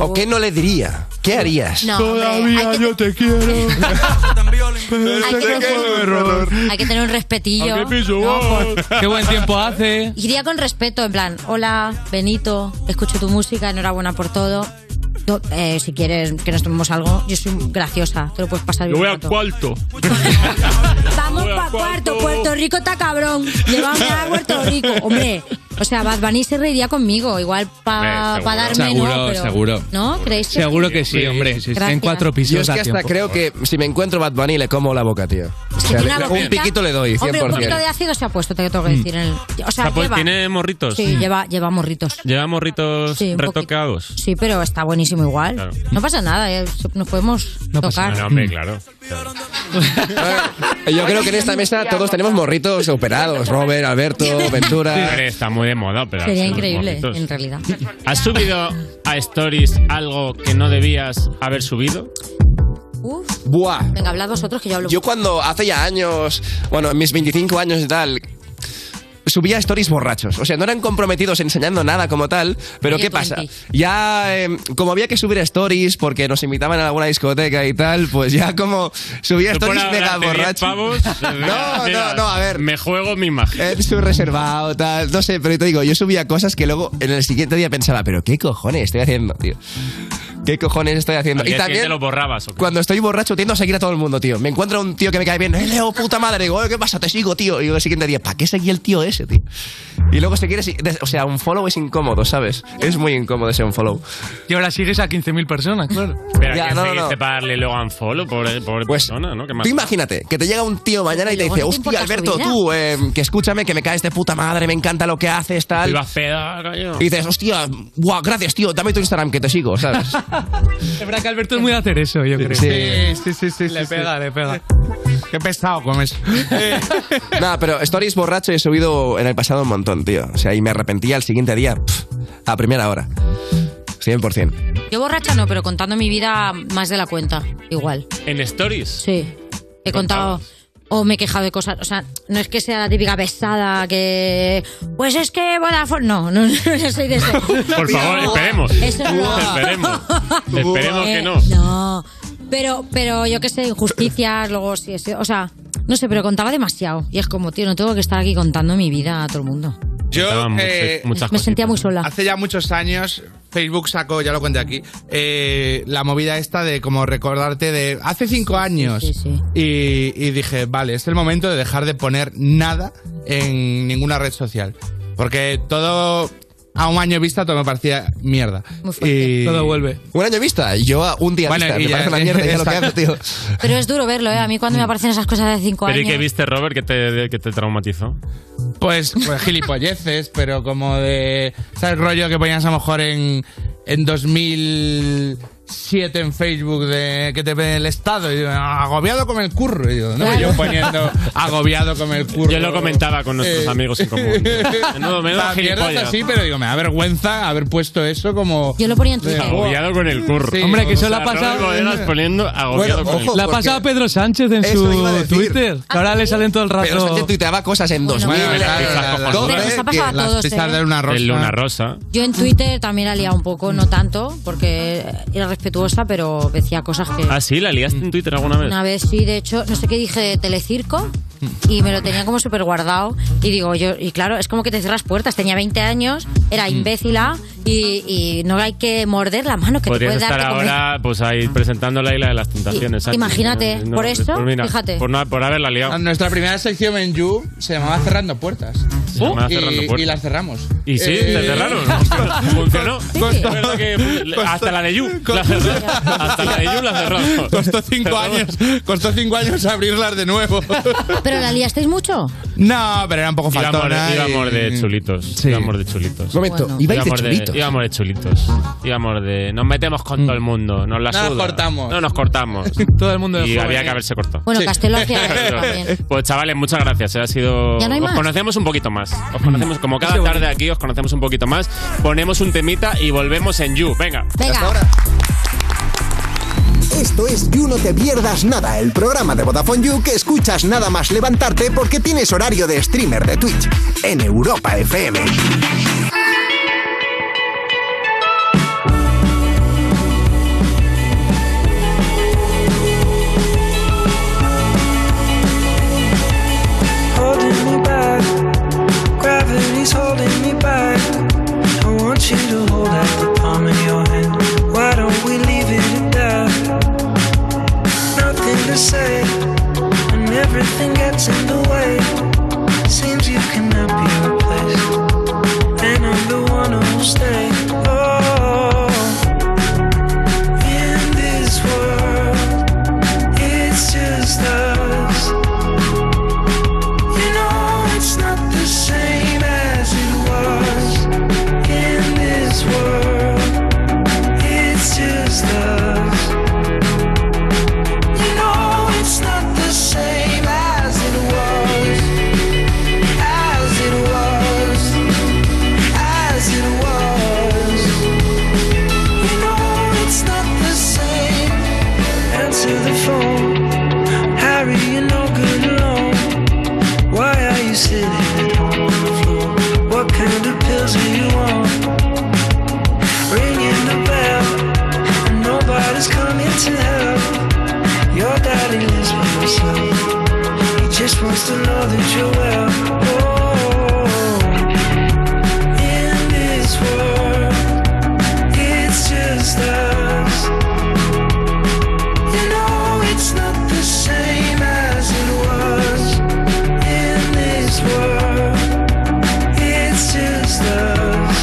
S19: ¿O qué no le diría? ¿Qué harías?
S38: Eh, No, hombre, Todavía
S19: yo te quiero.
S38: Hay que, tener, hay que tener un respetillo. pues.
S32: Qué buen tiempo hace.
S38: Iría con respeto, en plan, hola, Benito, escucho tu música, enhorabuena por todo. No, eh, si quieres que nos tomemos algo, yo soy graciosa, te lo puedes pasar bien. un rato.
S4: cuarto.
S38: Vamos para cuarto, Puerto Rico está cabrón. Llevamos a Puerto Rico, hombre. O sea, Bad Bunny se reiría conmigo, igual para
S32: Hombre,
S38: darme
S32: seguro.
S38: no, pero-
S32: Seguro,
S38: ¿No? ¿Creéis que
S32: Seguro que sí, hombre. En
S38: Gracias.
S32: cuatro pisos.
S19: Yo es
S32: da
S19: que hasta
S32: tiempo.
S19: creo que si me encuentro Bad Bunny le como la boca, tío. O sea,
S38: tiene una
S19: le- un
S38: boquita.
S19: piquito le doy, 100%.
S38: Hombre, un poquito de ácido se ha puesto, te tengo que decir. en el- o sea,
S4: Ah, pues
S38: lleva,
S4: tiene morritos.
S38: sí, lleva, lleva morritos.
S4: Lleva morritos
S38: Sí, un poquito.
S4: retocados.
S38: Sí, pero está buenísimo igual.
S4: Claro.
S38: No pasa nada, eh, nos podemos tocar.
S4: No, hombre, claro.
S19: Yo creo que en esta mesa todos tenemos morritos operados. Robert, Alberto, Ventura.
S4: Hombre, está muy de moda, pero.
S38: Sería
S4: sí, los
S38: increíble,
S4: morritos.
S38: en realidad.
S4: ¿Has subido a Stories algo que no debías haber subido?
S38: Uf,
S19: Buah.
S38: venga, hablad vosotros que yo hablo.
S19: Yo cuando hace ya años, bueno, en mis 25 años y tal, subía stories borrachos. O sea, no eran comprometidos enseñando nada como tal, pero
S38: Oye,
S19: ¿qué
S38: tú,
S19: pasa?
S38: Inti.
S19: Ya, eh, como había que subir stories porque nos invitaban a alguna discoteca y tal, pues ya como subía
S4: Tú por
S19: stories mega
S4: ahorrarte 10
S19: borracho.
S4: pavos,
S19: no,
S4: mira,
S19: no, no, a ver.
S4: Me juego mi imagen.
S19: Eh, soy reservado, tal, no sé, pero te digo, yo subía cosas que luego en el siguiente día pensaba, pero ¿qué cojones estoy haciendo, tío? ¿Qué cojones estoy haciendo?
S4: Al día
S19: Y también
S4: siguiente lo borrabas. ¿o qué?
S19: cuando estoy borracho tiendo a seguir a todo el mundo, tío. Me encuentro un tío que me cae bien, eh, Leo, puta madre. Digo, "Oye, ¿qué pasa? Te sigo, tío. Y el siguiente día, ¿para qué seguí el tío ese, tío? Y luego se quiere. si- des- O sea, un follow es incómodo, ¿sabes? Es muy incómodo ese un follow.
S32: Y ahora sigues a 15.000 personas, claro.
S4: Pero
S19: Ya,
S4: que
S19: no, no,
S4: seguiste
S19: no. Pues,
S4: para darle luego a follow, pobre, pobre persona, ¿no? ¿Qué más?
S19: Tú imagínate que te llega un tío mañana y te
S4: Luego
S19: dice,
S4: no te
S19: hostia,
S4: importa su
S19: Alberto,
S4: vida".
S19: tú, eh, que escúchame, que me caes de puta madre, me encanta lo que haces,
S4: Tú
S19: tal.
S4: ibas peda, coño.
S19: Y dices, hostia, guau, gracias, tío, dame tu Instagram que te sigo, ¿sabes?
S32: Es verdad que Alberto es muy de hacer eso, yo creo.
S19: Sí,
S32: sí, sí. le pega, le pega.
S3: Qué pesado comes.
S19: Nada, pero stories borracho he subido en el pasado un montón, tío. O sea, y me arrepentía al siguiente día, pf, a primera hora. 100%.
S38: Yo borracha no, pero contando mi vida más de la cuenta, igual.
S4: ¿En Stories?
S38: Sí. He contado o me he quejado de cosas. O sea, no es que sea la típica pesada que. Pues es que Vodafone. No, no, no soy de eso.
S4: Por favor, esperemos.
S38: Eso no.
S4: Esperemos. Esperemos que
S38: Eh,
S4: no.
S38: No. Pero, pero yo qué sé, injusticias, luego sí, sí, O sea, no sé, pero contaba demasiado. Y es como, tío, no tengo que estar aquí contando mi vida a todo el mundo.
S3: Yo, eh,
S4: pues,
S38: Me sentía muy sola.
S3: Hace ya muchos años Facebook sacó, ya lo conté aquí, eh, la movida esta de como recordarte de hace cinco años. Y, y dije, vale, es el momento de dejar de poner nada en ninguna red social. Porque todo a un año vista todo me parecía mierda. Y...
S14: Todo vuelve.
S19: Un año vista, yo a un día
S3: Bueno,
S19: vista.
S3: y
S19: Me
S3: ya-
S19: parece una mierda ya lo que hago, tío.
S38: Pero es duro verlo, ¿eh? A mí cuando me aparecen esas cosas de cinco
S4: ¿Pero y
S38: años.
S4: qué viste, Robert, que te, que te traumatizó?
S3: Pues, pues gilipolleces, pero como de. ¿Sabes el rollo que ponías a lo mejor en, en 2007 en Facebook de que te ve el Estado? Y yo, agobiado con el curro. Y yo, ¿no? Y yo poniendo agobiado con el curro.
S4: Yo Pues lo comentaba con nuestros
S3: Eh.
S4: amigos en común. Menudo, menudo
S3: La mierda es
S4: gilipollas.
S3: así, pero digo, me da vergüenza haber puesto eso como.
S38: Yo lo ponía en
S3: Twitter.
S4: Agobiado con el curro.
S3: Sí, Hombre, que eso
S4: O
S3: le
S4: sea,
S3: ha pasado-
S4: Robert Bodegas poniendo agobiado con el curro.
S14: la ha pasado a Pedro Sánchez en su Twitter. Que
S38: Ah,
S14: ahora le salen todo el rato.
S19: Pero Sánchez tuiteaba cosas en 2000.
S4: Bueno,
S19: eh,
S4: quizás
S19: eh,
S4: cojones.
S19: doce,
S4: Nos
S38: ha pasado a
S19: que-
S38: todos, ¿eh?
S4: El Luna Rosa.
S38: Yo en Twitter también la liado un poco, no tanto, porque era respetuosa, pero decía cosas que.
S4: Ah, sí, la liaste en Twitter alguna vez.
S38: Una vez sí, de hecho, no sé qué dije de Telecirco y me lo tenía como súper guardado. Y digo, yo, y claro, es como que te cierras puertas. Tenía 20 años,
S4: Mm.
S38: era imbécila y, y no hay que morder la mano que
S4: Podrías
S38: te puede dar
S4: estar
S38: de comer.
S4: ahora pues ahí presentando la isla de las tentaciones. Sánchez.
S38: imagínate, por
S4: pues,
S38: esto,
S4: mira,
S38: fíjate.
S4: Por, no- por haberla liado.
S3: Ah, Nuestra primera sección en You se llamaba Cerrando Puertas.
S4: Se llamaba Cerrando
S3: y,
S4: Puertas.
S3: y las cerramos.
S4: Y sí,
S3: Eh,
S4: te cerraron. Funcionó. Es verdad que hasta la de You la cerró. Hasta la de You la cerró.
S3: Costó cinco años, costó cinco años abrirlas de nuevo.
S38: Pero la liasteis mucho.
S3: No, pero era un poco
S4: Íbamos de,
S3: faltona.
S4: íbamos de chulitos. Íbamos de chulitos.
S3: Momento, Bueno. ¿ibais de
S4: íbamos
S3: chulitos? Mm.
S4: íbamos de chulitos. Íbamos de. Nos metemos con todo el mundo. Nos la
S3: No nos
S4: suda.
S3: cortamos.
S4: No nos cortamos.
S3: todo el mundo de
S4: Y
S3: joven.
S32: ¿eh?
S4: había que haberse cortado.
S38: Bueno, Castelo hacía eso también.
S4: Pues chavales, muchas gracias. eh, Ha sido.
S38: Ya no hay
S4: os
S38: más.
S4: conocemos un poquito más.
S3: Mm.
S4: Os conocemos como cada tarde aquí, os conocemos un poquito más. Ponemos un temita y volvemos en You. Venga.
S5: Esto es You No Te Pierdas Nada, el programa de Vodafone You que escuchas nada más levantarte porque tienes horario de streamer de Twitch en Europa FM.
S18: holding me back. Gravity's holding me back. I want you to hold out the palm of your hand. Why don't we leave it at that? Nothing to say, and everything gets in the way. Seems you cannot be replaced, and I'm the one who'll stay. Oh, in this world, it's just us. You know oh, it's not the same as it was in this world. It's just us. You know it's not the same as it was, as it was, as it was. You know it's not the same. Answer the phone, Harry. You're no good alone. Why are you sitting at home on the floor? What kind of pills are you on? Ringing the bell, and nobody's coming to help. Your daddy lives by himself. He just wants to know that you're well. Oh, in this world, it's just us. You know it's not the same as it was in this world. It's just us.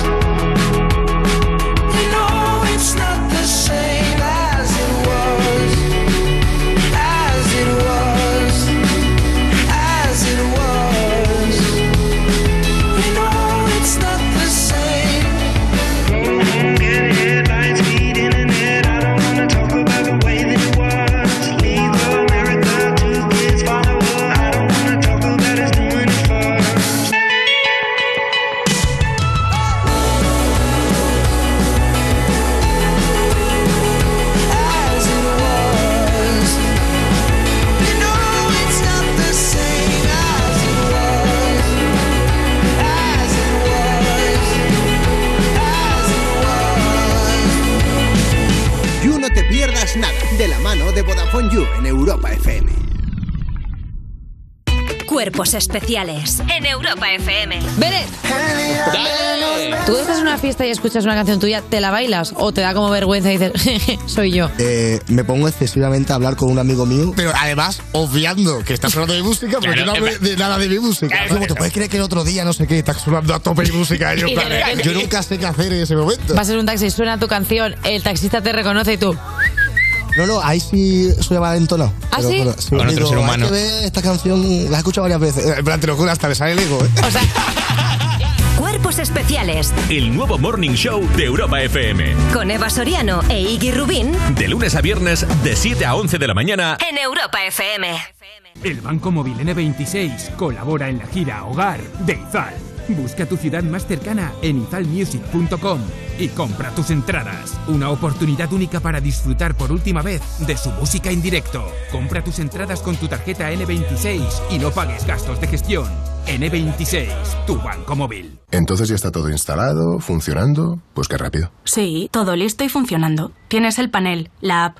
S18: You know it's not the same as it was, as it was, as it was. You know it's not the same. Go home, get a headlines, feed internet. I don't wanna talk about the way that it was. Leave America, two kids follow her. I don't wanna talk about us doing it first. As it was, you know it's not the same as it was, as it was, as it was.
S5: You No Te Pierdas Nada, de la mano de Vodafone You en Europa FM.
S11: Cuerpos especiales en Europa FM. Beret.
S12: Tú estás en una fiesta y escuchas una canción tuya, ¿te la bailas o te da como vergüenza y dices, "Jeje, soy yo?
S13: Eh, me pongo excesivamente a hablar con un amigo mío, pero además obviando que estás hablando de música, pero yo
S2: Claro,
S13: no hablo
S2: es
S13: de nada de mi música.
S2: Claro,
S13: ¿Cómo te puedes creer que el otro día no sé qué estás sonando a tope de música? Y yo,
S12: Y de
S13: claro,
S12: repente-
S13: yo nunca sé qué hacer en ese momento.
S12: Vas en un taxi, suena tu canción, el taxista te reconoce y tú.
S13: No, no, ahí sí soy entonado.
S12: ¿Ah, sí?
S13: Con
S2: otro ser humano.
S13: esta canción la he escuchado varias veces. Eh, En plan, te lo juro, hasta me sale el ego. ¿eh?
S11: Cuerpos especiales
S7: El nuevo Morning Show de Europa FM.
S11: con Eva Soriano e Iggy Rubín
S7: De lunes a viernes, de 7 a 11 de la mañana.
S11: en Europa FM.
S20: El Banco Móvil N26 colabora en la gira Hogar de Izal. Busca tu ciudad más cercana en izalmusic.com y compra tus entradas. Una oportunidad única para disfrutar por última vez de su música en directo. Compra tus entradas con tu tarjeta N26 y no pagues gastos de gestión. N26, tu banco móvil.
S37: Entonces ya está todo instalado, funcionando, pues qué rápido.
S41: Sí, todo listo y funcionando. Tienes el panel, la app,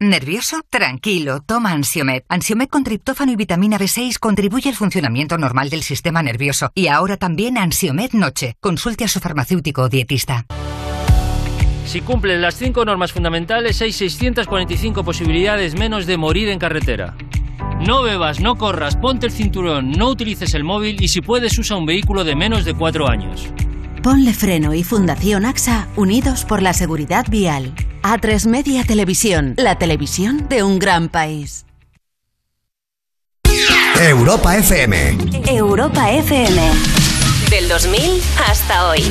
S35: ¿Nervioso? Tranquilo, toma Ansiomed. Ansiomed con triptófano y vitamina B6 contribuye al funcionamiento normal del sistema nervioso. Y ahora también Ansiomed Noche. Consulte a su farmacéutico o dietista.
S42: Si cumplen las cinco normas fundamentales, hay 645 posibilidades menos de morir en carretera. No bebas, no corras, ponte el cinturón, no utilices el móvil y si puedes usa un vehículo de menos de 4 años.
S34: Ponle Freno y Fundación AXA, unidos por la seguridad vial. A3 Media Televisión, la televisión de un gran país.
S5: Europa FM.
S34: Europa FM.
S11: Del 2000 hasta hoy.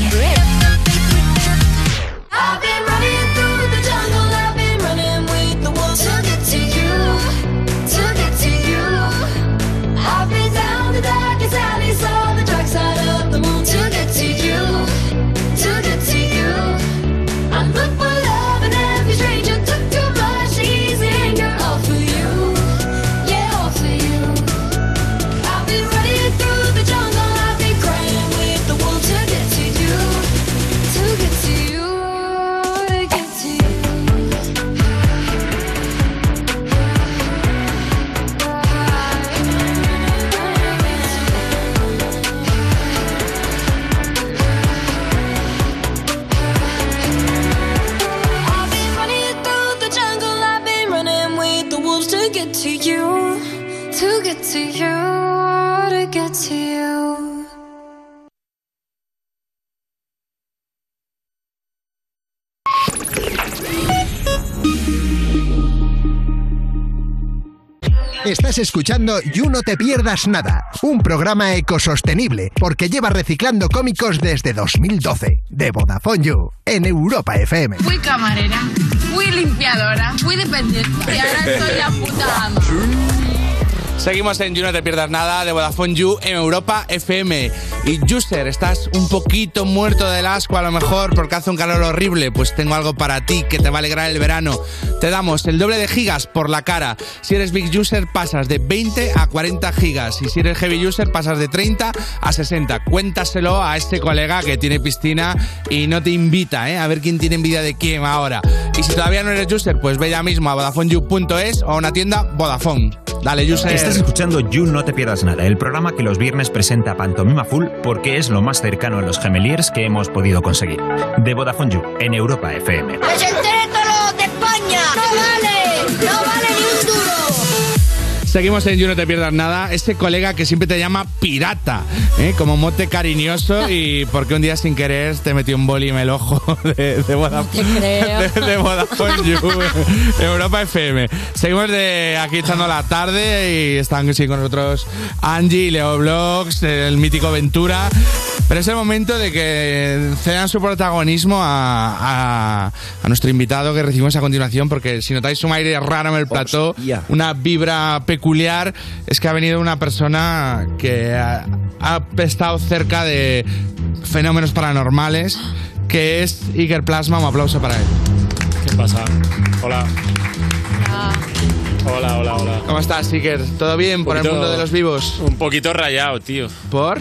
S18: I've been running through the jungle, I've been running with the wolves. Took it to you, took it to you. I've been down the darkest alley, saw the dark side of the moon. Took it to you, took it to you. I look for love in every stranger, took too much to ease anger. All for you, yeah, all for you. I've been running through the jungle, I've been crying with the wolves. Took it to you, took it to you, took it to you. I've been running through the jungle, I've been running with the wolves to get to you, to get to you, to get to you.
S5: Estás escuchando You No Te Pierdas Nada, un programa ecosostenible porque lleva reciclando cómicos desde 2012, de Vodafone You, en Europa FM.
S21: Fui camarera, fui limpiadora, fui dependiente y ahora soy la puta ama.
S3: Seguimos en You No Te Pierdas Nada de Vodafone You en Europa FM. Y Juster, estás un poquito muerto del asco a lo mejor porque hace un calor horrible. Pues tengo algo para ti que te va a alegrar el verano. Te damos el doble de gigas por la cara. Si eres Big User pasas de 20 a 40 gigas. Y si eres Heavy User pasas de 30 a 60. Cuéntaselo a este colega que tiene piscina y no te invita, ¿eh? A ver quién tiene envidia de quién ahora. Y si todavía no eres User, pues ve ya mismo a VodafoneYou.es o a una tienda Vodafone. Dale, User.
S26: Estás escuchando You No Te Pierdas Nada, el programa que los viernes presenta Pantomima Full porque es lo más cercano a los gemeliers que hemos podido conseguir. De Vodafone You, en Europa FM.
S18: ¡Que se entere todo lo de España! ¡No vale! ¡No vale ni un duro!
S3: Seguimos en You No Te Pierdas Nada. Este colega que siempre te llama pirata, ¿eh? como mote cariñoso y porque un día sin querer te metió un boli en el ojo de, de Vodafone. de, de Vodafone You, Europa FM. Seguimos de aquí echando la tarde y están sí, con nosotros Angie, Leo Blogs, el mítico Ventura. Pero es el momento de que cedan su protagonismo a, a- a nuestro invitado que recibimos a continuación, porque si notáis un aire raro en el plató, una vibra peculiar, es que ha venido una persona que ha, ha estado cerca de fenómenos paranormales que es Iker Plasma. Un aplauso para él.
S4: ¿Qué pasa? Hola. Hola, hola, hola.
S3: ¿Cómo estás, Iker? ¿Todo bien por el
S4: poquito-
S3: mundo de los vivos?
S4: Un poquito rayado, tío.
S3: ¿Por?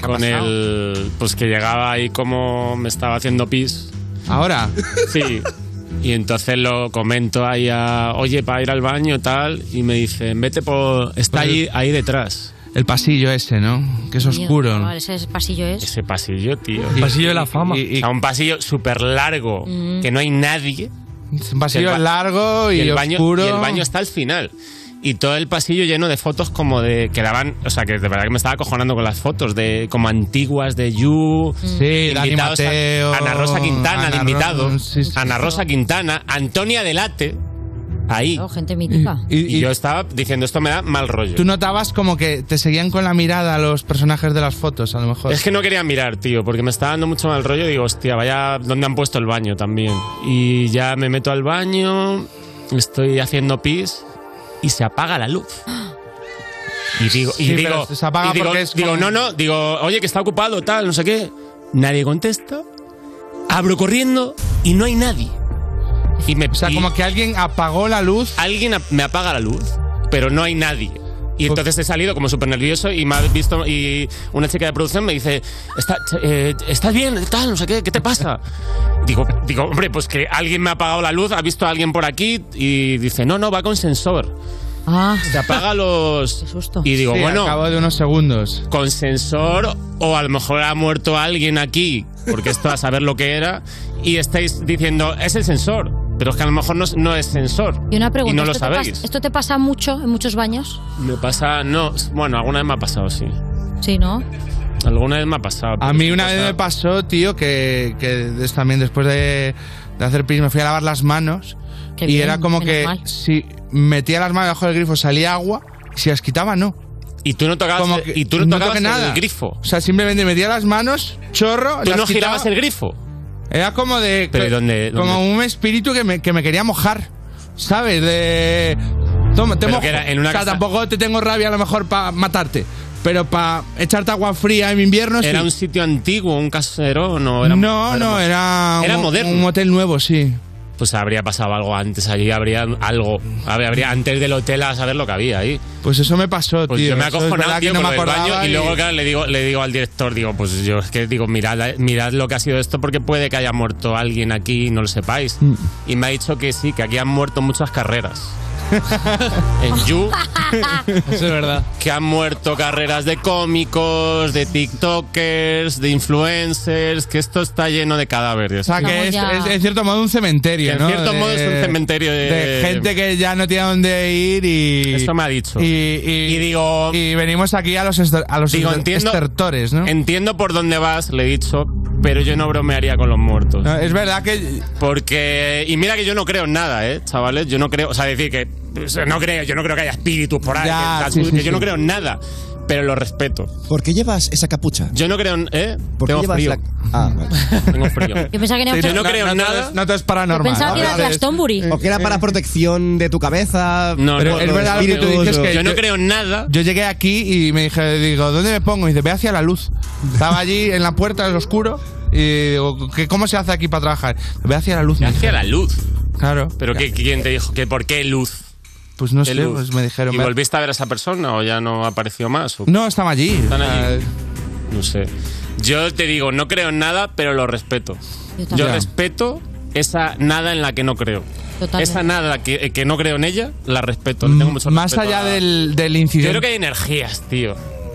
S4: Con el. Pues que llegaba ahí como me estaba haciendo pis.
S3: ¿Ahora?
S4: Sí. Y entonces lo comento ahí a. Oye, para ir al baño, tal. Y me dicen, vete por. Está ahí, ahí detrás.
S3: El pasillo ese, ¿no? Que es oscuro.
S38: Vale, ese pasillo es.
S4: Ese pasillo, tío.
S3: El pasillo de la fama.
S4: Y, y- o sea, un pasillo súper largo,
S38: Mm.
S4: que no hay nadie.
S3: Un pasillo largo y
S4: el baño,
S3: oscuro.
S4: Y el baño está al final. Y todo el pasillo lleno de fotos como de. que daban. O sea, que de verdad que me estaba acojonando con las fotos, de como antiguas de You.
S3: Sí, Dani
S4: invitados a-
S3: Mateo,
S4: Ana Rosa Quintana,
S3: Ana
S4: de invitado.
S3: Ro- sí, sí,
S4: Ana Rosa Quintana, Antonia Delate. Ahí.
S38: Oh, gente mítica.
S4: Y, yo estaba diciendo, esto me da mal rollo.
S3: Tú notabas como que te seguían con la mirada los personajes de las fotos, a lo mejor.
S4: Es que no quería mirar, tío, porque me estaba dando mucho mal rollo. Digo, hostia, vaya, ¿dónde han puesto el baño también? Y ya me meto al baño, estoy haciendo pis y se apaga la luz. Y digo, y
S3: Sí,
S4: digo,
S3: pero se apaga
S4: y digo,
S3: porque es
S4: digo,
S3: como-
S4: no, no, digo, oye, que está ocupado, tal, no sé qué. Nadie contesta. Abro corriendo y no hay nadie. Y me, o sea, como
S3: que alguien apagó la luz.
S4: Alguien ap- me apaga la luz, pero no hay nadie. Y entonces he salido como súper nervioso y me ha visto y una chica de producción me dice, "Está- eh, ¿estás bien? Tal, no sé qué, ¿qué te pasa? Digo, digo, hombre, pues que alguien me ha apagado la luz, ha visto a alguien por aquí y dice, no, no, va con sensor. Se apaga los... Y digo,
S3: Sí,
S4: bueno,
S3: al cabo de unos segundos.
S4: con sensor o a lo mejor ha muerto alguien aquí, porque esto a saber lo que era, y estáis diciendo, es el sensor, pero es que a lo mejor no, es- no es sensor.
S38: Y una pregunta.
S4: no lo
S38: ¿esto, te
S4: sabéis.
S38: pasa, ¿Esto te pasa mucho en muchos baños?
S4: Me pasa, no, bueno, alguna vez me ha pasado, sí.
S38: Sí, ¿no?
S4: Alguna vez me ha pasado.
S3: A mí una vez me pasó, tío, que, que des- también después de, de hacer pis me fui a lavar las manos
S43: Qué
S3: y
S43: bien,
S3: era como
S43: menos
S3: que
S43: mal.
S3: si metía las manos debajo del grifo salía agua, si las quitaba no.
S4: Y tú no tocabas,
S3: Como
S4: y tú no tocabas
S3: toqué
S4: el grifo.
S3: O sea, simplemente metía las manos, chorro,
S4: Tú
S3: las
S4: no
S3: quitaba.
S4: girabas el grifo.
S3: Era como de
S4: Pero ¿y dónde-
S3: como
S4: dónde?
S3: un espíritu que me, que me quería mojar, ¿sabes? De toma, te
S4: Pero
S3: mojo.
S4: que era en una
S3: o sea,
S4: casa-
S3: tampoco te tengo rabia a lo mejor para matarte, pero para echarte agua fría en invierno
S4: ¿Era
S3: sí.
S4: un sitio antiguo, un casero? No, era,
S3: no, no, era,
S4: Era
S3: un,
S4: moderno.
S3: un hotel nuevo, sí.
S4: Pues habría pasado algo antes allí, habría algo. Habría, habría- antes del hotel a saber lo que había ahí.
S3: Pues eso me pasó,
S4: Pues
S3: tío.
S4: yo me
S3: Eso es verdad
S4: acojonaba, tío,
S3: que
S4: con lo del baño y,
S3: y-
S4: luego, claro, le digo, le digo al director, digo, pues yo es que digo, mirad, mirad lo que ha sido esto porque puede que haya muerto alguien aquí y no lo sepáis.
S3: Mm.
S4: Y me ha dicho que sí, que aquí han muerto muchas carreras. en You.
S14: Eso es verdad.
S4: Que han muerto carreras de cómicos, de TikTokers, de influencers, que esto está lleno de cadáveres.
S3: O sea, que es, es- en cierto modo un cementerio,
S4: Que en
S3: ¿no?
S4: cierto modo es un cementerio de-
S3: gente que ya no tiene dónde ir y...
S4: Esto me ha dicho.
S3: Y, y-
S4: digo...
S3: Y venimos aquí a los, ester- a los
S4: Digo,
S3: ester-
S4: entiendo-
S3: estertores, ¿no?
S4: Entiendo por dónde vas, le he dicho, pero yo no bromearía con los muertos.
S3: No, Ah, es verdad que...
S4: Porque... Y mira que yo no creo en nada, ¿eh, chavales? Yo no creo... O sea, decir que... o sea, No creo, yo no creo que haya espíritus por ahí.
S19: Ya,
S4: que-
S19: sí, sí,
S4: que yo no
S19: sí.
S4: creo en nada, pero lo respeto.
S19: ¿Por qué llevas esa capucha?
S4: Yo no creo en... ¿Eh?
S19: ¿Por qué
S4: Tengo
S19: llevas
S4: frío.
S19: la- Ah, vale.
S4: Tengo frío.
S19: Yo pensaba que era
S4: yo
S19: para-
S4: no creo en nada.
S3: No te es paranormal.
S19: Yo pensaba que era
S3: ¿no? Pero-
S19: Glastonbury. O que era para protección de tu cabeza.
S4: No,
S3: pero
S4: no,
S3: es
S4: no,
S3: verdad
S4: no,
S3: lo que
S4: no,
S3: tú dices
S4: no.
S3: que
S4: Yo no creo en nada.
S3: Yo llegué aquí y me dije, digo, ¿dónde me pongo? Y dice, ve hacia la luz. Estaba allí en la puerta, es oscuro. Y digo, ¿qué- ¿cómo se hace aquí para trabajar? Ve hacia la luz. me
S4: Hacia
S3: dijeron.
S4: la luz.
S3: Claro.
S4: ¿Pero qué, quién te dijo? que ¿Por qué luz?
S3: Pues no
S4: ¿Qué
S3: sé,
S4: luz?
S3: pues me dijeron.
S4: ¿Y
S3: ve-
S4: volviste a ver a esa persona o ya no apareció más? o-
S3: No, estaba allí. Eh,
S4: ¿Están
S3: O sea,
S4: allí? No sé. Yo te digo, no creo en nada, pero lo respeto.
S3: Yo
S4: Yo,
S3: también. Ya.
S4: respeto esa nada en la que no creo.
S3: Totalmente.
S4: Esa nada que, que no creo en ella, la respeto. le tengo mucho
S3: Mm, Más
S4: respeto
S3: allá
S4: a-
S3: del, del
S4: Yo
S3: incidente.
S4: creo que hay energías, tío.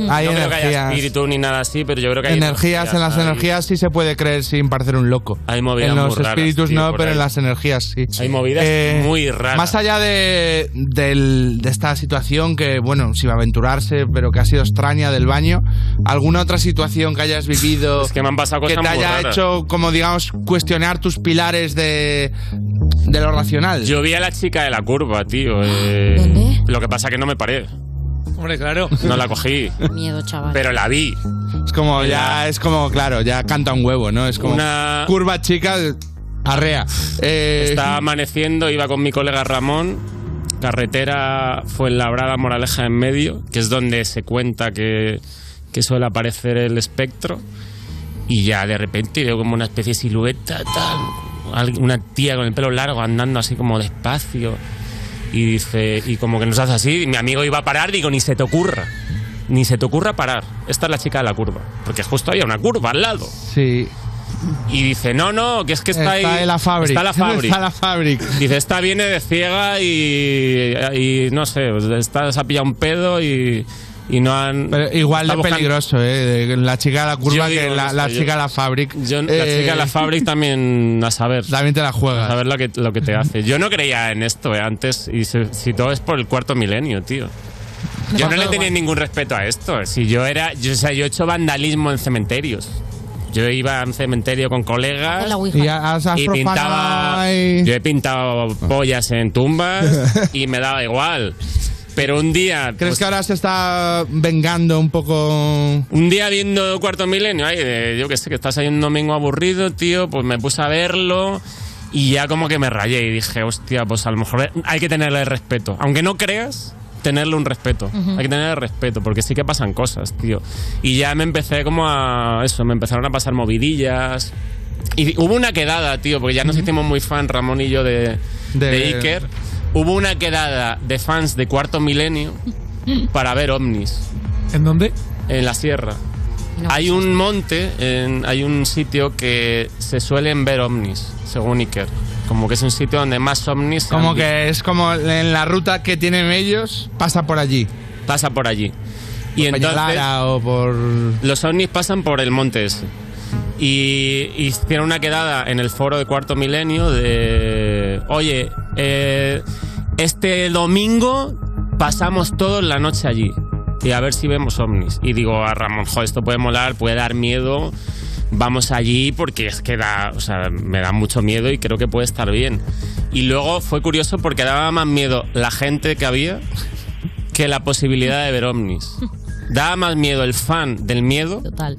S3: Hay
S4: no creo que haya
S3: energías.
S4: espíritu ni nada así, pero yo creo que hay
S3: energías, en las
S4: hay-
S3: energías sí se puede creer sin parecer un loco.
S4: movidas
S3: en los
S4: muy raras,
S3: espíritus
S4: tío,
S3: no,
S4: por
S3: pero en
S4: ahí.
S3: las energías sí. Eh,
S4: Hay movidas muy raras.
S3: Más allá de, del- de esta situación que, bueno, sin aventurarse, pero que ha sido extraña del baño, ¿alguna otra situación que hayas vivido
S4: Es que me han pasado
S3: que
S4: cosas
S3: te
S4: muy
S3: haya
S4: raras.
S3: hecho, como digamos, cuestionar tus pilares de, de lo racional?
S4: Yo vi a la chica de la curva, tío. eh, Lo que pasa que no me paré.
S14: Hombre, claro.
S4: No la cogí.
S38: Miedo, chaval.
S4: pero la vi.
S3: Es como, ya, es como, claro, ya canta un huevo, ¿no? Es como
S4: Una-
S3: curva chica, arrea.
S4: Estaba amaneciendo, iba con mi colega Ramón. Carretera Fuenlabrada, Moraleja en medio, que es donde se cuenta que, que suele aparecer el espectro. Y ya de repente veo como una especie de silueta, tal, al- una tía con el pelo largo andando así como despacio. Y dice, y como que nos hace así, y mi amigo iba a parar, digo, ni se te ocurra. Ni se te ocurra parar. Esta es la chica de la curva. Porque justo había una curva al lado.
S3: Sí.
S4: Y dice, no, no, que es que está,
S3: Está
S4: ahí.
S3: en la Fabric.
S4: Está la Fabric.
S3: Está la Fabric.
S4: Dice, esta viene de ciega y, y no sé, está, se ha pillado un pedo y, y no han...
S3: Igual
S4: está
S3: de
S4: buscando-
S3: peligroso, ¿eh? de La chica de la curva
S4: Yo
S3: que
S4: digo
S3: la,
S4: esto,
S3: la
S4: yo-
S3: chica de la Eh, Fabric.
S4: La chica de la Fabric también a saber.
S3: También te la juegas.
S4: A saber lo que, lo que te hace. Yo no creía en esto eh, antes y se- si todo es por el cuarto milenio, tío. Yo no le tenía ningún respeto a esto. Si yo era, yo, o sea, yo he hecho vandalismo en cementerios. Yo iba a un cementerio con colegas
S3: Y has, has
S4: y
S3: profanado
S4: pintaba.
S3: ahí.
S4: Yo he pintado pollas en tumbas y me daba igual. Pero un día. pues,
S3: ¿Crees que ahora se está vengando un poco?
S4: Un día viendo Cuarto Milenio, ay, de- yo que sé, que estás ahí un domingo aburrido, tío, pues me puse a verlo y ya como que me rayé y dije, hostia, pues a lo mejor hay que tenerle el respeto. Aunque no creas, tenerle un respeto.
S44: Ujú.
S4: Hay que tenerle respeto porque sí que pasan cosas, tío. Y ya me empecé como a... Eso, me empezaron a pasar movidillas. Y hubo una quedada, tío, porque ya nos hicimos muy fan, Ramón y yo, de,
S3: De-
S4: de Iker. Hubo una quedada de fans de Cuarto Milenio para ver ovnis.
S14: ¿En dónde?
S4: En la sierra. hay un monte, en- hay un sitio que se suelen ver ovnis, según Iker. Como que es un sitio donde más ovnis... se
S3: Como
S4: han visto.
S3: que es como en la ruta que tienen ellos, pasa por allí. Pues
S4: Pasa por allí. Y entonces...
S3: Peñalara o por...
S4: Los ovnis pasan por el monte ese. Y hicieron una quedada en el foro de Cuarto Milenio de... Oye, eh, este domingo pasamos todos la noche allí. Y a ver si vemos ovnis. Y digo a Ramón, jo, esto puede molar, puede dar miedo. Vamos allí porque es que da, o sea, me da mucho miedo y creo que puede estar bien. Y luego fue curioso porque daba más miedo la gente que había que la posibilidad de ver ovnis. Daba más miedo el fan del miedo.
S18: Total.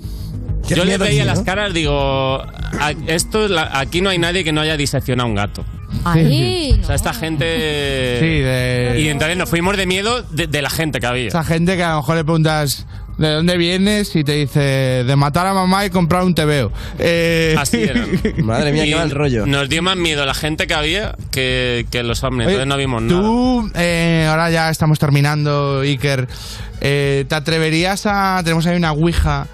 S4: Yo le
S18: miedo
S4: veía
S18: el miedo?
S4: las caras, digo, "A- esto es la- aquí no hay nadie que no haya diseccionado un gato.
S18: Ahí.
S4: O sea, esta gente...
S3: Sí, de-
S4: Y entonces nos fuimos de miedo de, de la gente que había.
S3: Esa gente que a lo mejor le preguntas de dónde vienes y te dice de matar a mamá y comprar un tebeo. Eh...
S4: Así eran. Y Nos dio más miedo la gente que había que, que los ovnis.
S3: Oye,
S4: Entonces no vimos nada.
S3: Tú, eh, ahora ya estamos terminando, Iker. eh, ¿Te atreverías a. Tenemos ahí una ouija.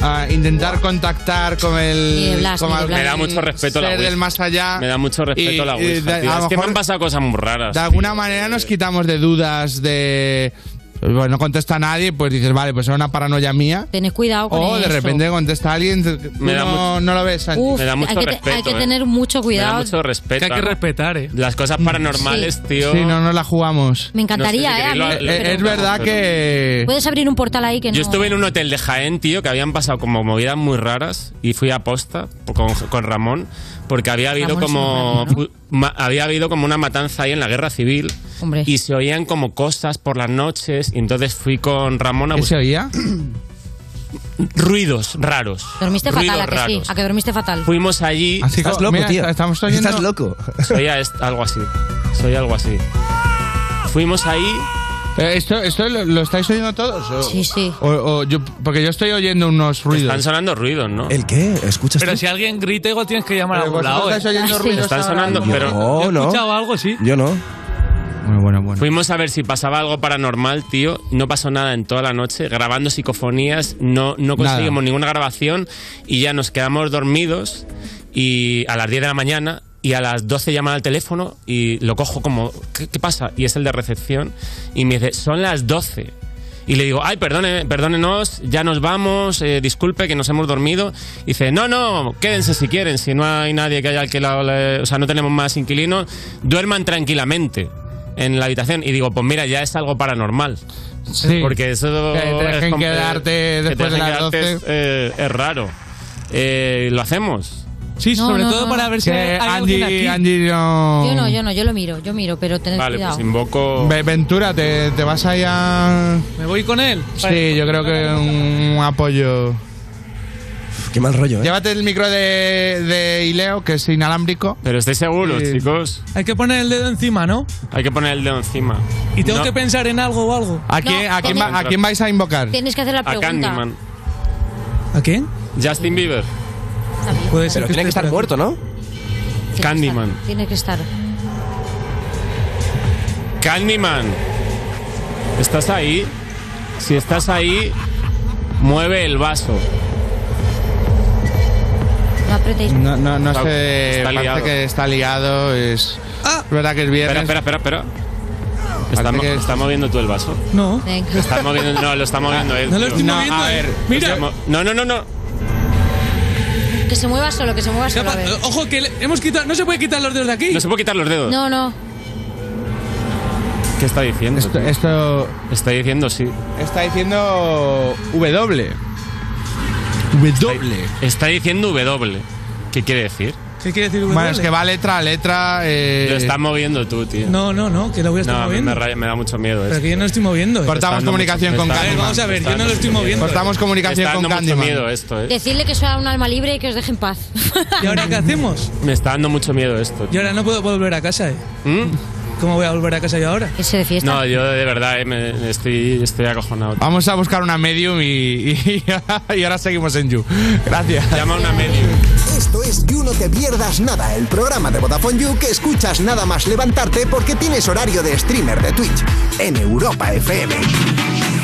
S3: A intentar contactar con el. con algún
S4: me da mucho respeto la
S3: ser
S4: Ouija.
S3: del más allá.
S4: Me da mucho respeto
S3: Y-
S4: la
S3: y
S4: Ouija.
S3: de-
S4: tío.
S3: a
S4: es
S3: lo
S4: que me
S3: mejor-
S4: han pasado cosas muy raras.
S3: De alguna manera nos quitamos de dudas de. Bueno, no contesta nadie, pues dices, vale, pues era una paranoia mía.
S38: Tened cuidado con
S3: O Oh, de
S38: eso.
S3: repente contesta alguien, tú
S4: Me da
S3: no,
S4: mucho-
S3: no lo ves. Santi.
S38: Uf, hay que, te- hay que tener mucho
S4: eh. Me da
S38: cuidado.
S4: mucho respeto.
S3: Que ¿eh? hay que
S4: respetar, Las cosas paranormales,
S38: Sí.
S4: tío.
S3: Sí, no, no la jugamos.
S38: Me encantaría,
S4: No sé si
S38: ¿eh?
S4: queréis
S38: a
S4: lo-
S38: mí,
S4: lo-
S38: pero-
S4: es verdad que-
S38: Puedes abrir un portal ahí que no.
S4: Yo estuve en un hotel de Jaén, tío, que habían pasado como movidas muy raras y fui a posta con, con Ramón porque había habido
S38: Ramón es
S4: como pu- ma- había habido como una matanza ahí en la Guerra Civil
S38: Hombre.
S4: y se oían como cosas por las noches y entonces fui con Ramón a
S3: ¿Qué se
S4: buscar
S3: oía?
S4: ruidos raros.
S38: Dormiste
S4: ruidos
S38: fatal, a que sí.
S4: raros.
S38: A que dormiste fatal.
S4: Fuimos allí.
S3: Ah, Estás loco, oh, mira, tío. Estamos oyendo- Estás
S4: loco. Soy algo así. Soy algo así. Fuimos ahí.
S3: Eh, ¿Esto, esto lo, lo estáis oyendo todos? o-
S38: Sí, sí.
S3: o- o yo- porque yo estoy oyendo unos ruidos.
S4: Están sonando ruidos, ¿no?
S3: ¿El qué? ¿Escuchas
S14: Pero si alguien grita, igual tienes que llamar a
S3: Pero
S14: algún lado.
S3: vosotros estáis oyendo ruidos
S4: Están ahora sonando, mismo. pero-
S14: Yo he
S4: no.
S14: escuchado algo, sí.
S4: Yo no.
S3: Bueno, bueno, bueno.
S4: Fuimos a ver si pasaba algo paranormal, tío. No pasó nada en toda la noche. Grabando psicofonías, no, no
S3: Nada.
S4: conseguimos ninguna grabación y ya nos quedamos dormidos y a las 10 de la mañana y a las 12 llaman al teléfono y lo cojo como, ¿qué, qué pasa? Y es el de recepción y me dice, son las 12. Y le digo, ay, perdone, perdónenos, ya nos vamos, eh, disculpe que nos hemos dormido. Y dice, no, no, quédense si quieren, si no hay nadie que haya alquilado, la- o sea, no tenemos más inquilinos, duerman tranquilamente en la habitación. Y digo, pues mira, ya es algo paranormal. Porque eso.
S3: Que te dejen
S4: como-
S3: quedarte
S4: que te
S3: después de
S4: dejen
S3: las
S4: quedarte es, eh, es raro. Eh, ¿Lo hacemos?
S14: Sí,
S38: No, sobre no, todo no. para ver si
S3: Que
S38: hay
S3: Andy,
S38: alguien aquí.
S3: Andy no...
S38: Yo no, yo no, yo lo miro, yo miro, pero tened
S3: Vale,
S38: cuidado.
S3: pues
S4: invoco...
S3: Ventura, ¿te, te vas ahí a...?
S14: ¿Me voy con él?
S3: Sí, yo creo que un apoyo...
S45: Qué mal rollo,
S3: Llévate el micro de, de Ileo, que es inalámbrico.
S4: Pero estáis seguros,
S3: Sí.
S4: chicos.
S14: Hay que poner el dedo encima, ¿no?
S4: Hay que poner el dedo encima.
S14: Y tengo
S4: No.
S14: que pensar en algo o algo.
S3: ¿A quién, a quién va- a quién vais a invocar?
S38: Tienes que hacer la
S4: A
S38: pregunta.
S4: Candyman.
S14: ¿A quién?
S4: Justin Bieber.
S19: Pero tiene que estar muerto, ¿no?
S4: Candyman.
S38: Tiene que estar.
S4: Candyman. ¿Estás ahí? Si estás ahí, mueve el vaso.
S38: No apretéis.
S3: No, no, no
S4: Está-
S3: sé.
S4: está
S3: parece
S4: liado.
S3: que está liado. Es,
S14: Ah.
S3: es verdad que es viernes.
S4: Espera, espera, espera, espera. Está, mo-
S3: que-
S4: está moviendo tú el vaso.
S14: No.
S4: Está moviendo, no, lo está moviendo él.
S14: No lo
S4: tío.
S14: estoy moviendo,
S4: A
S14: eh.
S4: ver,
S14: Mira.
S4: lo está mo- No, no, no, no.
S38: Que se mueva solo, que se mueva solo. a ver.
S14: Ojo, que le- hemos quitado. No se puede quitar los dedos de aquí.
S4: No se puede quitar los dedos.
S38: No, no.
S4: ¿Qué está diciendo? Esto, Está diciendo sí.
S3: Está diciendo W. W.
S4: Está diciendo W. ¿Qué quiere decir?
S14: ¿Qué quiere decir
S3: Bueno, es que va letra a letra. eh,
S4: Lo estás moviendo tú, tío.
S14: No, no, no, que lo voy a estar
S4: No, a mí
S14: moviendo.
S4: me, raya- me da mucho miedo
S14: Pero
S4: eso.
S14: que yo no estoy moviendo. eh.
S4: Cortamos Está dando comunicación mucho- con está
S14: A ver,
S4: dando
S14: Vamos a ver,
S4: mucho
S14: yo no lo
S4: miedo.
S14: estoy moviendo.
S4: Cortamos comunicación Está con dando mucho Candyman. miedo esto, eh.
S38: Decirle que sea un alma libre y que os deje en paz.
S14: ¿Y ahora qué hacemos?
S4: Me está dando mucho miedo esto.
S14: Yo ahora no puedo volver a casa, eh. ¿Cómo voy a volver a casa yo ahora?
S38: Ese de fiesta.
S4: ¿Mm? No, yo de verdad eh, me, estoy, estoy acojonado.
S3: Vamos a buscar una medium y, y- y ahora seguimos en You. Gracias.
S4: Llama a una medium.
S5: Esto es You No Te Pierdas Nada, el programa de Vodafone You que escuchas nada más levantarte porque tienes horario de streamer de Twitch en Europa FM.
S40: I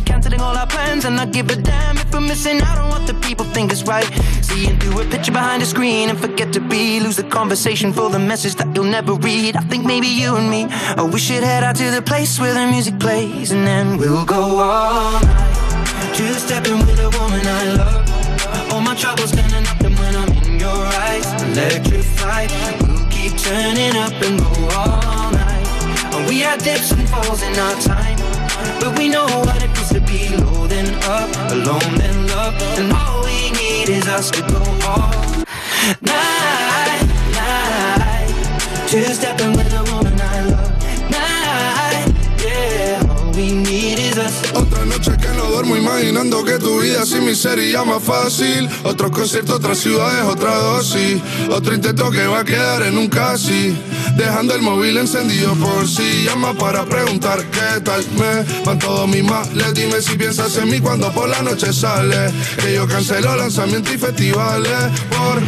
S40: canceling all our plans and not give a damn if we're missing out on what the people think is right. Seeing through a picture behind a screen and forget to be. Lose the conversation for the message that you'll never read. I think maybe you and me, oh, we should head out to the place where the music plays and then we'll go all night. Two stepping with a woman I love. All my troubles turning up and when I'm in your eyes, electrified. We'll keep turning up and go all night. And we had dips and falls in our time. But we know what it means to be low then up, alone then love. And all we need is us to go all night, night. Two stepping with a woman I love. Night, yeah. All we need is us.
S46: Otra noche que no duermo imaginando que tu vida sin mí sería más fácil. Otro concierto, otras ciudades, otra dosis. Otro intento que va a quedar en un casi. Dejando el móvil encendido por si llama para preguntar qué tal me van todos mis males. Dime si piensas en mí cuando por la noche sale. Que yo cancelo lanzamientos y festivales por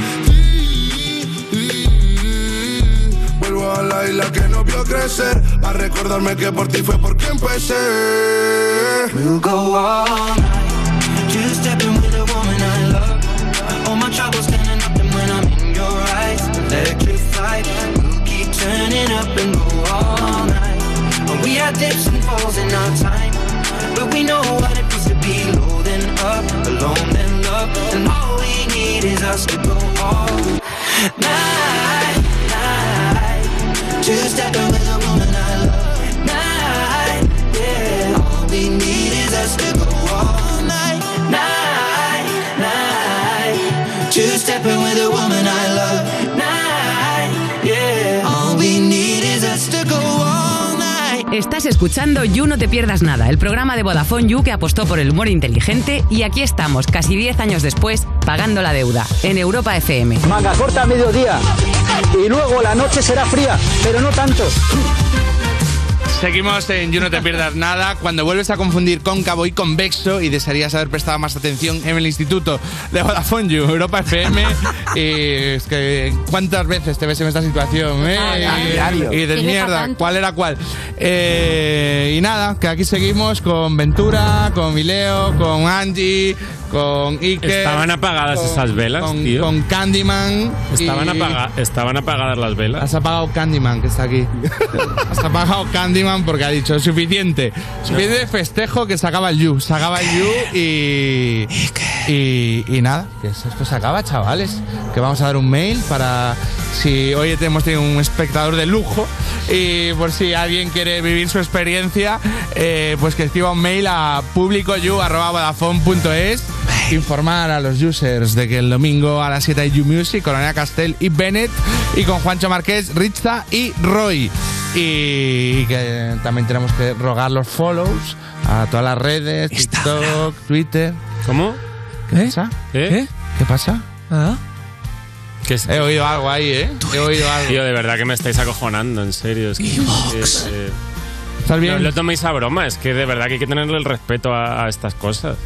S46: Vuelvo a la isla que no vio crecer A recordarme que por ti fue porque empecé
S40: We'll go all night. Two stepping with a woman I love. All my troubles turning up, and when I'm in your eyes, electrified. We'll keep turning up and go all night. And we had dips and falls in our time, but we know what it means to be low then up, alone then love. And all we need is us to go all night, night. Two stepping with a woman I love. Night, yeah. All we need is us to go all night, night, night. Two stepping with a woman I love. Night, yeah. All we need is us to go all night.
S1: Estás escuchando You No Te Pierdas Nada, el programa de Vodafone You que apostó por el humor inteligente y aquí estamos, casi 10 años después, pagando la deuda, en Europa FM.
S42: Manga corta a mediodía. Y luego la noche será fría, pero no tanto.
S3: Seguimos en You No Te Pierdas Nada. Cuando vuelves a confundir cóncavo y convexo y desearías haber prestado más atención en el instituto de Vodafone You, Europa FM. y es que, ¿cuántas veces te ves en esta situación? eh?
S46: A diario.
S3: Y de
S46: Que no está
S3: mierda,
S46: tanto.
S3: ¿cuál era cuál? Eh, y nada, que aquí seguimos con Ventura, con Mileo, con Angie, con Iker.
S4: Estaban apagadas
S3: con-
S4: esas velas,
S3: con,
S4: tío.
S3: Con Candyman.
S4: Estaban,
S3: y-
S4: apaga- estaban apagadas las velas.
S3: Has apagado Candyman, que está aquí. Has apagado Candyman porque ha dicho suficiente. Suficiente de festejo que se acaba el You. Se acaba el You y. Y, y nada, que esto se acaba, chavales. Que vamos a dar un mail para si hoy hemos tenido un espectador de lujo y por si alguien quiere vivir su experiencia, eh, pues que escriba un mail a publicoyu.vodafone.es informar a los users de que el domingo a las 7 hay U-Music con Ana Castell y Bennett y con Juancho Márquez, Rizza y Roy. Y que también tenemos que rogar los follows a todas las redes, TikTok, Twitter.
S4: ¿Cómo?
S3: ¿Qué pasa?
S4: ¿Eh?
S3: ¿Qué pasa? He oído algo ahí, ¿eh? He oído algo.
S4: Tío, de verdad que me estáis acojonando, en serio. Es que,
S3: Evox.
S4: eh, eh,
S3: ¿Estás bien?
S4: No lo toméis a broma, es que de verdad que hay que tenerle el respeto a, a estas cosas.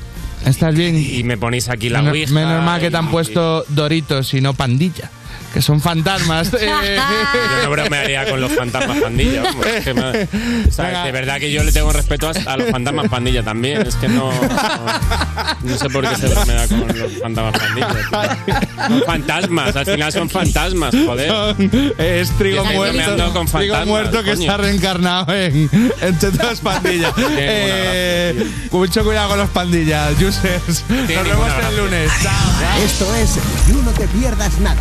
S3: ¿Estás bien?
S4: Y me ponéis aquí la
S3: Menos-
S4: ouija. Ah,
S3: menos mal que te han
S4: y-
S3: puesto Doritos y no Pandilla, que son fantasmas. Eh.
S4: Yo no bromearía con los fantasmas pandilla. vamos, es que me- o sea,
S3: Venga.
S4: de verdad que yo le tengo respeto a, a los fantasmas pandilla también. Es que no. No, no sé por qué se bromea con los fantasmas pandilla. tío. Son fantasmas, al final son fantasmas, joder.
S3: eh, Es trigo
S4: Yo estoy bromeando
S3: muerto,
S4: con
S3: trigo
S4: fantasmas,
S3: muerto que
S4: coño.
S3: está reencarnado en, en Chetas Pandilla.
S4: Tiene ninguna
S3: Eh, mucho cuidado con los pandillas, users. Nos vemos el lunes.
S5: Esto es You No Te Pierdas Nada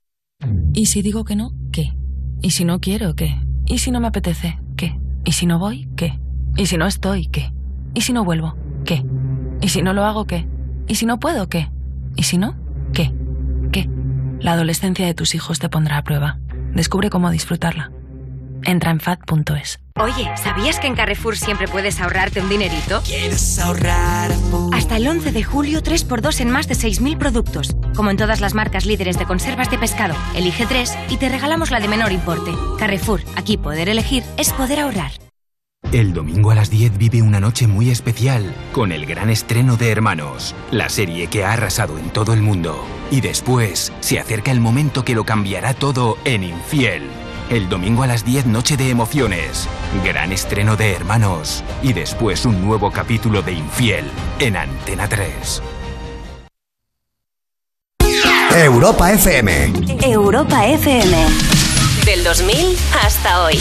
S21: ¿Y si digo que no? ¿Qué? ¿Y si no quiero? ¿Qué? ¿Y si no me apetece? ¿Qué? ¿Y si no voy? ¿Qué? ¿Y si no estoy? ¿Qué? ¿Y si no vuelvo? ¿Qué? ¿Y si no lo hago? ¿Qué? ¿Y si no puedo? ¿Qué? ¿Y si no? ¿Qué? ¿Qué? La adolescencia de tus hijos te pondrá a prueba. Descubre cómo disfrutarla. Entra en fad.es.
S8: Oye, ¿sabías que en Carrefour siempre puedes ahorrarte un dinerito? ¿Quieres
S21: ahorrar?
S8: Hasta el 11 de julio, 3x2 en más de 6.000 productos. Como en todas las marcas líderes de conservas de pescado, elige 3 y te regalamos la de menor importe. Carrefour, aquí poder elegir es poder ahorrar.
S17: El domingo a las 10 vive una noche muy especial con el gran estreno de Hermanos, la serie que ha arrasado en todo el mundo. Y después se acerca el momento que lo cambiará todo en Infiel. El domingo a las 10 noche de emociones, gran estreno de Hermanos y después un nuevo capítulo de Infiel en Antena 3.
S33: Europa FM.
S36: Europa FM. Del 2000 hasta hoy.